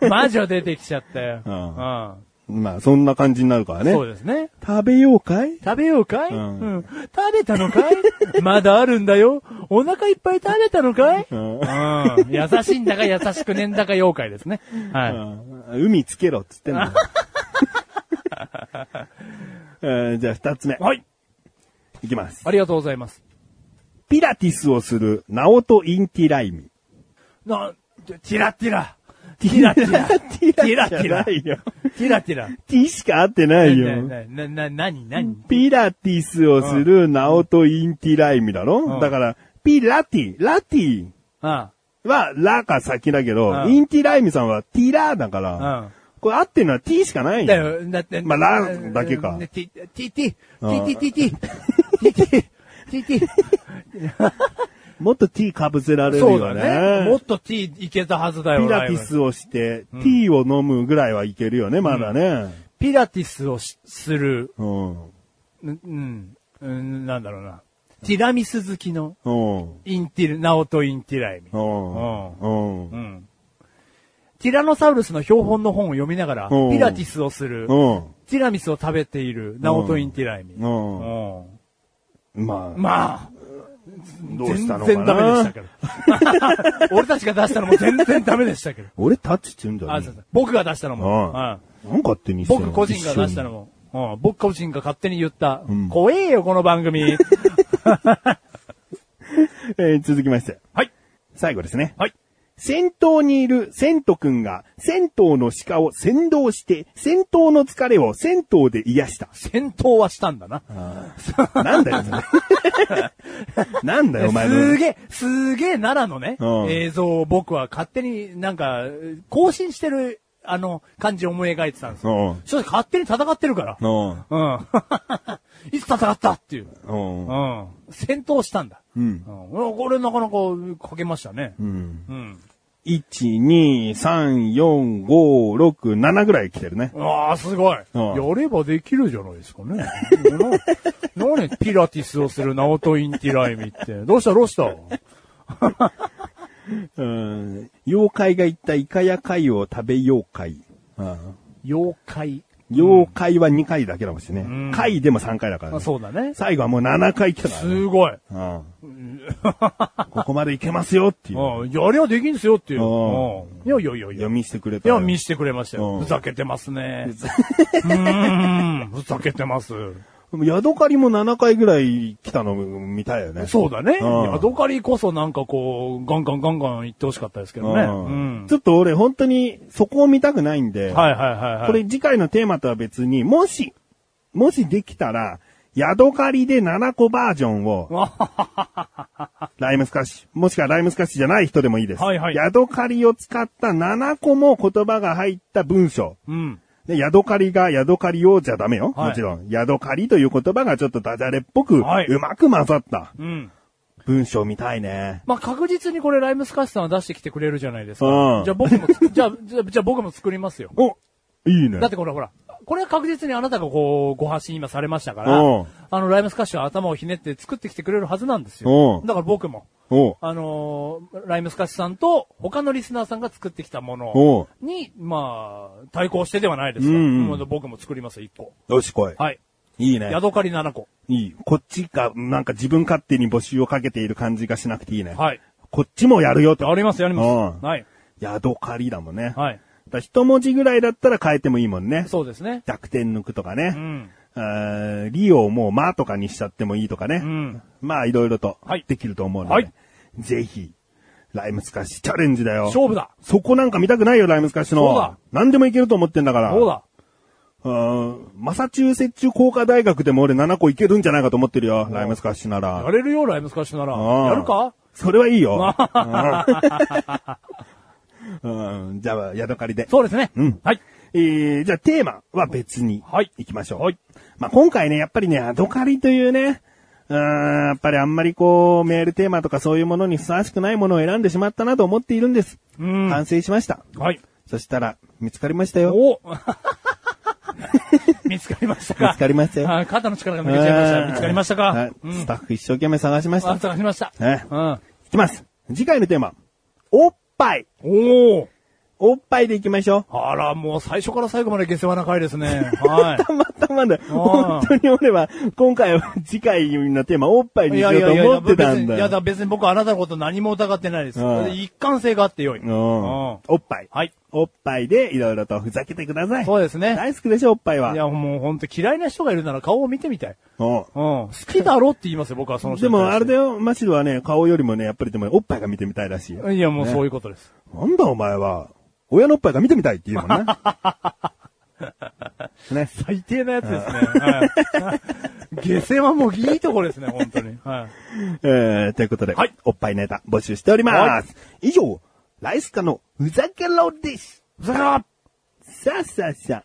Speaker 3: うん魔女出てきちゃったよ。
Speaker 2: うん
Speaker 3: うん
Speaker 2: まあ、そんな感じになるからね。
Speaker 3: そうですね。
Speaker 2: 食べようかい
Speaker 3: 食べようかい、
Speaker 2: うん
Speaker 3: うん食べたのかいまだあるんだよ。お腹いっぱい食べたのかい、
Speaker 2: ん
Speaker 3: うん優しいんだか優しくねえんだか妖怪ですね。はい。
Speaker 2: うん海つけろっつってん だうんじゃあ二つ目。
Speaker 3: はい。
Speaker 2: いきます。
Speaker 3: ありがとうございます。
Speaker 2: ピラティスをする、ナオト・インティライミ。
Speaker 3: な、ティラティラ。ティラティラ。ティラティラ。
Speaker 2: じゃ
Speaker 3: テ
Speaker 2: ないよ。
Speaker 3: ィラティラ。
Speaker 2: T しか合ってないよ。
Speaker 3: な、な、な、なに、なに
Speaker 2: ピラティスをする、ナオト・インティライミだろ、
Speaker 3: うん
Speaker 2: だから、ピラティ、ラティ
Speaker 3: あ
Speaker 2: は、ラが先だけど、
Speaker 3: うん
Speaker 2: インティライミさんは、ティラだか
Speaker 3: あ、
Speaker 2: ら、
Speaker 3: うん。
Speaker 2: これ合ってるのは T しかないよ。
Speaker 3: だよ、だって。
Speaker 2: まあランだけか
Speaker 3: うんティ、ティ、ティ、テ
Speaker 2: うん
Speaker 3: ィ、ティ、ティ、ティ、ティ、ティ、ティ。
Speaker 2: もっと T 被せられる
Speaker 3: そう
Speaker 2: よ
Speaker 3: だ
Speaker 2: ね。
Speaker 3: ね。もっと T いけたはずだよ、
Speaker 2: ピラティ
Speaker 3: ライブ
Speaker 2: スをして、T を飲むぐらいはいけるよね、まだね。
Speaker 3: ピラティスをしする、
Speaker 2: うん。
Speaker 3: うんうん、うん、なんだろうな。ティラミス好きの、
Speaker 2: うん。
Speaker 3: インティル、ナオトインティライミ
Speaker 2: う。ん。うん
Speaker 3: う。ん。ティラノサウルスの標本の本を読みながら、
Speaker 2: うん
Speaker 3: ピラティスをする、
Speaker 2: うん。
Speaker 3: ティラミスを食べている、ナオトインティライミ。
Speaker 2: うん。
Speaker 3: うん
Speaker 2: まあ、
Speaker 3: まあ、
Speaker 2: どうしたの
Speaker 3: 全然ダメでした
Speaker 2: か
Speaker 3: け
Speaker 2: な。
Speaker 3: ど。俺たちが出したのも全然ダメでしたけど。
Speaker 2: 俺タッチって言うんだよ
Speaker 3: あ、
Speaker 2: ね
Speaker 3: そうそう僕が出したのも。
Speaker 2: うん
Speaker 3: うん
Speaker 2: なんかってにしてんの
Speaker 3: 僕個人が出したの。も、うん、僕個人が勝手に言った。
Speaker 2: ん
Speaker 3: 怖えよ、この 番組。
Speaker 2: 一緒にえー続きまして。
Speaker 3: はい。
Speaker 2: 最後ですね。
Speaker 3: はい。。
Speaker 2: 先頭にいるセント君が、銭湯の鹿を先導して、銭湯の疲れを銭湯で癒した
Speaker 3: 戦闘はしたんだな。
Speaker 2: なんだよ、それなんだよ、お前の
Speaker 3: すげえ、すげえ奈良のね、
Speaker 2: うん
Speaker 3: 映像を僕は勝手になんか、更新してる、あの、感じを思い描いてたんです
Speaker 2: う
Speaker 3: よ。
Speaker 2: ん
Speaker 3: 正直勝手に戦ってるから。
Speaker 2: うん。
Speaker 3: うん。 いつ戦ったっていう。
Speaker 2: うん
Speaker 3: う。ん。戦闘したんだ。
Speaker 2: うん
Speaker 3: うん。これなかなかかけましたね。
Speaker 2: うん。
Speaker 3: うん。
Speaker 2: 1、2、3、4、5、6、7ぐらい来てるね。
Speaker 3: ああ、すごい。
Speaker 2: うん
Speaker 3: やればできるじゃないですかね。 な何ピラティスをするナオトインティライミって。どうしたどうした
Speaker 2: うん。妖怪が言ったイカや貝を食べ妖怪。うん
Speaker 3: 妖怪。
Speaker 2: 妖怪は2回だけだもしれない
Speaker 3: うん
Speaker 2: 貝でも3回だから
Speaker 3: あ
Speaker 2: ね。
Speaker 3: そうだね。
Speaker 2: 最後はもう7回来たからね。
Speaker 3: すごい。
Speaker 2: うん。ここまでいけますよっていう。
Speaker 3: うん。やりゃできんすよっていう。
Speaker 2: うん
Speaker 3: うんいやいやいやいや
Speaker 2: 読。みしてくれ
Speaker 3: い
Speaker 2: た。
Speaker 3: や、見してくれました
Speaker 2: う
Speaker 3: よ。
Speaker 2: ん
Speaker 3: ふざけてますね。うーん。ふざけてます。
Speaker 2: ヤドカリも7回ぐらい来たの見たいよね。
Speaker 3: そうだね。
Speaker 2: うん
Speaker 3: ヤドカリこそなんかこう、ガンガンガンガン言ってほしかったですけどね。う
Speaker 2: うん
Speaker 3: ん。
Speaker 2: ちょっと俺本当にそこを見たくないんで。
Speaker 3: はいはいはいはい。
Speaker 2: これ次回のテーマとは別に、もし、もしできたら、ヤドカリで7個バージョンを、ライムスカッシュ、もしくはライムスカッシュじゃない人でもいいです。
Speaker 3: はいはい
Speaker 2: ヤドカリを使った7個も言葉が入った文章。
Speaker 3: うん。
Speaker 2: で、ヤドカリがヤドカリをじゃダメよ。
Speaker 3: はい
Speaker 2: もちろん。ヤドカリという言葉がちょっとダジャレっぽく、
Speaker 3: はいう
Speaker 2: まく混ざった
Speaker 3: うん。
Speaker 2: 文章みたいね。
Speaker 3: まあ、確実にこれライムスカッシュさんは出してきてくれるじゃないですか。
Speaker 2: うん
Speaker 3: じゃあ僕もつ、じゃあ、じゃあじゃあ僕も作りますよ。
Speaker 2: おいいね。
Speaker 3: だってこれほら、これは確実にあなたがこう、ご発信今されましたから
Speaker 2: うん、
Speaker 3: あの、ライムスカッシュは頭をひねって作ってきてくれるはずなんです
Speaker 2: う
Speaker 3: よ。
Speaker 2: ん
Speaker 3: だから僕も、
Speaker 2: お
Speaker 3: あのーライムスカッシュさんと他のリスナーさんが作ってきたも
Speaker 2: お
Speaker 3: の
Speaker 2: う
Speaker 3: に、まあ、対抗してではないで
Speaker 2: う
Speaker 3: すが、
Speaker 2: んうん
Speaker 3: もう僕も作りますよ、一個。
Speaker 2: よし、来い。
Speaker 3: はい。
Speaker 2: いいね。
Speaker 3: ヤドカリ7個。
Speaker 2: いい。こっちが、なんか自分勝手に募集をかけている感じがしなくていいね。
Speaker 3: はい。
Speaker 2: こっちもやるよと。
Speaker 3: やります、やります。
Speaker 2: うん
Speaker 3: はい。
Speaker 2: ヤドカリだもんね。
Speaker 3: はい。
Speaker 2: だから一文字ぐらいだったら変えてもいいもんね。
Speaker 3: そうですね。
Speaker 2: 弱点抜くとか
Speaker 3: う
Speaker 2: ね。
Speaker 3: ん。
Speaker 2: あーリオをもうまとかにしちゃってもいいとかね。
Speaker 3: うん。
Speaker 2: まあ、いろいろと
Speaker 3: はい、
Speaker 2: できると思うので。
Speaker 3: はい
Speaker 2: ぜひ、ライムスカッシュチャレンジだよ。
Speaker 3: 勝負だ。
Speaker 2: そこなんか見たくないよ、ライムスカッシュの。
Speaker 3: そうだ
Speaker 2: 何でもいけると思ってんだから。
Speaker 3: そうだ。
Speaker 2: うーん。マサチューセッチュ工科大学でも俺7個いけるんじゃないかと思ってるよ、ライムスカッシュなら
Speaker 3: や。れるよ、ライムスカッシュな
Speaker 2: うん
Speaker 3: ら。やるか
Speaker 2: それはいい よ。うんうんじゃあ、ヤドカリで。
Speaker 3: そうですね。
Speaker 2: うん
Speaker 3: はい。
Speaker 2: えー、じゃあテーマは別に。
Speaker 3: はい
Speaker 2: 行きましょう。
Speaker 3: はい
Speaker 2: まあ、今回ね、やっぱりね、アドカリというね、うーん、やっぱりあんまりこう、メールテーマとかそういうものにふさわしくないものを選んでしまったなと思っているんです。
Speaker 3: うん
Speaker 2: 反省しました。
Speaker 3: はい。
Speaker 2: そしたら、見つかりましたよ。
Speaker 3: お 見つかりましたか
Speaker 2: 見つかりましたよ
Speaker 3: あー肩の力が抜けちゃいました。見つかりました
Speaker 2: は
Speaker 3: か
Speaker 2: い
Speaker 3: うん
Speaker 2: スタッフ一生懸命探しまし
Speaker 3: あ、
Speaker 2: た。い
Speaker 3: 探しました。
Speaker 2: ね
Speaker 3: うん。
Speaker 2: きます。次回のテーマ。おっぱい。
Speaker 3: おお。
Speaker 2: おっぱいでいきましょう。
Speaker 3: あら、もう最初から最後まで下世話な回ですね。は
Speaker 2: たまたまだよ。
Speaker 3: あー
Speaker 2: 本当に俺は、今回は次回のテーマ、おっぱ い
Speaker 3: い。
Speaker 2: にしようと思ってたん
Speaker 3: 別に
Speaker 2: だ
Speaker 3: いや
Speaker 2: よ。
Speaker 3: だ、別に僕はあなたのこと何も疑ってないです。
Speaker 2: うん
Speaker 3: 一貫性があって良い。
Speaker 2: うん
Speaker 3: うん
Speaker 2: おっぱい。
Speaker 3: はい。
Speaker 2: おっぱいでいろいろとふざけてください。
Speaker 3: そうで すね。
Speaker 2: 大好きでしょ、おっぱい
Speaker 3: い
Speaker 2: は。
Speaker 3: や、もう本当嫌いな人がいるなら顔を見てみたい。
Speaker 2: うん
Speaker 3: うん。好きだろって言いますよ、僕はその人
Speaker 2: で
Speaker 3: に対して。
Speaker 2: もあれだよ、マシルはね、顔よりもね、やっぱりでもおっぱいが見てみたいらしいよ。
Speaker 3: いや、もうそういうことです。
Speaker 2: なんだお前は、親のおっぱいが見てみたいって言う もんね。ね。
Speaker 3: 最低なやつですね。はい。 下世話もいいところですね、本当に。はい。
Speaker 2: えー、ということで、
Speaker 3: はい
Speaker 2: おっぱいネタ募集しております。
Speaker 3: は
Speaker 2: 以上、ライスカのふざけろです。
Speaker 3: それは、
Speaker 2: さあさあさあ、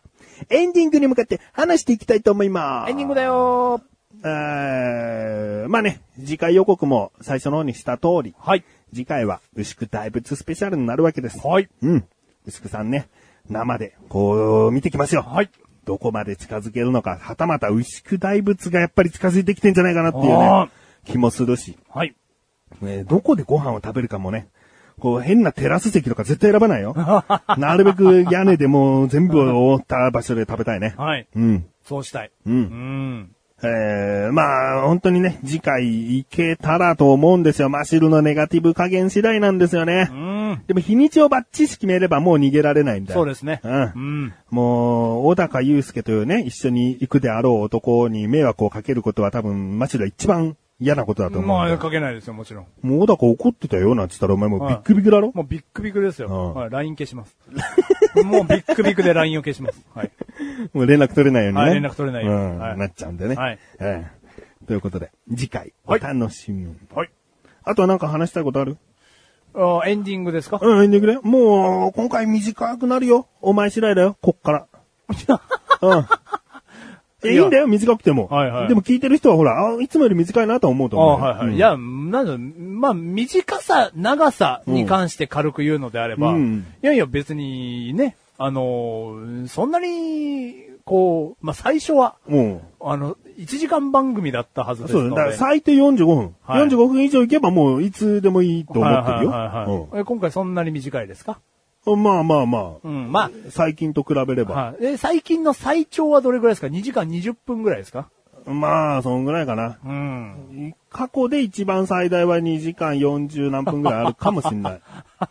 Speaker 2: エンディングに向かって話していきたいと思います。
Speaker 3: エンディングだ。よ
Speaker 2: えー、まあね、次回予告も最初の方にした通り、
Speaker 3: はい。
Speaker 2: 次回は牛久大仏スペシャルになるわけです。
Speaker 3: はい。
Speaker 2: うん。牛久さんね、生で、こう、見てきますよ。
Speaker 3: はい。
Speaker 2: どこまで近づけるのか、はたまた牛久大仏がやっぱり近づいてきてんじゃないかなっていう
Speaker 3: あー
Speaker 2: ね、気もするし。
Speaker 3: はい。
Speaker 2: えーどこでご飯を食べるかもね、こう変なテラス席とか絶対選ばない よ。なるべく屋根でもう全部を覆った場所で食べたいね。
Speaker 3: はい。
Speaker 2: うん。
Speaker 3: そうしたい。
Speaker 2: うん
Speaker 3: うん。
Speaker 2: えー、まあ、本当にね、次回行けたらと思うんですよ。マシルのネガティブ加減次第なんですよね
Speaker 3: う。ん。
Speaker 2: でも日にちをバッチし決めればもう逃げられないんだよ。
Speaker 3: そうですね。
Speaker 2: うん
Speaker 3: うん。
Speaker 2: もう、小高祐介というね、一緒に行くであろう男に迷惑をかけることは多分、マシルは一番嫌なことだと思う。
Speaker 3: まあ、かけないですよ、もちろん。
Speaker 2: もう小高怒ってたよなんつったらお前もうビックビックだろ、
Speaker 3: もうビックビックですよ。
Speaker 2: うん
Speaker 3: はい。LINE 消します。もうビックビックで LINE を消します。はい。
Speaker 2: もう連絡取れないように
Speaker 3: は
Speaker 2: ね。
Speaker 3: い連絡取れないように
Speaker 2: ん
Speaker 3: はい
Speaker 2: なっちゃうんでね。
Speaker 3: はい
Speaker 2: ええということで、次回、お
Speaker 3: はい
Speaker 2: 楽しみに。
Speaker 3: はい。
Speaker 2: あとはなんか話したいことある
Speaker 3: あエンディングですか
Speaker 2: うん、エンディングね。もう、今回短くなるよ。お前次第だよ、こっ から。うん。いやいいんだよ、短くても。
Speaker 3: はいはい
Speaker 2: でも聞いてる人はほら、あいつもより短いなとは思うと
Speaker 3: あ
Speaker 2: 思うよ。
Speaker 3: はいは
Speaker 2: うん
Speaker 3: い。いや、なんだ、まあ、短さ、長さに関して軽く言うのであれば、
Speaker 2: うん
Speaker 3: いやいや、別にね、あのーそんなに、こう、まあ、最初は、
Speaker 2: うん。
Speaker 3: あの、1時間番組だったはずです
Speaker 2: そ
Speaker 3: の
Speaker 2: う
Speaker 3: で。
Speaker 2: だ、だから最低45分。
Speaker 3: はい
Speaker 2: 45分以上いけばもういつでもいいと思ってるよ。
Speaker 3: はいはいはいはいえ今回そんなに短いですか
Speaker 2: うんまあまあまあ、
Speaker 3: うん、ま
Speaker 2: 最近と比べれ
Speaker 3: あ、
Speaker 2: ば。
Speaker 3: はい。え最近の最長はどれぐらいですか ?2 時間20分ぐらいですか
Speaker 2: まあ、そんぐらいかな。
Speaker 3: うん。
Speaker 2: 過去で一番最大は2時間40何分ぐらいあるかもしん ない。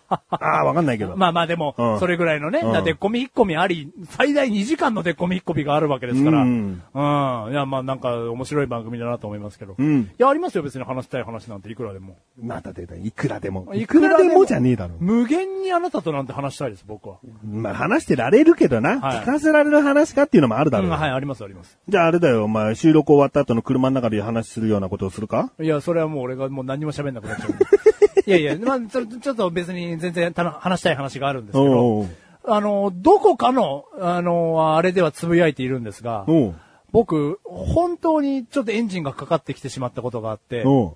Speaker 2: ああ、わかんないけど。
Speaker 3: まあまあでも、
Speaker 2: うん
Speaker 3: それぐらいのね、
Speaker 2: うん
Speaker 3: なでっこみ引っ込みあり、最大2時間のでっこみ引っ込みがあるわけですから。
Speaker 2: う
Speaker 3: うんん。いや、まあなんか面白い番組だなと思いますけど。
Speaker 2: うん
Speaker 3: いや、ありますよ、別に話したい話なんていくらでも。
Speaker 2: また出た。いくらでも。い
Speaker 3: い
Speaker 2: く
Speaker 3: く
Speaker 2: ら
Speaker 3: ら
Speaker 2: で
Speaker 3: でも
Speaker 2: もじゃねえだろ。
Speaker 3: 無限にあなたとなんて話したいです、僕は。
Speaker 2: まあ話してられるけどな。
Speaker 3: はい
Speaker 2: 聞かせられる話かっていうのもあるだ
Speaker 3: う
Speaker 2: ろ
Speaker 3: ん、
Speaker 2: う。
Speaker 3: はい、あります、あります。
Speaker 2: じゃああれだよ、お前収録終わった後の車の中で話するようなことをするか
Speaker 3: いや、それはもう俺がもう何も喋んな くなっちゃう。いやいや、まあ、ちょちょっと別に全然たな話したい話があるんですけ
Speaker 2: おうおう
Speaker 3: ど、あの、どこかの、あの、あれではつぶやいているんですが、
Speaker 2: おう
Speaker 3: 僕、本当にちょっとエンジンがかかってきてしまったことがあって、好
Speaker 2: お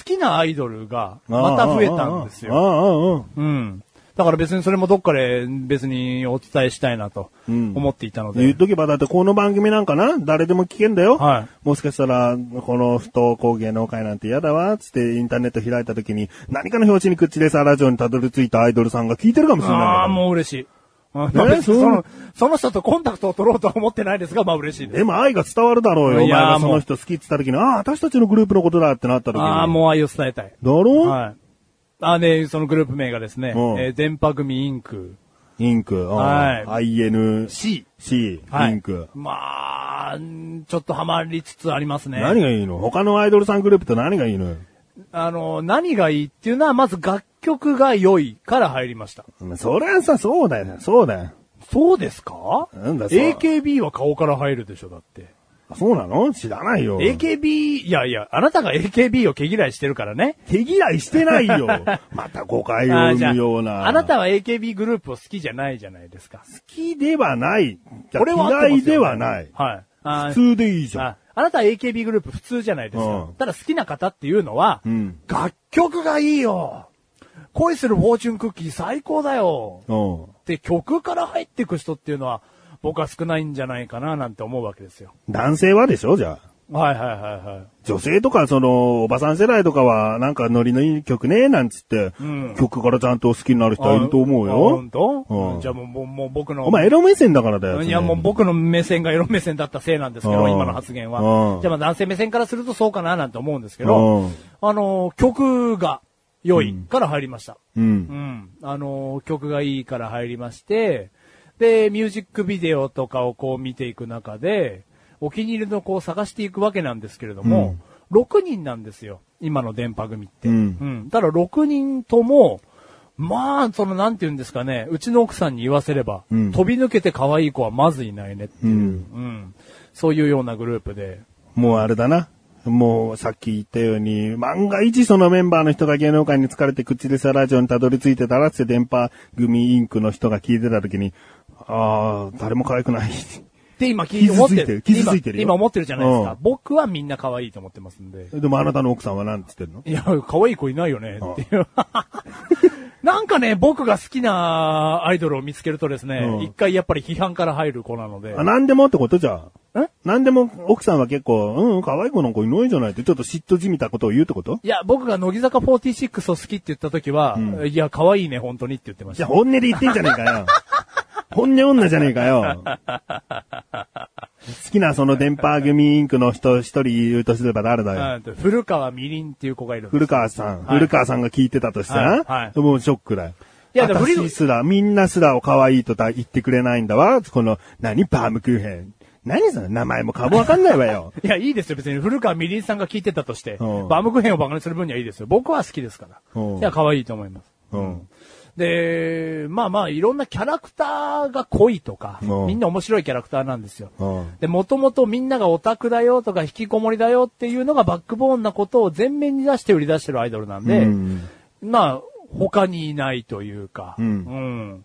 Speaker 2: う
Speaker 3: きなアイドルがまた増えたんです
Speaker 2: あ
Speaker 3: よ。
Speaker 2: あああああ、
Speaker 3: うん。だから別にそれもどっかで別にお伝えしたいなと
Speaker 2: ん
Speaker 3: 思っていたので。
Speaker 2: 言っとけば、だってこの番組なんかな誰でも聞けんだよ。
Speaker 3: はい
Speaker 2: もしかしたら、この不登校芸能界なんて嫌だわ、つってインターネット開いた時に、何かの表紙にクッチレーサーラジオにたどり着いたアイドルさんが聞いてるかもしれないんだから。
Speaker 3: ああ、もう嬉しい。うん
Speaker 2: ね
Speaker 3: 別に
Speaker 2: そう
Speaker 3: その、その人とコンタクトを取ろうとは思ってないですが、まあ嬉しいです。
Speaker 2: でも愛が伝わるだろうよ。お
Speaker 3: い
Speaker 2: 前
Speaker 3: やー
Speaker 2: がその人好きって言った時に、ああ、私たちのグループのことだってなった時に。
Speaker 3: ああ、もう愛を伝えたい。
Speaker 2: だろ、
Speaker 3: はい。あで、そのグループ名がですね、
Speaker 2: うん
Speaker 3: えー電波組インク。
Speaker 2: インク。
Speaker 3: は
Speaker 2: IN、
Speaker 3: C。
Speaker 2: C、
Speaker 3: はい。
Speaker 2: インク。
Speaker 3: まあ、んちょっとハマりつつありますね。
Speaker 2: 何がいいの他のアイドルさんグループと何がいいのよ。
Speaker 3: あの、何がいいっていうのは、まず楽曲が良いから入りました。
Speaker 2: そりゃさ、そうだよ。そうだよ。
Speaker 3: そうですか
Speaker 2: なんだそう
Speaker 3: ?AKB は顔から入るでしょ、だって。
Speaker 2: そうなの知らないよ。
Speaker 3: AKB、いやいや、あなたが AKB を毛嫌いしてるからね。
Speaker 2: 手嫌いしてない よ。また誤解を
Speaker 3: ーじ
Speaker 2: 生
Speaker 3: ゃ
Speaker 2: むような。
Speaker 3: あなたは AKB グループを好きじゃないじゃないですか。
Speaker 2: 好きではない。じゃ
Speaker 3: これは合ってますよ
Speaker 2: 嫌いではない。
Speaker 3: はい。あー
Speaker 2: 普通でいいじゃん。
Speaker 3: ああなたは AKB グループ普通じゃないですか。
Speaker 2: うん
Speaker 3: ただ好きな方っていうのは、
Speaker 2: うん
Speaker 3: 楽曲がいいよ恋するフォーチュンクッキー最高だよ
Speaker 2: うん。
Speaker 3: って曲から入ってく人っていうのは、僕は少ないんじゃないかななんて思うわけですよ。
Speaker 2: 男性はでしょじゃあ。
Speaker 3: はいはいはいはい。
Speaker 2: 女性とか、その、おばさん世代とかは、なんかノリのいい曲ね、なんつって、
Speaker 3: うん
Speaker 2: 曲からちゃんと好きになる人はいると思う
Speaker 3: あ
Speaker 2: よ
Speaker 3: 本。当、
Speaker 2: うん
Speaker 3: じゃあもう、もう、もう僕の。
Speaker 2: お前、エロ目線だからだよ。
Speaker 3: いや、もう僕の目線がエロ目線だったせいなんですけ
Speaker 2: う
Speaker 3: ど、
Speaker 2: ん
Speaker 3: 今の発言
Speaker 2: う
Speaker 3: は
Speaker 2: ん。
Speaker 3: じゃあまあ男性目線からするとそうかななんて思うんですけど、
Speaker 2: うん
Speaker 3: あのー、曲が良いから入りました。
Speaker 2: う。
Speaker 3: うんん。あのー、曲がいいから入りまして、で、ミュージックビデオとかをこう見ていく中で、お気に入りの子を探していくわけなんですけれども、6人なんですよ。今の電波組って。
Speaker 2: うん
Speaker 3: うん。ただ6人とも、まあ、その、なんて言うんですかね、うちの奥さんに言わせれば、
Speaker 2: うん
Speaker 3: 飛び抜けて可愛い子はまずいないねって
Speaker 2: う
Speaker 3: いう、
Speaker 2: ん。
Speaker 3: うん。そういうようなグループで、
Speaker 2: もうあれだな。もう、さっき言ったように、万が一そのメンバーの人が芸能界に疲れて口でさラジオにたどり着いてたらって電波組インクの人が聞いてた時に、あー、誰も可愛くない。
Speaker 3: って今聞いて思って
Speaker 2: 傷ついてる傷ついてるよ
Speaker 3: 今。今思ってるじゃないですか。
Speaker 2: うん
Speaker 3: 僕はみんな可愛いと思ってますんで。
Speaker 2: でもあなたの奥さんは何つってんの
Speaker 3: いや、可愛い子いないよね、っていう。 なんかね、僕が好きなアイドルを見つけるとです
Speaker 2: う
Speaker 3: ね、
Speaker 2: ん
Speaker 3: 一、回やっぱり批判から入る子なので。
Speaker 2: あ、何でもってことじゃ
Speaker 3: え
Speaker 2: ん。何でも奥さんは結構、うん、可愛い子なんかいないじゃないって、ちょっと嫉妬じみたことを言うってこと
Speaker 3: いや、僕が乃木坂46を好きって言った時は、いや、可愛いね、本当にって言ってまし
Speaker 2: じゃあ
Speaker 3: た。
Speaker 2: 本音で言ってんじゃねえか よ。本音女じゃねえかよ。好きなその電波組インクの人一人言うとすれば誰だよ。
Speaker 3: うんと古川みりんっていう子がいるんです
Speaker 2: 古川さん、
Speaker 3: はい
Speaker 2: 古川さんが聞いてたとしたら、
Speaker 3: はいはい
Speaker 2: もうショックだよ。
Speaker 3: いやでも
Speaker 2: 私
Speaker 3: 古
Speaker 2: すら、みんなすらを可愛いとた言ってくれないんだわ。この、何バームクーヘン。何その名前も株わかんないわ よ。
Speaker 3: いや、いいですよ、別に。古川みりんさんが聞いてたとして、
Speaker 2: うん
Speaker 3: バームクーヘンをバカにする分にはいいですよ。僕は好きですから。
Speaker 2: うん
Speaker 3: いや、可愛いと思います。
Speaker 2: うん。
Speaker 3: で、まあまあ、いろんなキャラクターが濃いとか、
Speaker 2: うん
Speaker 3: みんな面白いキャラクターなんですよ。
Speaker 2: うん
Speaker 3: で、もともとみんながオタクだよとか引きこもりだよっていうのがバックボーンなことを全面に出して売り出してるアイドルなんで、
Speaker 2: うん
Speaker 3: まあ、他にいないというか、
Speaker 2: うん
Speaker 3: ん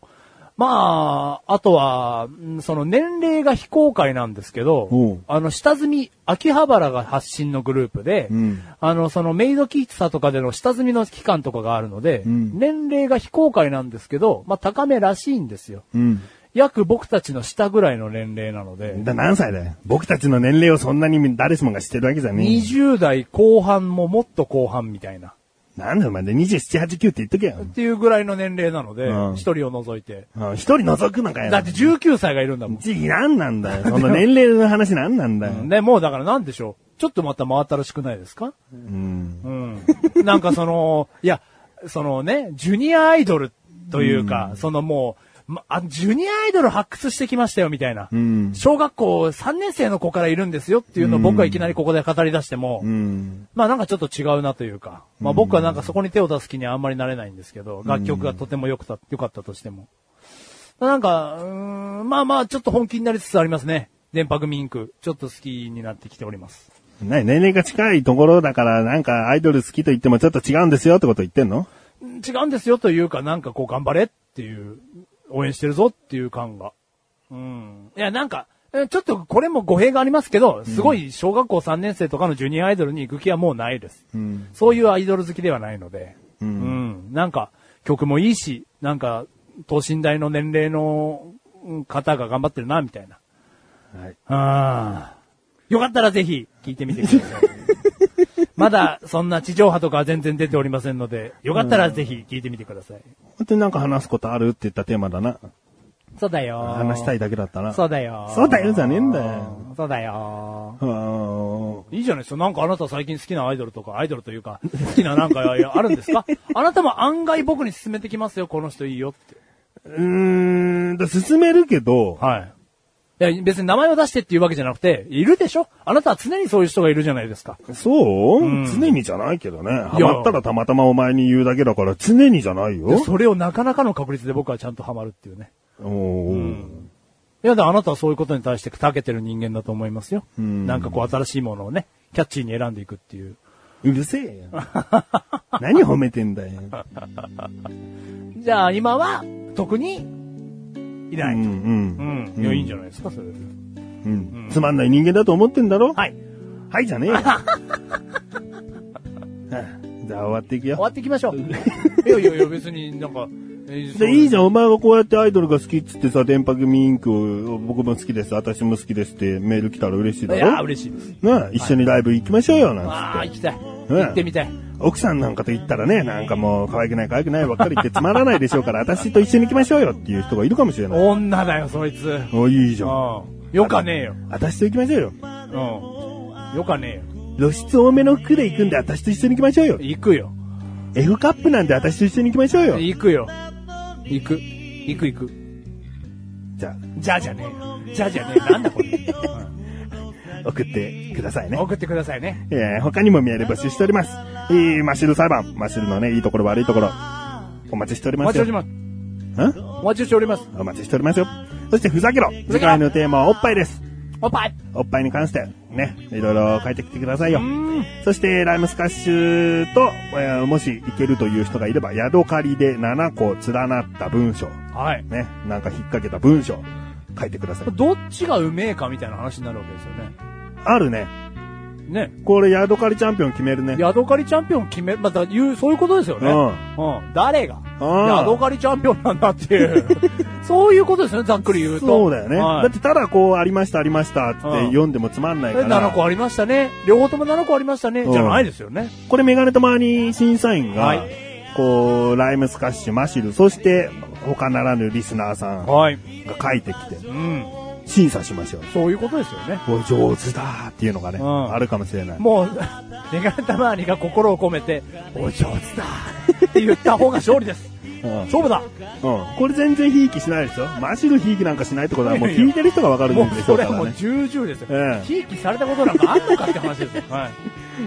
Speaker 3: まあ、あとは、うんその年齢が非公開なんですけ
Speaker 2: お
Speaker 3: ど
Speaker 2: う、
Speaker 3: あの、下積み、秋葉原が発信のグループで、
Speaker 2: うん
Speaker 3: あの、そのメイド喫茶とかでの下積みの期間とかがあるので、
Speaker 2: うん
Speaker 3: 年齢が非公開なんですけど、まあ高めらしいんですよ。
Speaker 2: うん。
Speaker 3: 約僕たちの下ぐらいの年齢なので、
Speaker 2: だ何歳だよ。僕たちの年齢をそんなに誰しもが知ってるわけじゃねえよ。
Speaker 3: 20代後半ももっと後半みたいな。
Speaker 2: なんだよ、お前で27、89って言っとけよ。
Speaker 3: っていうぐらいの年齢なので
Speaker 2: うん、
Speaker 3: 一、人を除いて。
Speaker 2: うん一人覗くのかよ。
Speaker 3: だって、19歳がいるんだもん。
Speaker 2: 何なんだよ。その年齢の話何なんだよ。
Speaker 3: ね、もうだからなんでしょう。ちょっとまた真新しくないですか
Speaker 2: うん。
Speaker 3: うん。なんかその、 いや、そのね、ジュニアアイドルというか、そのもう、まあ、ジュニアアイドル発掘してきましたよみたいな。
Speaker 2: ん
Speaker 3: 小学校3年生の子からいるんですよっていうのを僕はいきなりここで語り出しても、
Speaker 2: うん。
Speaker 3: まあなんかちょっと違うなというか、まあ僕はなんかそこに手を出す気にはあんまりなれないんですけど、楽曲がとても良くた、良かったとしても。なんか、うーん、まあまあちょっと本気になりつつありますね。電波組インク、ちょっと好きになってきております。
Speaker 2: ね、年齢が近いところだから、なんかアイドル好きと言ってもちょっと違うんですよってこと言ってんの
Speaker 3: うん違うんですよというか、なんかこう頑張れっていう、応援してるぞっていう感が。うん。いやなんか、うんちょっとこれも語弊がありますけど、すごい小学校3年生とかのジュニアアイドルに行く気はもうないです。
Speaker 2: うん。
Speaker 3: そういうアイドル好きではないので、
Speaker 2: う
Speaker 3: うんん、なんか、曲もいいし、なんか、等身大の年齢のうん方が頑張ってるな、みたいな。
Speaker 2: はい。
Speaker 3: ああ。よかったらぜひ、聞いてみて ください。まだ、そんな地上波とかは全然出ておりませんので、よかったらぜひ、聞いてみてください。
Speaker 2: 本当になんか話すことあるって言ったテーマだな。
Speaker 1: そうだよ。
Speaker 2: 話したいだけだったな。
Speaker 1: そうだよ。
Speaker 2: そうだよじゃねえんだよ。
Speaker 1: そうだよ。
Speaker 2: うん
Speaker 3: いいじゃないですか。なんかあなた最近好きなアイドルとか、アイドルというか、 好きななんかあるんですか あなたも案外僕に勧めてきますよ、この人いいよって。
Speaker 2: うーん、だ進めるけど、
Speaker 3: はい。いや、別に名前を出してっていうわけじゃなくて、いるでしょあなたは常にそういう人がいるじゃないですか。
Speaker 2: そう、常にじゃないけどね。ハ
Speaker 3: いや
Speaker 2: マったらたまたまお前に言うだけだから、常にじゃないよ。
Speaker 3: それをなかなかの確率で僕はちゃんとハマるっていうね。
Speaker 2: おー
Speaker 3: いやだ、あなたはそういうことに対して長けてる人間だと思いますよ。
Speaker 2: ん
Speaker 3: なんかこう新しいものをね、キャッチーに選んでいくっていう。
Speaker 2: うるせえよ。 何褒めてん だよ。
Speaker 3: じゃあ今は、特に、いな
Speaker 2: う
Speaker 3: い
Speaker 2: ん、う、
Speaker 3: と。うんん。いや、いいんじゃないですか、それで。
Speaker 2: うん。つまんない人間だと思ってんだろ
Speaker 3: はい。
Speaker 2: はいじゃ ねえよ。 はあじゃあ終わっていく
Speaker 3: 終わ
Speaker 2: よ。
Speaker 3: っていきましょ う。いやいやいや、別になんか、えーそう
Speaker 2: で、いいじゃん、お前はこうやってアイドルが好きっつってさ、電波組インクを、僕も好きです、私も好きですってメール来たら嬉しいだ
Speaker 3: いやー、
Speaker 2: ろ
Speaker 3: 嬉しいです。
Speaker 2: なあ一緒にライブ行きましょうよ、なん
Speaker 3: ああ、行きたい。
Speaker 2: うん
Speaker 3: 行ってみたい。
Speaker 2: つって。奥さんなんかと言ったらね、なんかもう可愛くない可愛くないばっかり言ってつまらないでしょうから、私と一緒に行きましょうよっていう人がいるかもしれない。
Speaker 3: 女だよ、そいつ。
Speaker 2: お、いいじゃん。
Speaker 3: うん。よかねえよ。
Speaker 2: 私と行きましょうよ。
Speaker 3: うん。よかねえ
Speaker 2: 露
Speaker 3: よ。
Speaker 2: 出多めの服で行くんで私と一緒に行きましょうよ。
Speaker 3: 行くよ。
Speaker 2: F カップなんで私と一緒に行きましょうよ。
Speaker 3: 行くよ。行く。行く行く。
Speaker 2: じゃ
Speaker 3: じゃあじゃねえよ。じゃあ じゃねえよ。なんだこれ。うん
Speaker 2: あ、送ってくださいね。
Speaker 3: 送ってくださいね。
Speaker 2: えー他にもメール募集しております。えー、マシル裁判。マシルのね、いいところ悪いところ。お待ちしており
Speaker 3: お
Speaker 2: ま
Speaker 3: 待
Speaker 2: す
Speaker 3: ちしてお
Speaker 2: よ。
Speaker 3: ります。
Speaker 2: ん
Speaker 3: お待ちしております。
Speaker 2: お待ちしておりますよ。そして、ふざけろ。次回のテーマはおっぱいです。
Speaker 3: おっぱい。
Speaker 2: おっぱいに関して、ね、いろいろ書いてきてくださいよ
Speaker 3: う。ん。
Speaker 2: そして、ライムスカッシュと、えーもし行けるという人がいれば、ヤドカリで7個連なった文章。
Speaker 3: はい。
Speaker 2: ね、なんか引っ掛けた文章。書いてください。
Speaker 3: どっちがうめえかみたいな話になるわけですよ
Speaker 2: あるね。
Speaker 3: ね。ね。
Speaker 2: これ、ヤドカリチャンピオン決める ね。
Speaker 3: ヤドカリチャンピオン決め、また言う、そういうことですよね。
Speaker 2: うん
Speaker 3: うん。誰が、
Speaker 2: うん
Speaker 3: ヤドカリチャンピオンなんだっ ていう。そういうことですね、ざっくり言うと。
Speaker 2: そうだよね。
Speaker 3: はい
Speaker 2: だってただこう、ありました、ありましたって
Speaker 3: うん
Speaker 2: 読んでもつまんないから。
Speaker 3: 7個ありましたね。両方とも7個ありましたね。
Speaker 2: うん
Speaker 3: じゃないですよね。
Speaker 2: これメガネとマーニー審査員が、
Speaker 3: はい
Speaker 2: こう、ライムスカッシュ、マシル、そして、他ならぬリスナーさんが
Speaker 3: はい。
Speaker 2: 書いてきて、
Speaker 3: うん。
Speaker 2: 審査しましょう。
Speaker 3: そういうことですよね。
Speaker 2: お上手だーっていうのがね、
Speaker 3: うん
Speaker 2: あるかもしれない。
Speaker 3: もう、 メガネたまわりが心を込めて、お上手だって言った方が勝利 です。
Speaker 2: うん
Speaker 3: 勝負だ
Speaker 2: うんこれ全然ひいきしないですよ。マシルひいきなんかしないってことは、もう聞いてる人がわかるん
Speaker 3: もう
Speaker 2: でしょ
Speaker 3: そうれ
Speaker 2: か
Speaker 3: は
Speaker 2: ら
Speaker 3: もう
Speaker 2: ね。
Speaker 3: 重々ですよ
Speaker 2: ええ。
Speaker 3: ひいきされたことなんかあんのかって話ですよ。はい。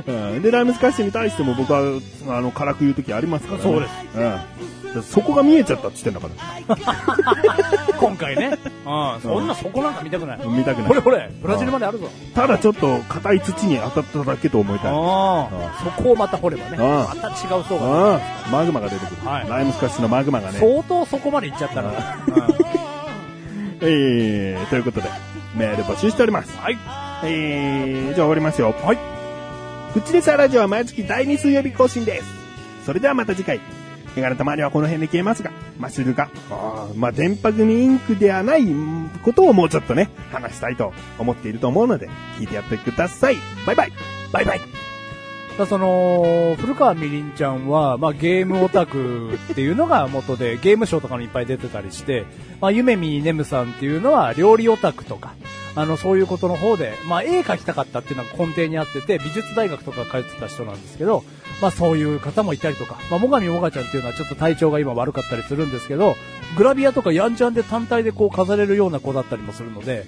Speaker 2: うんで、ライムスカッシュに対しても僕は、あの、辛く言うときありますからね。。
Speaker 3: そうです
Speaker 2: うん。そこが見えちゃったって言ってんだから。
Speaker 3: 今回ね。うん。そんなそこなんか見たくない。
Speaker 2: 見たくない
Speaker 3: これこれ、ブラジルまであるぞ。
Speaker 2: ただちょっと硬い土に当たっただけと思いたい。
Speaker 3: ああ。そこをまた掘ればね。
Speaker 2: うん
Speaker 3: また違う層が。
Speaker 2: うん。マグマが出てくる。
Speaker 3: はい
Speaker 2: ライムスカッシュのマグマがね。
Speaker 3: 相当そこまでいっちゃったな。うん
Speaker 2: えー、ということで、メール募集しております。
Speaker 3: はい。
Speaker 2: えー、じゃあ終わりますよ。はい。口でさラジオは毎月第2水曜日更新です。それではまた次回。メガネたまにはこの辺で消えますが、マッシュルが、あーまあ、電波組インクではないうんことをもうちょっとね、話したいと思っていると思うので、聞いてやってください。バイバイ。バイバイ。
Speaker 3: だからその、古川みりんちゃんは、まあ、ゲームオタクっていうのが元で、 ゲームショーとかにいっぱい出てたりして、まあ、ゆめみねむさんっていうのは料理オタクとか、あの、そういうことの方で、まあ、絵描きたかったっていうのが根底にあってて、美術大学とか通ってた人なんですけど、まあ、そういう方もいたりとか、まあ、もがみもがちゃんっていうのはちょっと体調が今悪かったりするんですけど、グラビアとかヤンジャンで単体でこう飾れるような子だったりもするので、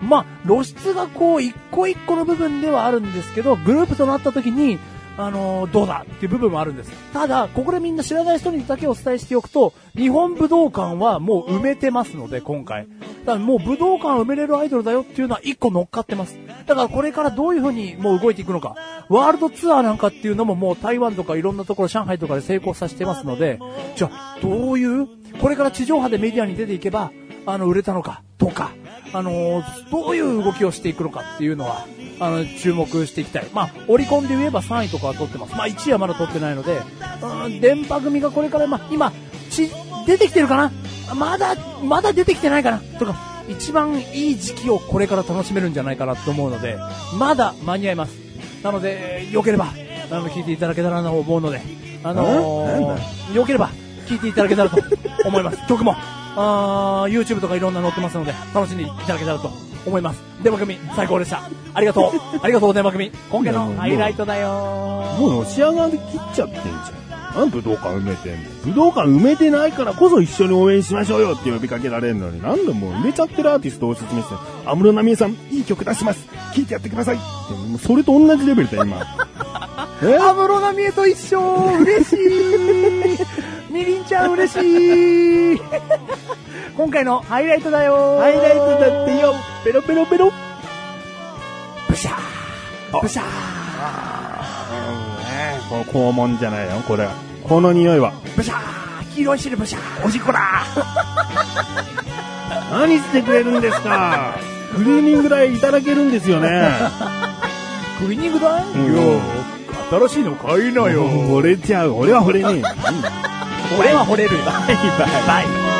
Speaker 3: まあ、露出がこう、一個一個の部分ではあるんですけど、グループとなった時に、あのーどうだっていう部分もあるんです。ただ、ここでみんな知らない人にだけお伝えしておくと、日本武道館はもう埋めてますので、今回。だからもう武道館を埋めれるアイドルだよっていうのは一個乗っかってます。だからこれからどういう風にもう動いていくのか。ワールドツアーなんかっていうのももう台湾とかいろんなところ、上海とかで成功させてますので、じゃあ、どういう、これから地上波でメディアに出ていけば、あの、売れたのか、とか、あのーどういう動きをしていくのかっていうのは、あの、注目していきたい。まあ、オリコンで言えば3位とかは取ってます。まあ、1位はまだ取ってないので、うん、電波組がこれから、まあ、今、ち、出てきてるかなまだ、まだ出てきてないかなとか、一番いい時期をこれから楽しめるんじゃないかなと思うので、まだ間に合います。なので、良ければ、あの、聞いていただけたらなと思うので、あのー
Speaker 2: えなんだ
Speaker 3: よければ、聞いていただけたらと思います。曲も、あー YouTube とかいろんな載ってますので、楽しんでいただけたらと思います。電話組、最高でした。ありがとう。ありがとう、電話組。今回のハイライトだ よ
Speaker 2: もうのし上がり切っちゃってんじゃん。なんで武道館埋めてんの武道館埋めてないからこそ一緒に応援しましょうよって呼びかけられるのに、なんでもう埋めちゃってるアーティストをおすすめして、安室奈美恵さん、いい曲出します聴いてやってくださいってもうそれと同じレベルだよ、今。えー
Speaker 3: 安室奈美恵と一緒嬉しいみりんちゃん嬉しい今回のハイライトだよ
Speaker 2: ハイライトだってよ、ペロペロペロ。
Speaker 3: ブシャー
Speaker 2: あ
Speaker 3: ブシャー
Speaker 2: この肛門じゃないよ、これ。この匂いは。
Speaker 3: ブシャー黄色い汁ブシャーおしっこだ
Speaker 2: 何してくれるんです かクリーニング代いただけるんですよね。
Speaker 3: クリーニングだ
Speaker 2: ん
Speaker 3: よ新しいの買いなよ
Speaker 2: 惚れちゃう。俺は惚れねえ。うん
Speaker 3: 俺は惚れるよ
Speaker 2: バイバイ。
Speaker 3: バイ